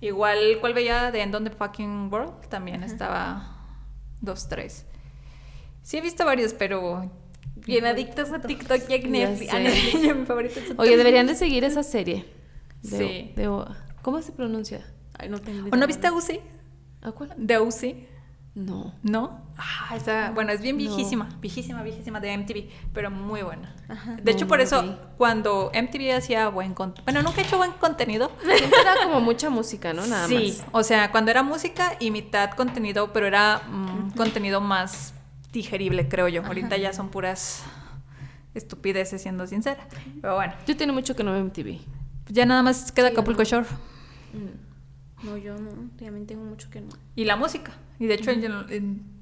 [SPEAKER 3] Igual, ¿cuál veía de End on the Fucking World? También estaba 2, 3. Sí he visto varios, pero...
[SPEAKER 1] Bien adictas a TikTok y a
[SPEAKER 2] Ya
[SPEAKER 1] Netflix.
[SPEAKER 2] sé.
[SPEAKER 1] Ah, a Netflix.
[SPEAKER 3] Yo, mi favorito es-
[SPEAKER 2] Oye, deberían de seguir esa serie. De-
[SPEAKER 3] Sí.
[SPEAKER 2] de- ¿Cómo se pronuncia?
[SPEAKER 1] Ay, no tengo
[SPEAKER 3] ¿O
[SPEAKER 1] idea.
[SPEAKER 3] no viste a Uzi?
[SPEAKER 2] ¿A cuál?
[SPEAKER 3] ¿De Uzi?
[SPEAKER 2] No.
[SPEAKER 3] ¿No? Ah, esa, bueno, es bien
[SPEAKER 2] No.
[SPEAKER 3] viejísima, viejísima, viejísima de MTV, pero muy buena.
[SPEAKER 1] Ajá.
[SPEAKER 3] de hecho,
[SPEAKER 2] No,
[SPEAKER 3] por
[SPEAKER 2] no
[SPEAKER 3] eso,
[SPEAKER 2] vi.
[SPEAKER 3] cuando MTV hacía buen contenido, bueno, nunca he hecho buen contenido.
[SPEAKER 2] Siempre era como mucha música, ¿no? Nada
[SPEAKER 3] sí,
[SPEAKER 2] más.
[SPEAKER 3] o sea, cuando era música y mitad contenido, pero era mm, contenido más digerible, creo yo. Ahorita ya son puras estupideces, siendo sincera. Pero bueno,
[SPEAKER 2] Yo tenía mucho que no veo MTV.
[SPEAKER 3] ya nada más queda Acapulco Shore
[SPEAKER 1] No, yo no. Realmente tengo mucho que no.
[SPEAKER 3] y la música. Y de hecho, yo,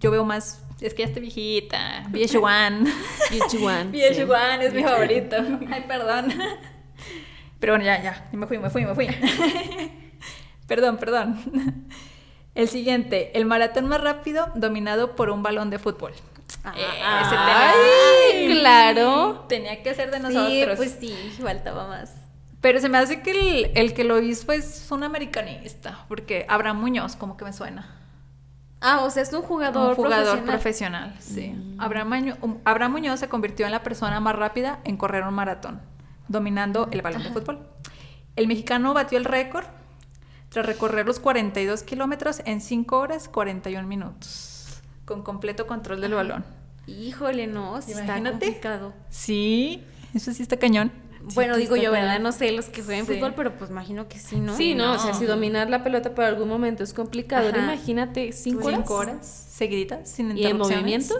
[SPEAKER 3] yo veo más, es que ya estoy viejita, VH1.
[SPEAKER 2] VH1.
[SPEAKER 3] Y el
[SPEAKER 2] sí.
[SPEAKER 3] Yuan es mi favorito. Ay, perdón. Pero bueno, ya, ya. Me fui, me fui, me fui. perdón, perdón. El siguiente, el maratón más rápido dominado por un balón de fútbol. Eh,
[SPEAKER 1] Ah,
[SPEAKER 2] ¡Ay! ¡Claro!
[SPEAKER 3] Tenía que ser de nosotros.
[SPEAKER 1] Sí, pues sí, faltaba más.
[SPEAKER 3] Pero se me hace que el, el que lo hizo es un americanista, porque Abraham Muñoz como que me suena.
[SPEAKER 1] Ah, o sea, es un jugador,
[SPEAKER 3] un jugador
[SPEAKER 1] profesional.
[SPEAKER 3] profesional. sí. Abraham, Maño- Abraham Muñoz se convirtió en la persona más rápida en correr un maratón, dominando el balón de fútbol. El mexicano batió el récord tras recorrer los 42 kilómetros en 5 horas 41 minutos, con completo control del balón.
[SPEAKER 1] Híjole, no, sí está
[SPEAKER 3] Imagínate.
[SPEAKER 1] complicado.
[SPEAKER 3] Sí, eso sí está cañón.
[SPEAKER 1] bueno,
[SPEAKER 3] Sí,
[SPEAKER 1] digo
[SPEAKER 3] está
[SPEAKER 1] yo, ¿verdad?
[SPEAKER 3] cañón.
[SPEAKER 1] No sé los que juegan
[SPEAKER 3] Sí.
[SPEAKER 1] fútbol, pero pues imagino que sí, ¿no?
[SPEAKER 2] Sí, no, o sea,
[SPEAKER 3] No.
[SPEAKER 2] si dominar la pelota por algún momento es complicado, ahora
[SPEAKER 1] Ajá.
[SPEAKER 2] imagínate cinco horas.
[SPEAKER 3] Cinco horas seguiditas, sin
[SPEAKER 2] ¿Y en
[SPEAKER 3] interrupciones.
[SPEAKER 2] movimiento?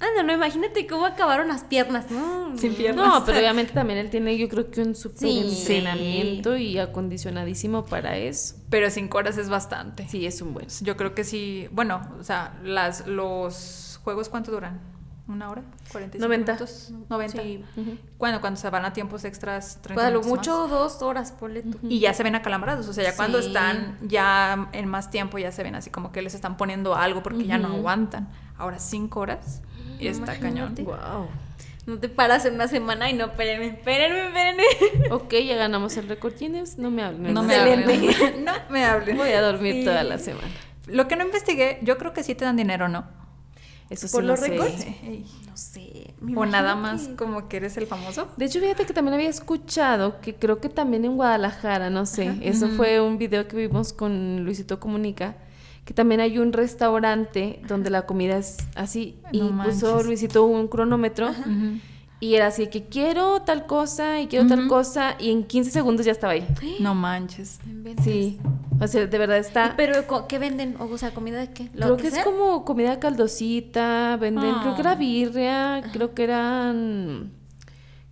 [SPEAKER 1] Anda, Ah, no, imagínate cómo acabaron las piernas, ¿no?
[SPEAKER 3] Sin piernas.
[SPEAKER 2] No, pero obviamente también él tiene, yo creo que un super entrenamiento y acondicionadísimo para eso.
[SPEAKER 3] Pero 5 horas es bastante.
[SPEAKER 2] Sí, es un buen.
[SPEAKER 3] Yo creo que sí. Bueno, o sea, las, los juegos, ¿cuánto duran? ¿Una hora? ¿45
[SPEAKER 2] 90.
[SPEAKER 3] minutos? 90.
[SPEAKER 1] Sí.
[SPEAKER 3] Bueno, cuando se van a tiempos extras, 30
[SPEAKER 1] Pues a lo
[SPEAKER 3] minutos
[SPEAKER 1] mucho dos horas, ponle tú.
[SPEAKER 3] más. Y ya se ven acalambrados. O sea, ya cuando
[SPEAKER 1] Sí.
[SPEAKER 3] están ya en más tiempo, ya se ven así como que les están poniendo algo porque ya no
[SPEAKER 2] Ujú.
[SPEAKER 3] aguantan. Ahora, 5 horas. Y está cañón.
[SPEAKER 1] Imagínate.
[SPEAKER 2] Wow.
[SPEAKER 1] No te paras en una semana y no, espérenme, espérenme, espérenme.
[SPEAKER 2] Ok, ya ganamos el récord Guinness. No me hablen.
[SPEAKER 3] No me
[SPEAKER 1] Excelente.
[SPEAKER 3] hablen. No me hablen.
[SPEAKER 2] Voy a dormir toda la semana.
[SPEAKER 3] Lo que no investigué, yo creo que sí te dan dinero, ¿no?
[SPEAKER 2] Eso sí
[SPEAKER 1] ¿Por
[SPEAKER 2] no
[SPEAKER 1] los
[SPEAKER 2] sé.
[SPEAKER 1] récords?
[SPEAKER 3] Ey.
[SPEAKER 1] No sé.
[SPEAKER 3] O nada más como que eres el famoso.
[SPEAKER 2] De hecho, fíjate que también había escuchado que creo que también en Guadalajara, no sé, eso fue un video que vimos con Luisito Comunica, que también hay un restaurante donde la comida es así y
[SPEAKER 3] No
[SPEAKER 2] puso
[SPEAKER 3] manches.
[SPEAKER 2] Luisito un cronómetro
[SPEAKER 3] Ujú.
[SPEAKER 2] y era así que quiero tal cosa y quiero tal
[SPEAKER 3] Ujú.
[SPEAKER 2] cosa y en 15 segundos ya estaba ahí.
[SPEAKER 1] ¿Eh?
[SPEAKER 3] No manches.
[SPEAKER 1] Sí.
[SPEAKER 2] Sí, o sea, de verdad está...
[SPEAKER 1] Pero, co- ¿qué venden? O sea, ¿comida de qué? ¿Lo
[SPEAKER 2] Creo que es
[SPEAKER 1] sea?
[SPEAKER 2] como comida caldosita, venden, creo que era
[SPEAKER 3] Ah.
[SPEAKER 2] birria, creo que eran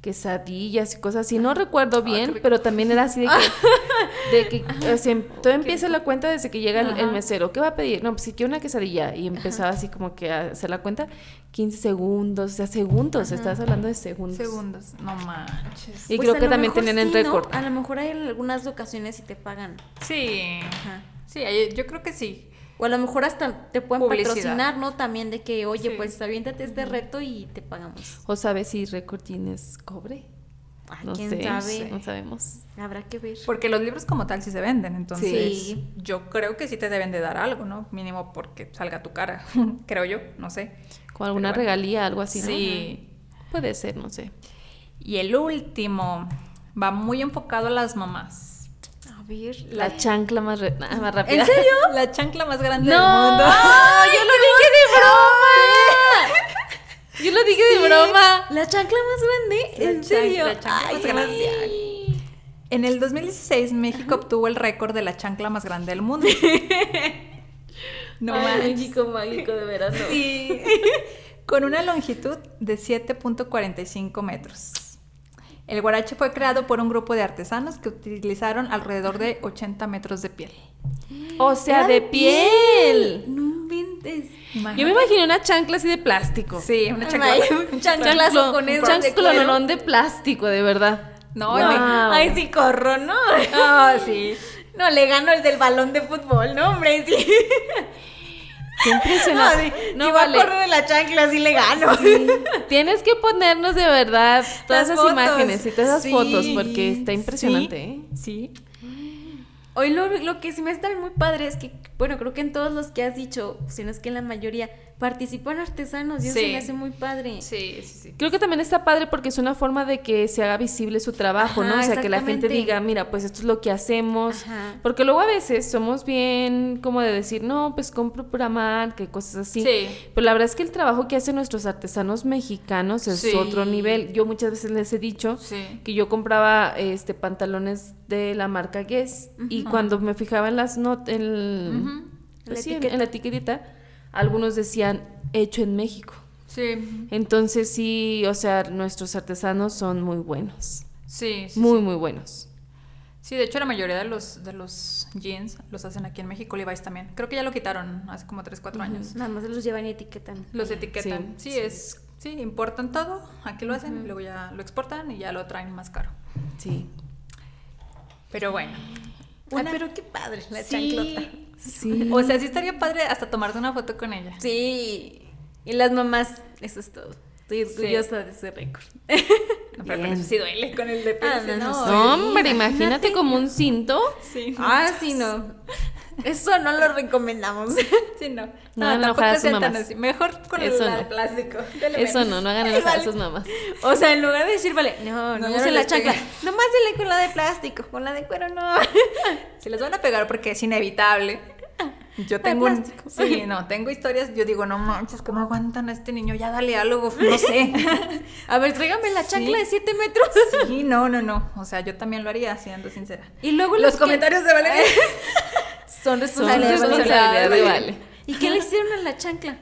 [SPEAKER 2] quesadillas y cosas así, no recuerdo bien,
[SPEAKER 3] rico.
[SPEAKER 2] pero también era así de que, de que o sea, tú empiezas la cuenta desde que llega el, el
[SPEAKER 3] Ajá.
[SPEAKER 2] mesero, ¿qué va a pedir? No, pues si quiero una quesadilla y empezaba así como que a hacer la cuenta, 15 segundos, o sea, segundos, estás hablando de segundos.
[SPEAKER 3] Segundos. No manches.
[SPEAKER 2] Y
[SPEAKER 1] Pues
[SPEAKER 2] creo
[SPEAKER 1] a
[SPEAKER 2] que
[SPEAKER 1] lo
[SPEAKER 2] también
[SPEAKER 1] mejor
[SPEAKER 2] tenían el
[SPEAKER 1] sí, ¿no?
[SPEAKER 2] récord.
[SPEAKER 1] A lo mejor hay algunas ocasiones y te pagan.
[SPEAKER 3] Sí.
[SPEAKER 1] Ajá.
[SPEAKER 3] Sí, ahí- yo creo que sí.
[SPEAKER 1] O a lo mejor hasta te pueden
[SPEAKER 3] Publicidad.
[SPEAKER 1] patrocinar, ¿no? También de que, oye,
[SPEAKER 3] Sí.
[SPEAKER 1] pues aviéntate este reto y te pagamos.
[SPEAKER 2] ¿O sabes si récord tienes cobre?
[SPEAKER 1] Ah,
[SPEAKER 2] No
[SPEAKER 1] ¿Quién
[SPEAKER 2] sé,
[SPEAKER 1] sabe?
[SPEAKER 2] no sabemos.
[SPEAKER 1] Habrá que ver.
[SPEAKER 3] Porque los libros como tal sí se venden, entonces
[SPEAKER 1] Sí.
[SPEAKER 3] yo creo que sí te deben de dar algo, ¿no? Mínimo porque salga tu cara, creo yo, no sé.
[SPEAKER 2] Con alguna
[SPEAKER 3] Pero bueno.
[SPEAKER 2] regalía, algo así, ¿no?
[SPEAKER 3] Sí.
[SPEAKER 2] Puede ser, no sé.
[SPEAKER 3] Y el último va muy enfocado a las mamás.
[SPEAKER 1] A ver.
[SPEAKER 2] La chancla más, re- ah, más rápida.
[SPEAKER 3] ¿En serio? La chancla más grande
[SPEAKER 2] ¡No!
[SPEAKER 3] del mundo.
[SPEAKER 2] ¡Yo lo dije de broma! Yo lo dije de broma.
[SPEAKER 1] La chancla más grande,
[SPEAKER 3] La
[SPEAKER 1] en
[SPEAKER 3] chan-
[SPEAKER 1] serio.
[SPEAKER 3] la chancla más grande. En el 2016 México obtuvo el récord de la chancla más grande del mundo. no manches.
[SPEAKER 1] México mágico de verano.
[SPEAKER 3] Sí. Con una longitud de 7.45 metros. El guarache fue creado por un grupo de artesanos que utilizaron alrededor de 80 metros de piel.
[SPEAKER 2] O sea,
[SPEAKER 1] Era
[SPEAKER 2] de
[SPEAKER 1] de
[SPEAKER 2] piel.
[SPEAKER 1] No inventes.
[SPEAKER 2] Yo me imagino una chancla así de plástico.
[SPEAKER 3] Sí, una chancla.
[SPEAKER 1] Ay, un chanclazo con eso. de cuero.
[SPEAKER 2] chanclonón de plástico, de verdad.
[SPEAKER 3] No,
[SPEAKER 2] Wow.
[SPEAKER 3] no.
[SPEAKER 1] Ay, sí, corro, ¿no?
[SPEAKER 3] Ah, sí.
[SPEAKER 1] No, le gano el del balón de fútbol, ¿no, hombre? Sí.
[SPEAKER 2] Qué
[SPEAKER 1] No,
[SPEAKER 2] impresionante.
[SPEAKER 1] sí,
[SPEAKER 2] No,
[SPEAKER 1] si
[SPEAKER 2] vale.
[SPEAKER 1] va a correr de la chancla, sí le gano.
[SPEAKER 2] Tienes que ponernos de verdad todas
[SPEAKER 1] Las
[SPEAKER 2] esas
[SPEAKER 1] fotos.
[SPEAKER 2] imágenes y todas esas
[SPEAKER 3] Sí.
[SPEAKER 2] fotos porque está impresionante. ¿eh?
[SPEAKER 3] Sí.
[SPEAKER 1] Hoy lo, lo que sí me está muy padre es que, bueno, creo que en todos los que has dicho, si no es que en la mayoría, participan artesanos y eso
[SPEAKER 3] Sí.
[SPEAKER 1] se me hace muy padre.
[SPEAKER 3] Sí, sí, sí.
[SPEAKER 2] Creo que también está padre porque es una forma de que se haga visible su trabajo,
[SPEAKER 1] Ajá,
[SPEAKER 2] ¿no? O sea, que la gente
[SPEAKER 1] exactamente.
[SPEAKER 2] diga, mira, pues esto es lo que hacemos.
[SPEAKER 1] Ajá.
[SPEAKER 2] Porque luego a veces somos bien como de decir, no, pues compro pura marca y cosas así.
[SPEAKER 3] Sí.
[SPEAKER 2] Pero la verdad es que el trabajo que hacen nuestros artesanos mexicanos es
[SPEAKER 3] Sí.
[SPEAKER 2] otro nivel. Yo muchas veces les he dicho
[SPEAKER 3] Sí.
[SPEAKER 2] que yo compraba este pantalones de la marca Guess y cuando me fijaba en las not en,
[SPEAKER 3] Ujú.
[SPEAKER 2] pues
[SPEAKER 1] La
[SPEAKER 2] sí, en-
[SPEAKER 1] etiqueta.
[SPEAKER 2] en la etiquetita, algunos decían hecho en México.
[SPEAKER 3] Sí.
[SPEAKER 2] Entonces sí, o sea, nuestros artesanos son muy buenos,
[SPEAKER 3] Sí, sí,
[SPEAKER 2] muy muy buenos.
[SPEAKER 3] Sí, de hecho la mayoría de los, de los jeans los hacen aquí en México, Levi's también. Creo que ya lo quitaron hace como 3, 4 años.
[SPEAKER 1] Nada más los llevan y etiquetan.
[SPEAKER 3] Los etiquetan.
[SPEAKER 2] Sí,
[SPEAKER 3] Sí,
[SPEAKER 2] sí.
[SPEAKER 3] es sí, importan todo, aquí lo hacen, y luego ya lo exportan y ya lo traen más caro.
[SPEAKER 2] Sí.
[SPEAKER 3] Pero bueno.
[SPEAKER 1] Ay,
[SPEAKER 3] Una-
[SPEAKER 1] pero qué padre, la chanclota.
[SPEAKER 3] sí.
[SPEAKER 2] Sí.
[SPEAKER 3] O sea, sí estaría padre hasta tomarte una foto con ella.
[SPEAKER 1] Sí. Y las mamás, eso es todo. Estoy
[SPEAKER 3] Sí.
[SPEAKER 1] orgullosa de ese récord.
[SPEAKER 3] No, pero, pero
[SPEAKER 2] Bien.
[SPEAKER 3] eso sí duele con el de
[SPEAKER 1] Ah,
[SPEAKER 3] piercing,
[SPEAKER 1] no,
[SPEAKER 3] ¿no?
[SPEAKER 1] no,
[SPEAKER 2] No, hombre, imagínate
[SPEAKER 1] imagínate.
[SPEAKER 2] como un cinto.
[SPEAKER 3] Sí.
[SPEAKER 1] Ah, sí, no. Eso no lo recomendamos.
[SPEAKER 3] Sí, no.
[SPEAKER 2] No, no,
[SPEAKER 3] tampoco
[SPEAKER 2] ojalá sus
[SPEAKER 3] sean tan
[SPEAKER 2] mamás.
[SPEAKER 3] así. Mejor con
[SPEAKER 2] Eso
[SPEAKER 3] el la de
[SPEAKER 2] no.
[SPEAKER 3] plástico. Dale
[SPEAKER 2] Eso
[SPEAKER 3] menos.
[SPEAKER 2] no, no hagan
[SPEAKER 1] Ay,
[SPEAKER 2] enojar a
[SPEAKER 1] vale.
[SPEAKER 2] sus mamás.
[SPEAKER 1] O sea, en lugar de decir, vale, no,
[SPEAKER 3] No,
[SPEAKER 1] no,
[SPEAKER 3] yo no
[SPEAKER 1] usen la
[SPEAKER 3] les pegué.
[SPEAKER 1] chancla. Nomás dele con la de plástico, con la de cuero no.
[SPEAKER 3] Se les van a pegar porque es inevitable. Yo tengo un...
[SPEAKER 1] plástico.
[SPEAKER 3] Sí, no, tengo historias. Yo digo, no manches, ¿cómo aguantan a este niño? Ya dale algo, no sé.
[SPEAKER 1] A ver, tráigame la chancla
[SPEAKER 3] Sí.
[SPEAKER 1] de 7 metros.
[SPEAKER 3] Sí, no, no, no. O sea, yo también lo haría, siendo sincera.
[SPEAKER 1] Y luego
[SPEAKER 3] Los
[SPEAKER 1] que-
[SPEAKER 3] comentarios de Valeria.
[SPEAKER 1] son
[SPEAKER 2] Son
[SPEAKER 1] responsabilidad, de
[SPEAKER 2] responsabilidad de Vale.
[SPEAKER 1] ¿Y qué le hicieron a la chancla?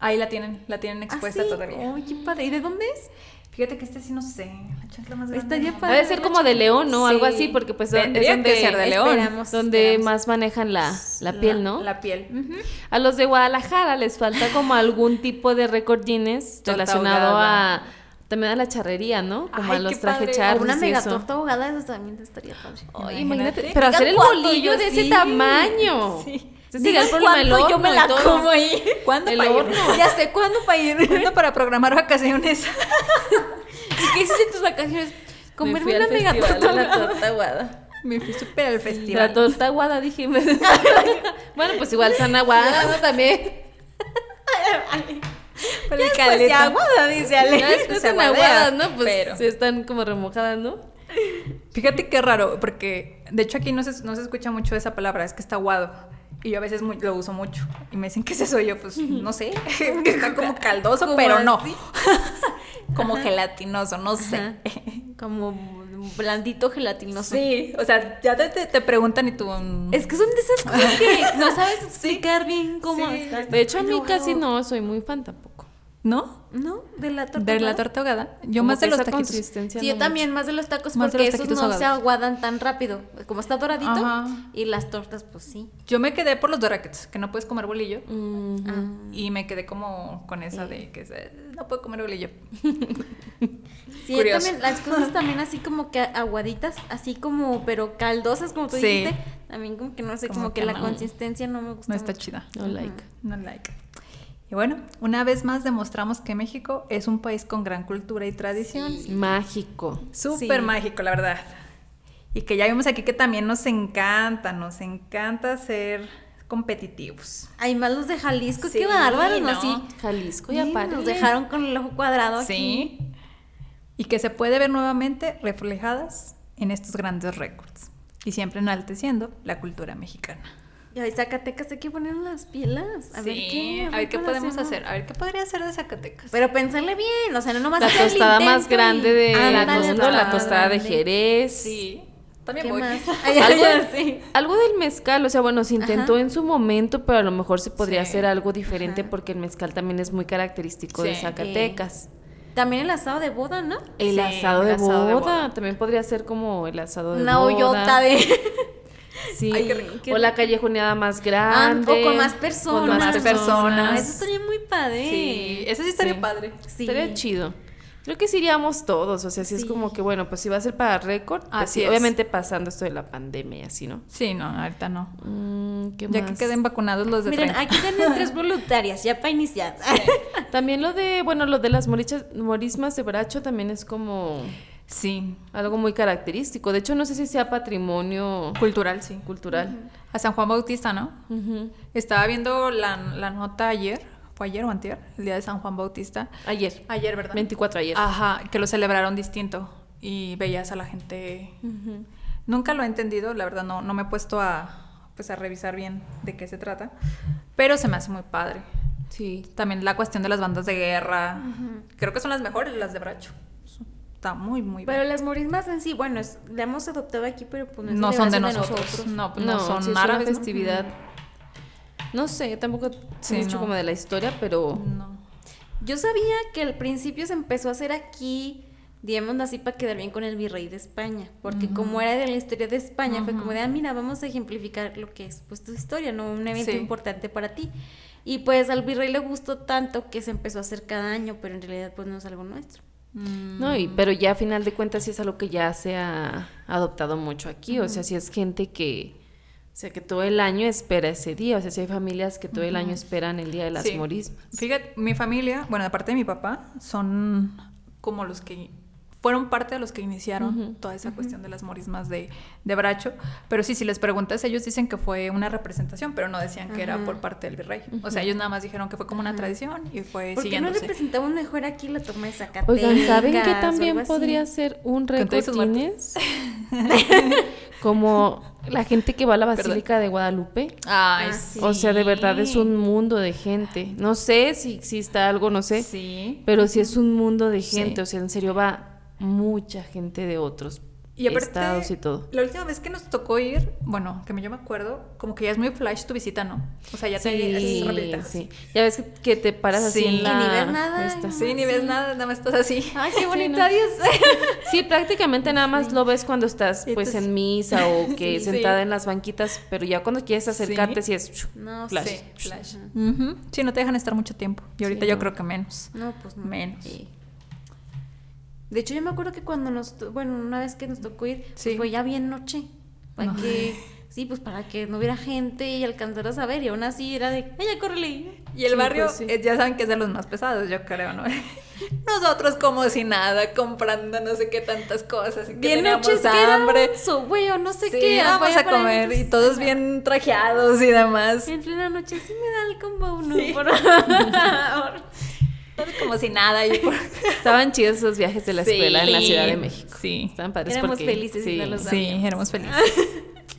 [SPEAKER 3] Ahí la tienen, la tienen expuesta
[SPEAKER 1] Ah, ¿sí?
[SPEAKER 3] todavía.
[SPEAKER 1] Ay, qué padre. ¿Y de dónde es?
[SPEAKER 3] Fíjate que este sí no sé, la chancla más grande.
[SPEAKER 1] Estaría
[SPEAKER 3] no.
[SPEAKER 1] padre.
[SPEAKER 2] Ha de ser como de león, ¿no? Algo
[SPEAKER 3] Sí.
[SPEAKER 2] así, porque pues
[SPEAKER 3] Tendría
[SPEAKER 2] es donde,
[SPEAKER 3] que ser de león.
[SPEAKER 1] Esperamos,
[SPEAKER 2] donde
[SPEAKER 1] esperamos.
[SPEAKER 2] más manejan la, la piel, ¿no?
[SPEAKER 3] La piel. Ujú.
[SPEAKER 2] A los de Guadalajara les falta como algún tipo de récord Guinness
[SPEAKER 3] Torta
[SPEAKER 2] relacionado a...
[SPEAKER 3] ahogada.
[SPEAKER 2] También a la charrería, ¿no? Como a
[SPEAKER 3] Ay, qué
[SPEAKER 2] los traje
[SPEAKER 3] padre.
[SPEAKER 2] charros
[SPEAKER 1] una
[SPEAKER 2] y
[SPEAKER 1] mega
[SPEAKER 2] eso.
[SPEAKER 1] torta ahogada, eso también estaría padre.
[SPEAKER 2] Ay,
[SPEAKER 3] Imagínate.
[SPEAKER 2] imagínate. Pero hacer el
[SPEAKER 1] cuánto
[SPEAKER 2] bolillo
[SPEAKER 1] yo
[SPEAKER 2] de
[SPEAKER 1] sí.
[SPEAKER 2] ese tamaño.
[SPEAKER 3] Sí.
[SPEAKER 2] Ese sería el problema del
[SPEAKER 1] ¿cuándo
[SPEAKER 2] horno
[SPEAKER 1] yo me
[SPEAKER 2] y
[SPEAKER 1] la
[SPEAKER 2] todo.
[SPEAKER 1] como ahí?
[SPEAKER 3] ¿Cuándo
[SPEAKER 2] El
[SPEAKER 3] para ir?
[SPEAKER 2] horno.
[SPEAKER 1] Ya sé, ¿cuándo para ir?
[SPEAKER 3] ¿Cuándo para programar vacaciones?
[SPEAKER 1] ¿Y qué hiciste en tus vacaciones?
[SPEAKER 2] Me fui
[SPEAKER 1] Comerme
[SPEAKER 2] al
[SPEAKER 1] una mega
[SPEAKER 2] festival
[SPEAKER 1] torta.
[SPEAKER 2] de la
[SPEAKER 1] ahogada.
[SPEAKER 2] torta aguada.
[SPEAKER 3] Me fui súper al festival.
[SPEAKER 2] La torta aguada, dije. bueno, pues igual sana aguada ¿no? también.
[SPEAKER 3] Con
[SPEAKER 1] Ya
[SPEAKER 3] el
[SPEAKER 1] después se
[SPEAKER 3] caleta.
[SPEAKER 1] aguada, dice Ale.
[SPEAKER 2] Ya después
[SPEAKER 3] se
[SPEAKER 2] son
[SPEAKER 3] aguadea,
[SPEAKER 2] aguadas, ¿no? Pues
[SPEAKER 3] pero-
[SPEAKER 2] sí están como remojadas, ¿no?
[SPEAKER 3] Fíjate qué raro, porque de hecho aquí no se, no se escucha mucho esa palabra, es que está aguado. Y yo a veces mu- lo uso mucho. Y me dicen, ¿qué es eso? Y yo, pues, no sé. Está como caldoso,
[SPEAKER 1] Como
[SPEAKER 3] pero no.
[SPEAKER 1] así.
[SPEAKER 3] como gelatinoso, no sé.
[SPEAKER 1] Ajá. Como blandito gelatinoso.
[SPEAKER 3] Sí, o sea, ya te, te- te preguntan y tú... mm,
[SPEAKER 1] Es que son de esas cosas que no sabes explicar bien cómo
[SPEAKER 3] Sí.
[SPEAKER 1] está.
[SPEAKER 2] De hecho, a mí casi no soy muy fan tampoco.
[SPEAKER 3] ¿No?
[SPEAKER 1] No, de la torta.
[SPEAKER 3] De la
[SPEAKER 1] ahogada.
[SPEAKER 3] torta ahogada. Yo
[SPEAKER 2] Como
[SPEAKER 3] más de
[SPEAKER 2] que
[SPEAKER 3] los
[SPEAKER 2] esa
[SPEAKER 3] taquitos.
[SPEAKER 2] consistencia
[SPEAKER 1] Sí,
[SPEAKER 2] no
[SPEAKER 1] yo
[SPEAKER 2] mucho.
[SPEAKER 1] también, más de los tacos,
[SPEAKER 3] Más de
[SPEAKER 1] porque
[SPEAKER 3] los
[SPEAKER 1] esos no
[SPEAKER 3] taquitos ahogados.
[SPEAKER 1] se aguadan tan rápido. Como está doradito.
[SPEAKER 3] Ajá.
[SPEAKER 1] Y las tortas, pues sí.
[SPEAKER 3] Yo me quedé por los doraquets, que no puedes comer bolillo.
[SPEAKER 2] Mm,
[SPEAKER 1] Ah.
[SPEAKER 3] Y me quedé como con esa de que se- no puedo comer bolillo.
[SPEAKER 1] Sí, yo
[SPEAKER 3] Curioso.
[SPEAKER 1] también, las cosas también así como que aguaditas, así como, pero caldosas, como tú
[SPEAKER 3] Sí.
[SPEAKER 1] dijiste. También como que no sé,
[SPEAKER 3] Como
[SPEAKER 1] como,
[SPEAKER 3] que
[SPEAKER 1] que, la
[SPEAKER 3] no.
[SPEAKER 1] consistencia no me gusta.
[SPEAKER 3] No está
[SPEAKER 1] mucho.
[SPEAKER 3] chida.
[SPEAKER 2] No like.
[SPEAKER 3] No like. Y bueno, una vez más demostramos que México es un país con gran cultura y tradición.
[SPEAKER 2] Mágico.
[SPEAKER 3] Súper
[SPEAKER 1] Sí.
[SPEAKER 3] mágico, la verdad. Y que ya vimos aquí que también nos encanta, nos encanta ser competitivos.
[SPEAKER 1] Hay más los de Jalisco,
[SPEAKER 3] Sí,
[SPEAKER 1] qué bárbaros, ¿no?
[SPEAKER 3] ¿no?
[SPEAKER 1] Sí.
[SPEAKER 2] Jalisco y
[SPEAKER 1] Sí,
[SPEAKER 2] aparte.
[SPEAKER 1] nos dejaron con el ojo cuadrado. aquí.
[SPEAKER 3] Sí. Y que se puede ver nuevamente reflejadas en estos grandes récords. Y siempre enalteciendo la cultura mexicana.
[SPEAKER 1] Y ahí Zacatecas hay que poner las pilas. A ver qué.
[SPEAKER 3] a ver qué
[SPEAKER 1] récord
[SPEAKER 3] podemos
[SPEAKER 1] hacemos.
[SPEAKER 3] hacer. A ver qué podría hacer de Zacatecas.
[SPEAKER 1] Pero pensarle bien, o sea, no nomás
[SPEAKER 2] La
[SPEAKER 1] hacer el
[SPEAKER 2] tostada más
[SPEAKER 1] intento y-
[SPEAKER 2] grande de
[SPEAKER 1] Ándale,
[SPEAKER 3] la
[SPEAKER 2] mundo, la
[SPEAKER 3] tostada
[SPEAKER 2] tostada de
[SPEAKER 1] grande.
[SPEAKER 2] Jerez.
[SPEAKER 3] sí. También
[SPEAKER 1] pues, ¿Qué
[SPEAKER 3] voy.
[SPEAKER 1] más?
[SPEAKER 2] Algo,
[SPEAKER 1] Allá, sí.
[SPEAKER 2] algo del mezcal, o sea, bueno, se intentó
[SPEAKER 1] Ajá.
[SPEAKER 2] en su momento, pero a lo mejor se podría
[SPEAKER 3] Sí.
[SPEAKER 2] hacer algo diferente
[SPEAKER 1] Ajá.
[SPEAKER 2] porque el mezcal también es muy característico de
[SPEAKER 3] Sí.
[SPEAKER 2] Zacatecas.
[SPEAKER 1] También el asado de boda, ¿no?
[SPEAKER 2] El
[SPEAKER 3] Sí,
[SPEAKER 2] asado,
[SPEAKER 3] el
[SPEAKER 2] de,
[SPEAKER 3] asado
[SPEAKER 2] boda.
[SPEAKER 3] de boda.
[SPEAKER 2] También podría ser como el asado de
[SPEAKER 1] Una
[SPEAKER 2] boda.
[SPEAKER 1] hoyota de...
[SPEAKER 2] Sí.
[SPEAKER 1] Ay, qué rico.
[SPEAKER 2] o la callejoneada más
[SPEAKER 1] Ah,
[SPEAKER 2] grande.
[SPEAKER 1] o con más personas.
[SPEAKER 2] Con más personas.
[SPEAKER 1] Ah, Eso estaría muy padre.
[SPEAKER 3] Sí, eso sí estaría padre.
[SPEAKER 1] Sí.
[SPEAKER 2] Estaría chido. Creo que sí iríamos todos. O sea, si es
[SPEAKER 1] Sí.
[SPEAKER 2] como que, bueno, pues si va a ser para récord. pues
[SPEAKER 3] Así
[SPEAKER 2] sí,
[SPEAKER 3] es.
[SPEAKER 2] Obviamente pasando esto de la pandemia, y así, ¿no?
[SPEAKER 3] Sí, no, ahorita no.
[SPEAKER 2] Mm, ¿qué
[SPEAKER 3] Ya
[SPEAKER 2] más?
[SPEAKER 3] que queden vacunados los de
[SPEAKER 1] Miren,
[SPEAKER 3] 30.
[SPEAKER 1] aquí tienen tres voluntarias, ya para iniciar.
[SPEAKER 2] También lo de, bueno, lo de las morichas- morismas de Bracho también es como
[SPEAKER 3] Sí,
[SPEAKER 2] algo muy característico. De hecho, no sé si sea patrimonio
[SPEAKER 3] cultural, sí.
[SPEAKER 2] cultural.
[SPEAKER 3] A San Juan Bautista, ¿no?
[SPEAKER 2] Ujú.
[SPEAKER 3] Estaba viendo la, la nota ayer, fue ayer o antier, el día de San Juan Bautista.
[SPEAKER 2] Ayer,
[SPEAKER 3] Ayer, Ah, ¿verdad? Ah,
[SPEAKER 2] 24 ayer.
[SPEAKER 3] Ajá, que lo celebraron distinto y veías a la gente. Nunca lo he entendido, la verdad no, no me he puesto a, pues, a revisar bien de qué se trata, pero se me hace muy padre.
[SPEAKER 2] Sí.
[SPEAKER 3] También la cuestión de las bandas de guerra, creo que son las mejores, las de Bracho. Está muy, muy
[SPEAKER 1] Pero
[SPEAKER 3] bien.
[SPEAKER 1] las morismas en sí, bueno, es- la hemos adoptado aquí, pero pues no es
[SPEAKER 3] No son de
[SPEAKER 1] celebración
[SPEAKER 3] nosotros. No, pues, no, son
[SPEAKER 2] sí, es una
[SPEAKER 3] árabes, ¿no?
[SPEAKER 2] festividad. No sé, tampoco sé
[SPEAKER 3] Sí,
[SPEAKER 2] mucho
[SPEAKER 3] no.
[SPEAKER 2] como de la historia, pero
[SPEAKER 3] No.
[SPEAKER 1] Yo sabía que al principio se empezó a hacer aquí, digamos así, para quedar bien con el virrey de España, porque como era de la historia de España, fue como de, ah, mira, vamos a ejemplificar lo que es, pues tu historia, ¿no? Un evento
[SPEAKER 3] Sí.
[SPEAKER 1] importante para ti. Y pues al virrey le gustó tanto que se empezó a hacer cada año, pero en realidad pues no es algo nuestro.
[SPEAKER 3] Mm.
[SPEAKER 2] no, y, pero ya a final de cuentas sí es algo que ya se ha adoptado mucho aquí. O sea, si es gente que, o sea, que todo el año espera ese día. O sea, si hay familias que todo el año esperan el día de las
[SPEAKER 3] Sí.
[SPEAKER 2] morismas.
[SPEAKER 3] Fíjate, mi familia, bueno, de parte de mi papá, son como los que fueron parte de los que iniciaron toda esa cuestión de las morismas de, de Bracho. Pero sí, si les preguntas, ellos dicen que fue una representación, pero no decían que era por parte del virrey. O sea, ellos nada más dijeron que fue como una tradición y fue
[SPEAKER 1] ¿Por qué no
[SPEAKER 3] siguiéndose.
[SPEAKER 1] representamos mejor aquí la toma de Zacatecas?
[SPEAKER 2] Oigan, ¿saben
[SPEAKER 1] o
[SPEAKER 2] qué
[SPEAKER 1] algo
[SPEAKER 2] también
[SPEAKER 1] así?
[SPEAKER 2] podría ser un
[SPEAKER 3] Con todos esos
[SPEAKER 2] recordines? Como la gente que va a la Basílica de Guadalupe.
[SPEAKER 3] Ay,
[SPEAKER 1] Ah,
[SPEAKER 3] sí.
[SPEAKER 2] O sea, de verdad es un mundo de gente. No sé si exista algo, no sé.
[SPEAKER 3] Sí.
[SPEAKER 2] Pero sí es un mundo de gente.
[SPEAKER 3] Sí.
[SPEAKER 2] O sea, en serio va mucha gente de otros
[SPEAKER 3] Y aparte,
[SPEAKER 2] estados y todo.
[SPEAKER 3] la última vez que nos tocó ir, bueno, que yo me acuerdo, como que ya es muy flash tu visita, ¿no? O sea, ya te...
[SPEAKER 2] Sí,
[SPEAKER 3] así, rapidita.
[SPEAKER 2] sí. Ya ves que, que te paras así
[SPEAKER 3] Sí.
[SPEAKER 2] en la...
[SPEAKER 1] Y ni ves nada,
[SPEAKER 2] esta.
[SPEAKER 1] ¿no?
[SPEAKER 3] Sí, ni ves nada, nada más estás así.
[SPEAKER 1] Ay, qué bonito,
[SPEAKER 2] ¿no?
[SPEAKER 1] adiós.
[SPEAKER 2] Sí, prácticamente nada más lo ves cuando estás
[SPEAKER 3] Y
[SPEAKER 2] pues
[SPEAKER 3] tú-
[SPEAKER 2] en misa o que
[SPEAKER 3] Sí.
[SPEAKER 2] sentada en las banquitas, pero ya cuando quieres acercarte
[SPEAKER 3] Sí.
[SPEAKER 2] sí, es
[SPEAKER 1] No,
[SPEAKER 2] Flash.
[SPEAKER 1] sí.
[SPEAKER 3] Sí, flash. Ujú. Sí, no te dejan estar mucho tiempo. Y ahorita
[SPEAKER 2] Sí,
[SPEAKER 3] yo
[SPEAKER 2] no.
[SPEAKER 3] creo que menos.
[SPEAKER 1] No, pues no.
[SPEAKER 3] Menos.
[SPEAKER 1] Sí. De hecho, yo me acuerdo que cuando nos, to- bueno, una vez que nos tocó ir, pues,
[SPEAKER 3] Sí.
[SPEAKER 1] fue ya bien noche, para
[SPEAKER 3] No.
[SPEAKER 1] que, sí, pues para que no hubiera gente y alcanzaras a ver, y aún así era de, ¡ay, ya córrele!
[SPEAKER 3] Y el
[SPEAKER 2] Sí,
[SPEAKER 3] barrio,
[SPEAKER 2] pues, sí.
[SPEAKER 3] eh, ya saben que es de los más pesados, yo creo, ¿no? Nosotros como si nada, comprando no sé qué tantas cosas. Y que
[SPEAKER 1] Bien
[SPEAKER 3] teníamos
[SPEAKER 1] noche, es que era
[SPEAKER 3] hambre.
[SPEAKER 1] oso, güey, o no sé
[SPEAKER 3] Sí,
[SPEAKER 1] qué.
[SPEAKER 3] vamos
[SPEAKER 1] vaya
[SPEAKER 3] a
[SPEAKER 1] para
[SPEAKER 3] comer.
[SPEAKER 1] adentro.
[SPEAKER 3] Y todos
[SPEAKER 1] Ajá.
[SPEAKER 3] bien trajeados y demás.
[SPEAKER 1] En plena noche, sí me da el combo uno,
[SPEAKER 3] Sí.
[SPEAKER 1] por favor.
[SPEAKER 3] Todos como si nada. Y por-
[SPEAKER 2] Estaban chidos esos viajes de la
[SPEAKER 3] Sí.
[SPEAKER 2] escuela en la
[SPEAKER 3] Sí.
[SPEAKER 2] Ciudad de México.
[SPEAKER 3] Sí.
[SPEAKER 2] Estaban padres
[SPEAKER 1] Éramos
[SPEAKER 2] porque-
[SPEAKER 1] felices y no lo
[SPEAKER 2] sí,
[SPEAKER 1] sabíamos.
[SPEAKER 3] Sí, éramos felices.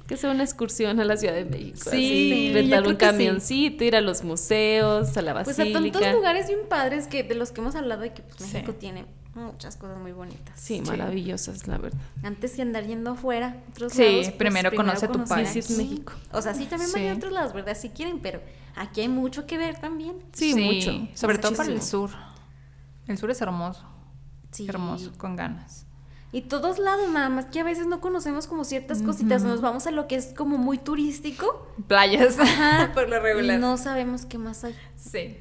[SPEAKER 2] que sea una excursión a la Ciudad de México.
[SPEAKER 3] Sí,
[SPEAKER 2] así,
[SPEAKER 3] yo
[SPEAKER 2] rentar
[SPEAKER 3] creo
[SPEAKER 2] un
[SPEAKER 3] que sí.
[SPEAKER 2] camioncito, ir a los museos, a la
[SPEAKER 1] Pues
[SPEAKER 2] basílica.
[SPEAKER 1] a tantos lugares bien padres que de los que hemos hablado y que pues,
[SPEAKER 3] Sí.
[SPEAKER 1] México tiene muchas cosas muy bonitas.
[SPEAKER 2] Sí, maravillosas, la verdad.
[SPEAKER 1] Antes que andar yendo afuera, a otros
[SPEAKER 3] Sí,
[SPEAKER 1] lados,
[SPEAKER 3] pues,
[SPEAKER 1] pues,
[SPEAKER 3] primero conoce a tu
[SPEAKER 1] conocer
[SPEAKER 3] país.
[SPEAKER 1] aquí.
[SPEAKER 2] Visit México.
[SPEAKER 1] O sea, sí, también
[SPEAKER 3] Sí.
[SPEAKER 1] van a otros lados, ¿verdad? Si quieren, pero aquí hay mucho que ver también.
[SPEAKER 2] Sí, mucho.
[SPEAKER 3] Sobre todo
[SPEAKER 2] Muchísimo.
[SPEAKER 3] para el sur. El sur es hermoso.
[SPEAKER 1] Sí.
[SPEAKER 3] Hermoso, con ganas.
[SPEAKER 1] Y todos lados, nada más que a veces no conocemos como ciertas cositas, nos vamos a lo que es como muy turístico.
[SPEAKER 3] Playas.
[SPEAKER 1] Ajá.
[SPEAKER 3] Por lo regular.
[SPEAKER 1] Y no sabemos qué más hay.
[SPEAKER 3] Sí.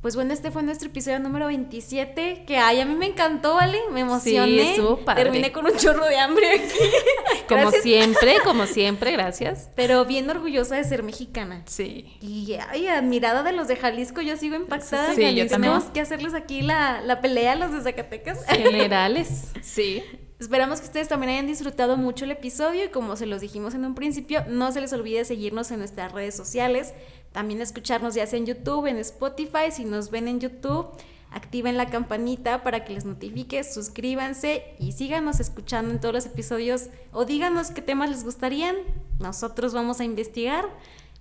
[SPEAKER 1] Pues bueno, este fue nuestro episodio número 27, que ay, a mí me encantó, ¿vale? Me emocioné.
[SPEAKER 2] estuvo padre.
[SPEAKER 1] Terminé con un chorro de hambre aquí.
[SPEAKER 2] Como
[SPEAKER 1] Gracias.
[SPEAKER 2] siempre, como siempre, gracias.
[SPEAKER 1] Pero bien orgullosa de ser mexicana.
[SPEAKER 3] Sí.
[SPEAKER 1] Y ay, admirada de los de Jalisco, yo sigo impactada.
[SPEAKER 2] Sí,
[SPEAKER 1] de
[SPEAKER 2] yo
[SPEAKER 1] Jalisco.
[SPEAKER 2] también.
[SPEAKER 1] Tenemos que hacerles aquí la, la pelea a los de Zacatecas.
[SPEAKER 2] Generales.
[SPEAKER 3] Sí.
[SPEAKER 1] Esperamos que ustedes también hayan disfrutado mucho el episodio y como se los dijimos en un principio, no se les olvide seguirnos en nuestras redes sociales, también escucharnos ya sea en YouTube, en Spotify, si nos ven en YouTube, activen la campanita para que les notifique, suscríbanse y síganos escuchando en todos los episodios o díganos qué temas les gustarían, nosotros vamos a investigar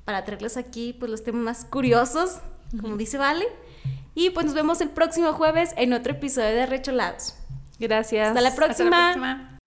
[SPEAKER 1] para traerles aquí pues los temas más curiosos, como dice Vale, y pues nos vemos el próximo jueves en otro episodio de Recholados.
[SPEAKER 2] Gracias.
[SPEAKER 1] Hasta la próxima.
[SPEAKER 3] Hasta la próxima.